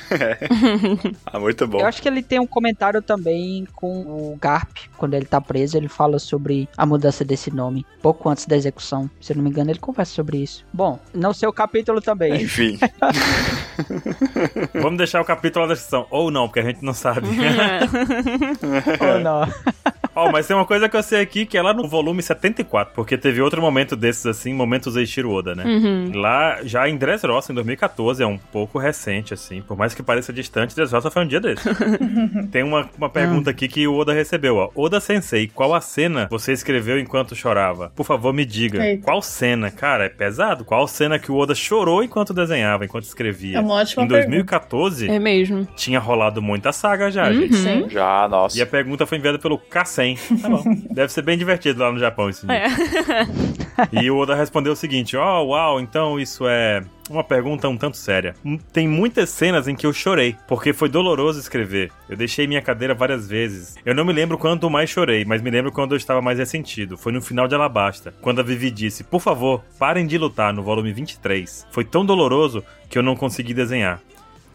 A: ah, muito bom.
D: eu acho que ele tem um comentário também com o Garp, quando ele tá preso, ele fala sobre a mudança desse nome, pouco antes da execução. Se eu não me engano, ele conversa sobre isso. Bom, não sei o capítulo também.
A: Enfim,
C: Vamos deixar o capítulo na descrição. Ou não, porque a gente não sabe.
D: Ou não.
C: Ó, mas tem uma coisa que eu sei aqui que é lá no volume 74, porque teve outro momento desses assim, momentos Eiichiro Oda, né?
B: Uhum.
C: Lá, já em Dressrosa, em 2014, é um pouco recente, assim. Por mais que pareça distante, Dressrosa foi um dia desse. Tem uma, uma
B: Ah.
C: pergunta aqui que o Oda recebeu, ó. Oda Sensei, qual a cena você escreveu enquanto chorava? Por favor, me diga.
E: Eita.
C: Qual cena? Cara, é pesado. Qual cena que o Oda chorou enquanto desenhava, enquanto escrevia?
E: É uma ótima
C: Em 2014,
B: É Uhum. mesmo.
C: tinha rolado muita saga já, gente.
E: Sim.
A: já, nossa.
C: E a pergunta foi enviada pelo K100, Tem. Tá bom. Deve ser bem divertido lá no Japão esse dia. E o Oda respondeu o seguinte: Ó, uau, então isso é uma pergunta um tanto séria. Hum, Tem muitas cenas em que eu chorei, porque foi doloroso escrever. Eu deixei minha cadeira várias vezes. Eu não me lembro quando mais chorei, mas me lembro quando eu estava mais ressentido. Foi no final de Alabasta, quando a Vivi disse: Por favor, parem de lutar, no volume 23. Foi tão doloroso que eu não consegui desenhar.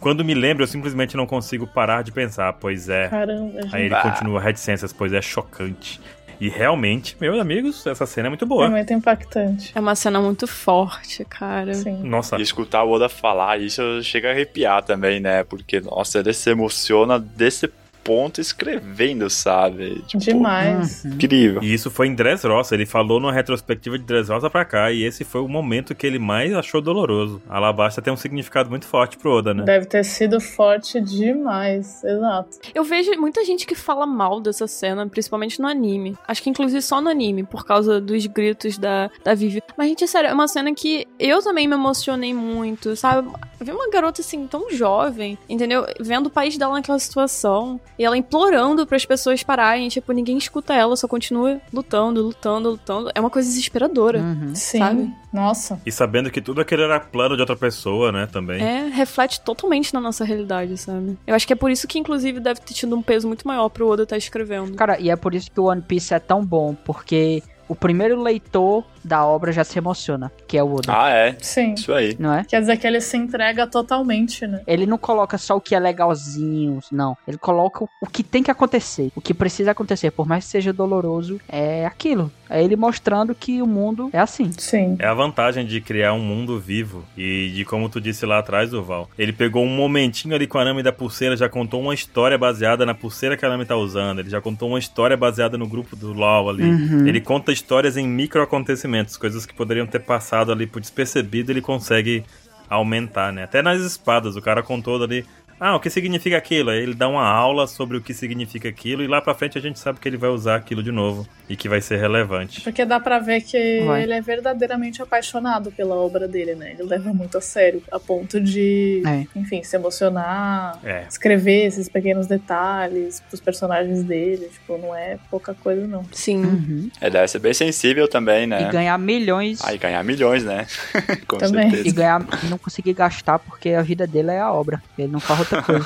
C: Quando me lembro, eu simplesmente não consigo parar de pensar, pois é.
E: Caramba, gente.
C: Aí ele continua reticências, pois é chocante. E realmente, meus amigos, essa cena é muito
E: É
C: boa.
E: muito impactante.
B: É uma cena muito forte, cara.
E: Sim.
C: Nossa,
A: E escutar o Oda falar isso chega a arrepiar também, né? Porque, nossa, ele se emociona desse ponto escrevendo, sabe? Tipo,
E: Demais.
A: Incrível.
C: E isso foi em Dressrosa, ele falou numa retrospectiva de Dressrosa pra cá, e esse foi o momento que ele mais achou doloroso. Alabasta tem um significado muito forte pro Oda, né?
E: Deve ter sido forte demais. Exato.
B: Eu vejo muita gente que fala mal dessa cena, principalmente no anime. Acho que inclusive só no anime, por causa dos gritos da, da Vivi. Mas, gente, sério, é uma cena que eu também me emocionei muito, sabe? Ver uma garota assim, tão jovem, entendeu? Vendo o país dela naquela situação. E ela implorando para as pessoas pararem. Tipo, ninguém escuta ela, só continua lutando, lutando, lutando. É uma coisa desesperadora.
D: Uhum.
E: Sim.
B: Sabe?
E: Nossa.
C: E sabendo que tudo aquilo era plano de outra pessoa, né, também.
B: É, reflete totalmente na nossa realidade, sabe? Eu acho que é por isso que, inclusive, deve ter tido um peso muito maior pro Oda estar escrevendo.
D: Cara, e é por isso que o One Piece é tão bom, porque o primeiro leitor da obra já se emociona, que é o Oda,
A: Ah, é.
E: Sim.
A: Isso aí.
D: não é?
E: Quer dizer que ele se entrega totalmente, né?
D: Ele não coloca só o que é legalzinho, não. Ele coloca o- o que tem que acontecer, o que precisa acontecer, por mais que seja doloroso, é aquilo. É ele mostrando que o mundo é assim.
E: Sim.
C: É a vantagem de criar um mundo vivo. E de como tu disse lá atrás, Duval, ele pegou um momentinho ali com a Nami da pulseira, já contou uma história baseada na pulseira que a Nami tá usando. Ele já contou uma história baseada no grupo do LOL ali. Ele conta histórias em microacontecimentos, coisas que poderiam ter passado ali por despercebido, ele consegue aumentar, né? Até nas espadas, o cara contou ali. Ah, o que significa aquilo? Aí ele dá uma aula sobre o que significa aquilo e lá pra frente a gente sabe que ele vai usar aquilo de novo e que vai ser relevante.
E: Porque dá pra ver que
D: Vai.
E: ele é verdadeiramente apaixonado pela obra dele, né? Ele leva muito a sério, a ponto de,
D: É.
E: enfim, se emocionar,
C: É.
E: escrever esses pequenos detalhes pros personagens dele. Tipo, não é pouca coisa, não.
B: Sim.
D: uhum.
A: É, deve ser bem sensível também,
C: É.
A: né?
D: E ganhar milhões
A: Aí ganhar milhões, né? Com
E: Também.
D: e
A: certeza.
D: ganhar e não conseguir gastar porque a vida dele é a obra. Ele não faz outra coisa.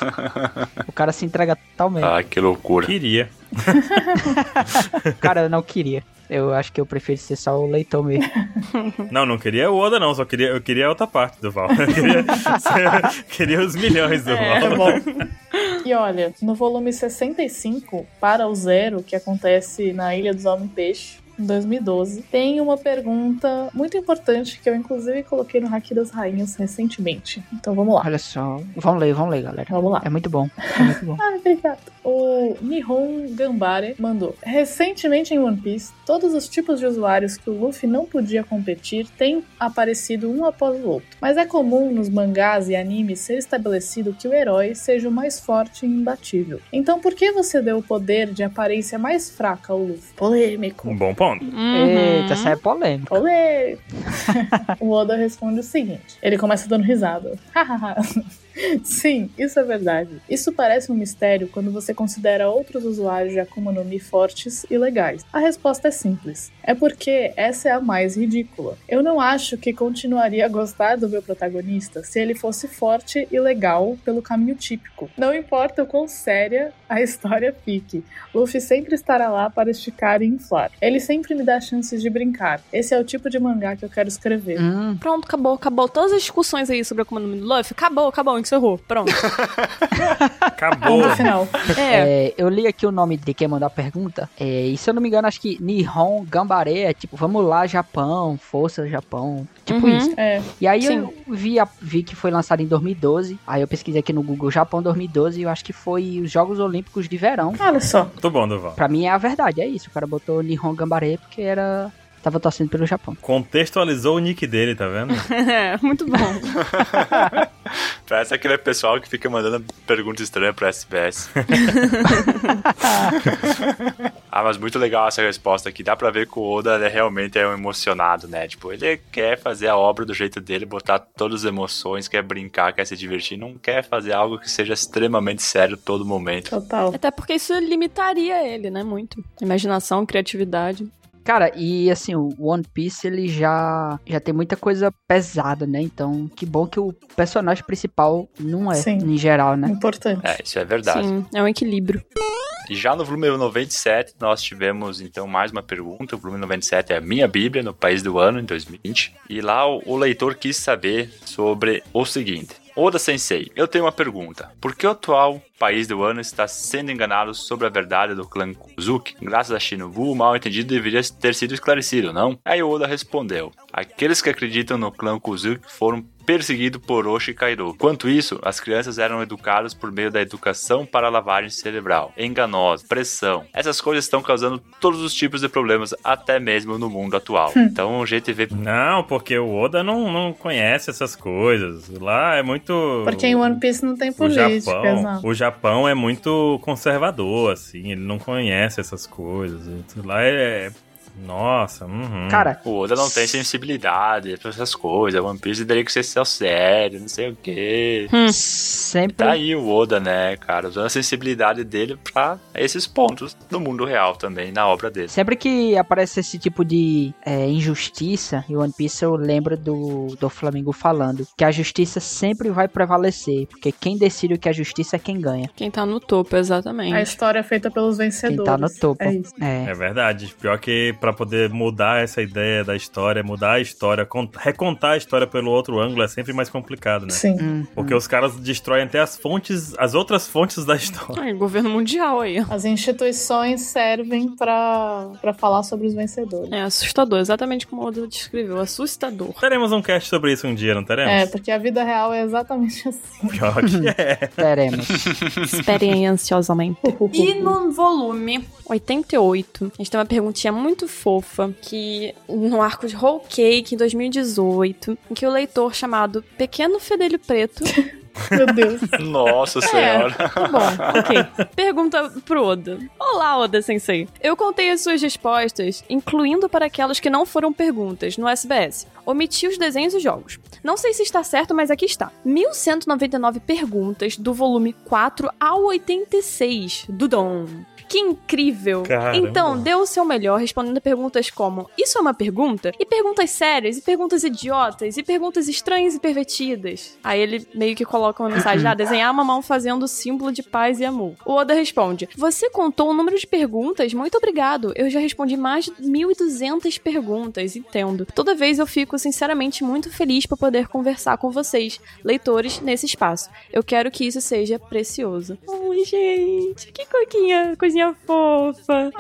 D: o cara se entrega totalmente.
A: Ah, que loucura.
C: Queria.
D: Cara, eu não queria. Eu acho que eu prefiro ser só o leitor mesmo.
C: Não, não queria o Oda, não. Só queria, eu queria a outra parte do Val. Eu queria, queria os milhões do
E: Tá
C: Val.
E: bom. E olha, no volume 65, Para o Zero, que acontece na Ilha dos Homem-Peixe, em 2012, tem uma pergunta muito importante que eu, inclusive, coloquei no Haki das Rainhas recentemente. Então vamos lá.
D: Olha só. Vão ler, vão ler, galera.
E: Vamos lá.
D: É muito bom. É muito bom.
E: Ah, obrigado. O Nihon Gambare mandou. Recentemente em One Piece, todos os tipos de usuários que o Luffy não podia competir têm aparecido um após o outro. Mas é comum nos mangás e animes ser estabelecido que o herói seja o mais forte e imbatível. Então por que você deu o poder de aparência mais fraca ao Luffy? Polêmico.
C: Um bom ponto.
B: Uhum.
D: Eita,
B: tá
D: essa é polêmica.
E: Olê! o Oda responde o seguinte: ele começa dando risada. Sim, isso é verdade. Isso parece um mistério quando você considera outros usuários de Akuma no Mi fortes e legais. A resposta é simples. É porque essa é a mais ridícula. Eu não acho que continuaria a gostar do meu protagonista se ele fosse forte e legal pelo caminho típico. Não importa o quão séria a história fique, Luffy sempre estará lá para esticar e inflar. Ele sempre me dá chances de brincar. Esse é o tipo de mangá que eu quero escrever.
C: Uhum.
D: Hum,
B: Pronto, acabou, acabou. Todas as discussões aí sobre a Akuma no Mi do Luffy, acabou, acabou, encerrou. Pronto.
C: Acabou.
E: Ponto final.
B: É.
D: é, eu li aqui o nome de quem mandou a pergunta. É, e se eu não me engano, acho que Nihon Gambare é tipo, vamos lá, Japão, força, Japão. Tipo
B: Uhum.
D: isso.
E: É,
D: E aí
B: Sim.
D: eu vi, a- vi que foi lançado em 2012. Aí eu pesquisei aqui no Google Japão 2012 e eu acho que foi os Jogos Olímpicos de Verão.
E: olha só.
C: Muito bom, Duval.
D: Pra mim é a verdade, é isso. O cara botou Nihon Gambare porque era. Tava torcendo pelo Japão.
C: Contextualizou o nick dele, tá vendo?
B: É, muito bom.
A: Parece aquele pessoal que fica mandando perguntas estranhas pra SBS. Ah, mas muito legal essa resposta aqui. Dá pra ver que o Oda ele realmente é um emocionado, né? Tipo, ele quer fazer a obra do jeito dele, botar todas as emoções, quer brincar, quer se divertir, não quer fazer algo que seja extremamente sério todo momento.
E: Total.
B: É, Até porque isso limitaria ele, né? Muito. Imaginação, criatividade.
D: Cara, e assim, o One Piece ele já, já tem muita coisa pesada, né? Então, que bom que o personagem principal não é,
E: Sim.
D: em geral, né?
E: Importante.
A: É, isso é verdade.
B: Sim, é um equilíbrio.
A: E já no volume 97, nós tivemos então mais uma pergunta. O volume 97 é a minha Bíblia no país do ano, em 2020. E lá o, o leitor quis saber sobre o seguinte: Oda Sensei, eu tenho uma pergunta. Por que o atual país do ano está sendo enganado sobre a verdade do clã Kuzuki? Graças a Shinobu, o mal entendido deveria ter sido esclarecido, não? Aí Oda respondeu: Aqueles que acreditam no clã Kuzuki foram perseguido por Oshi e Kaido. Quanto isso, as crianças eram educadas por meio da educação para lavagem cerebral, enganosa, pressão. Essas coisas estão causando todos os tipos de problemas, até mesmo no mundo atual. Então a gente vê
C: Não, porque o Oda não, não conhece essas coisas. Lá é muito.
E: Porque em One Piece não tem
C: o
E: política,
C: Japão,
E: exato.
C: o Japão é muito conservador, assim, ele não conhece essas coisas. Lá é. Nossa, uhum.
D: Cara,
A: O Oda não tem sensibilidade pra essas coisas. One Piece teria que ser só sério, não sei o quê. Tá
D: sempre.
A: aí o Oda, né, cara? Usando a sensibilidade dele pra esses pontos no mundo real também, na obra dele.
D: Sempre que aparece esse tipo de é, injustiça em One Piece, eu lembro do, do Flamengo falando que a justiça sempre vai prevalecer, porque quem decide o que é justiça é quem ganha.
B: Quem tá no topo, exatamente.
E: A história é feita pelos vencedores.
D: Quem tá no topo.
E: É isso.
D: É.
C: É verdade. Pior que pra poder mudar essa ideia da história, mudar a história, con- recontar a história pelo outro ângulo é sempre mais complicado, né?
E: Sim.
D: Hum,
C: Porque os caras destroem até as fontes, as outras fontes da história.
B: Ai, governo mundial aí.
E: As instituições servem pra pra falar sobre os vencedores.
B: É assustador, exatamente como o Oda descreveu. Assustador.
C: Teremos um cast sobre isso um dia, não
E: É,
C: teremos?
E: porque a vida real é exatamente assim.
C: Pior que é.
D: teremos.
B: Esperem aí ansiosamente. E no volume 88, a gente tem uma perguntinha muito fofa que no arco de Whole Cake em 2018, em que o leitor chamado Pequeno Fedelho Preto,
E: Meu Deus.
A: Nossa senhora.
E: Tá bom.
B: É, ok, pergunta pro Oda: Olá, Oda Sensei. Eu contei as suas respostas, incluindo para aquelas que não foram perguntas, no SBS. Omiti os desenhos e jogos. Não sei se está certo, mas aqui está. 1199 perguntas do volume 4 ao 86 do Dom. Que incrível!
C: Caramba.
B: Então, dê o seu melhor respondendo perguntas como: Isso é uma pergunta? E perguntas sérias, e perguntas idiotas, e perguntas estranhas e pervertidas. Aí ele meio que coloca uma mensagem: Ah, desenhar uma mão fazendo o símbolo de paz e amor. O Oda responde: Você contou o número de perguntas? Muito obrigado. Eu já respondi mais de 1.200 perguntas, entendo. Toda vez eu fico sinceramente muito feliz por poder conversar com vocês, leitores, nesse espaço. Eu quero que isso seja precioso. Ai, gente, que coquinha, coisinha fofa.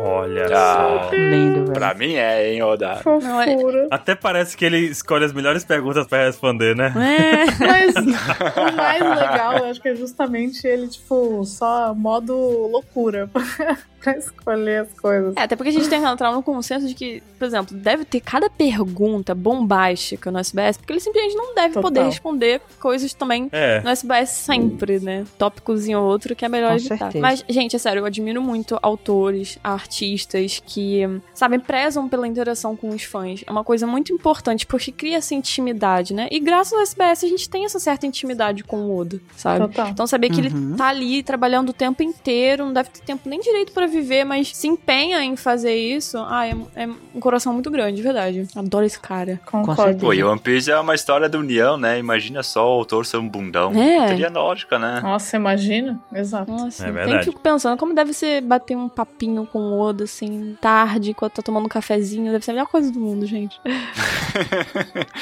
C: Olha
A: Ah.
C: só.
D: Lindo, velho.
A: Pra mim é, hein, Oda?
B: Não, é-
E: Fofura.
C: Até parece que ele escolhe as melhores perguntas pra responder, né?
B: É.
E: Mas o mais legal, eu acho que é justamente ele, tipo, só modo loucura pra escolher as coisas.
B: É, até porque a gente tem que entrar no consenso de que, por exemplo, deve ter cada pergunta bombástica no SBS, porque ele simplesmente não deve
E: Total.
B: poder responder coisas também
C: É.
B: no SBS sempre, né? Tópicozinho ou outro que é melhor
D: Com
B: evitar.
D: certeza.
B: Mas, gente, é sério, eu admiro muito autores, artistas que, sabem, prezam pela interação com os fãs. É uma coisa muito importante, porque cria essa intimidade, né? E graças ao SBS a gente tem essa certa intimidade com o Odo,
D: É.
B: sabe?
E: Total.
B: Então saber que
D: Uhum.
B: ele tá ali trabalhando o tempo inteiro, não deve ter tempo nem direito pra viver, mas se empenha em fazer isso. Ah, é, é um coração muito grande, de verdade. Adoro esse cara.
E: Concordo.
A: Pô, e One Piece é uma história da união, né? Imagina só o autor ser um bundão.
B: É.
A: Teria lógica, né?
E: Nossa, imagina? Exato.
D: Hum.
B: Nossa,
C: É
B: tem
C: verdade.
B: que fico pensando como deve ser bater um papinho com o Oda, assim, tarde, enquanto tá tomando um cafezinho. Deve ser a melhor coisa do mundo, gente.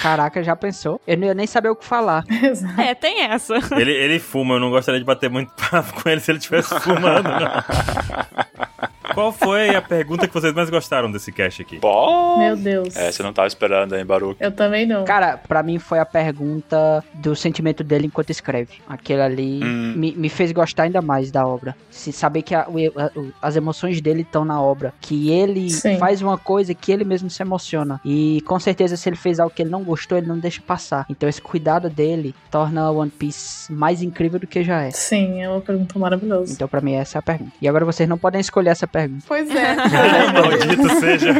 D: Caraca, já pensou? Eu não ia nem saber o que falar.
E: Exato.
B: É, tem essa.
C: Ele, ele fuma, eu não gostaria de bater muito papo com ele se ele estivesse fumando. não. Qual foi a pergunta que vocês mais gostaram desse cast aqui?
A: Bom.
E: Meu Deus.
A: É, você não tava esperando, hein, Baruch?
E: Eu também não.
D: Cara, pra mim foi a pergunta do sentimento dele enquanto escreve. Aquele ali
A: Hum.
D: me, me fez gostar ainda mais da obra. Se saber que a- o- a- o- as emoções dele estão na obra. Que ele
E: Sim.
D: faz uma coisa que ele mesmo se emociona. E com certeza, se ele fez algo que ele não gostou, ele não deixa passar. Então, esse cuidado dele torna One Piece mais incrível do que já é.
E: Sim, é uma pergunta maravilhosa.
D: Então, pra mim, essa é a pergunta. E agora vocês não podem escolher essa pergunta.
E: Pois é.
C: Maldito seja.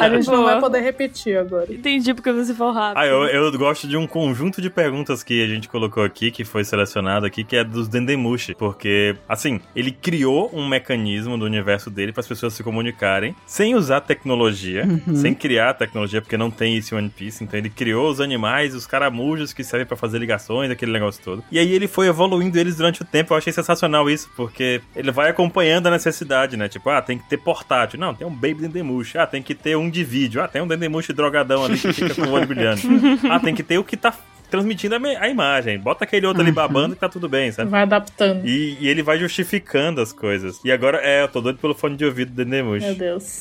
E: A gente não
B: Boa.
E: vai poder repetir agora.
B: Entendi porque você falou rápido.
C: Ah, eu, eu gosto de um conjunto de perguntas que a gente colocou aqui, que foi selecionado aqui, que é dos Dendemushi. Porque, assim, ele criou um mecanismo do universo dele para as pessoas se comunicarem sem usar tecnologia,
D: Uhum.
C: sem criar tecnologia, porque não tem isso em One Piece. Então, ele criou os animais, os caramujos que servem para fazer ligações, aquele negócio todo. E aí, ele foi evoluindo eles durante o tempo. Eu achei sensacional isso, porque ele vai acompanhando a necessidade, né? Tipo, ah, tem que ter portátil. Não, tem um Baby Dendemushi. Ah, tem que ter um de vídeo. Ah, tem um Dendemushi drogadão ali que fica com o olho brilhando. Ah, tem que ter o que tá transmitindo a, me- a imagem. Bota aquele outro ali babando e tá tudo bem, sabe?
E: Vai adaptando.
C: E, e ele vai justificando as coisas. E agora, é, eu tô doido pelo fone de ouvido do
E: Meu
C: Dendemushi.
E: Deus.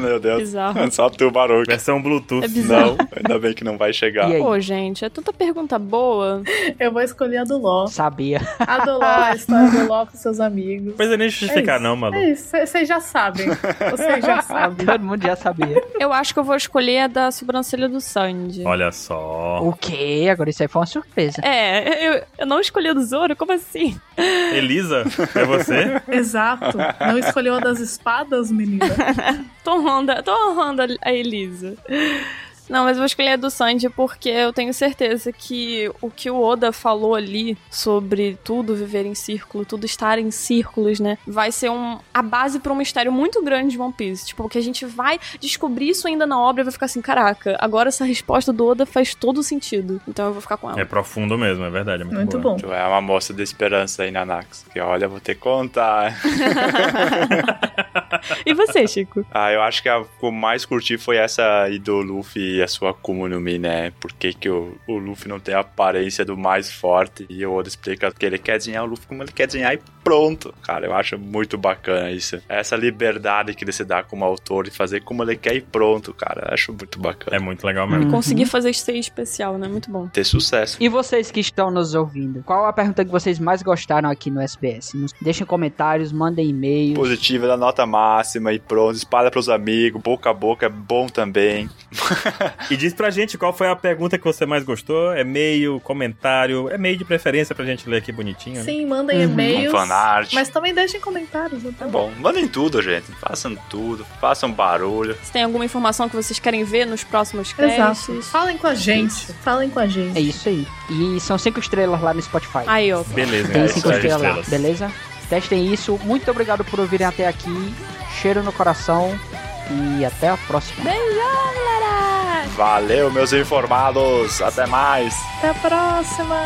A: Meu Deus.
B: Bizarro.
A: Só tu, barulho.
C: Versão Bluetooth.
B: É bizarro.
A: Não, ainda bem que não vai chegar.
D: E aí?
B: Pô, gente, é tanta pergunta boa.
E: Eu vou escolher a do Ló.
D: Sabia.
E: A do Ló, a história do Ló com seus amigos.
C: Não precisa é, nem justificar,
E: isso,
C: não, maluco.
E: É isso, vocês já sabem. Vocês já sabem.
D: Todo mundo já sabia.
B: Eu acho que eu vou escolher a da sobrancelha do Sandy.
C: Olha só.
D: o quê? Agora isso aí foi uma surpresa.
B: É, eu, eu não escolhi a do Zoro? Como assim?
C: Elisa, é você?
E: Exato. Não escolheu a das espadas, menina.
B: Tô honrando, tô honrando a- a Elisa. Não, mas eu vou escolher a do Sandy porque eu tenho certeza que o que o Oda falou ali sobre tudo viver em círculo, tudo estar em círculos, né? Vai ser um, a base pra um mistério muito grande de One Piece. Tipo, que a gente vai descobrir isso ainda na obra e vai ficar assim: caraca, agora essa resposta do Oda faz todo sentido. Então eu vou ficar com ela.
C: É profundo mesmo, é verdade. É muito,
E: Muito
C: boa.
E: bom.
A: Tu é uma moça de esperança aí, Nanax. Que olha, vou ter que contar.
B: E você, Chico?
A: Ah, eu acho que a que eu mais curti foi essa aí do Luffy e a sua Akuma no Mi, né? Por que, que o, o Luffy não tem a aparência do mais forte? E o Oda explica que ele quer desenhar o Luffy como ele quer desenhar e pronto. Cara, eu acho muito bacana isso. Essa liberdade que ele se dá como autor de fazer como ele quer e pronto, cara. Eu acho muito bacana.
C: É muito legal mesmo.
B: Consegui fazer isso aí especial, né? Muito bom.
A: Ter sucesso.
D: E vocês que estão nos ouvindo, qual a pergunta que vocês mais gostaram aqui no SBS? Nos deixem comentários, mandem e-mail.
A: Positiva da nota máxima e pronto. Espalha pros amigos. Boca a boca é bom também.
C: E diz pra gente qual foi a pergunta que você mais gostou. É meio, comentário, é meio de preferência pra gente ler aqui bonitinho. Né?
E: Sim, mandem e-mails.
A: Um fanart.
E: Mas também deixem comentários, né?
A: É bom. Mandem tudo, gente. Façam tudo. Façam barulho.
B: Se tem alguma informação que vocês querem ver nos
E: Tá
B: próximos
E: Exato.
B: casts.
E: Falem com a gente. Falem com a gente.
D: É isso aí. E são cinco estrelas lá no Spotify.
B: Aí, ó.
C: Beleza,
D: Tem
C: galera,
D: cinco
C: só de
D: estrelas lá,
C: é, estrelas.
D: beleza? Testem isso. Muito obrigado por ouvirem até aqui. Cheiro no coração. E até a próxima.
A: Valeu, meus informados. Até mais.
E: Até a próxima.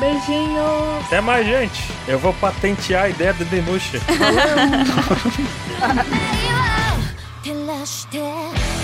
E: Beijinhos.
C: Até mais, gente. Eu vou patentear a ideia do Demushi.
F: 照らして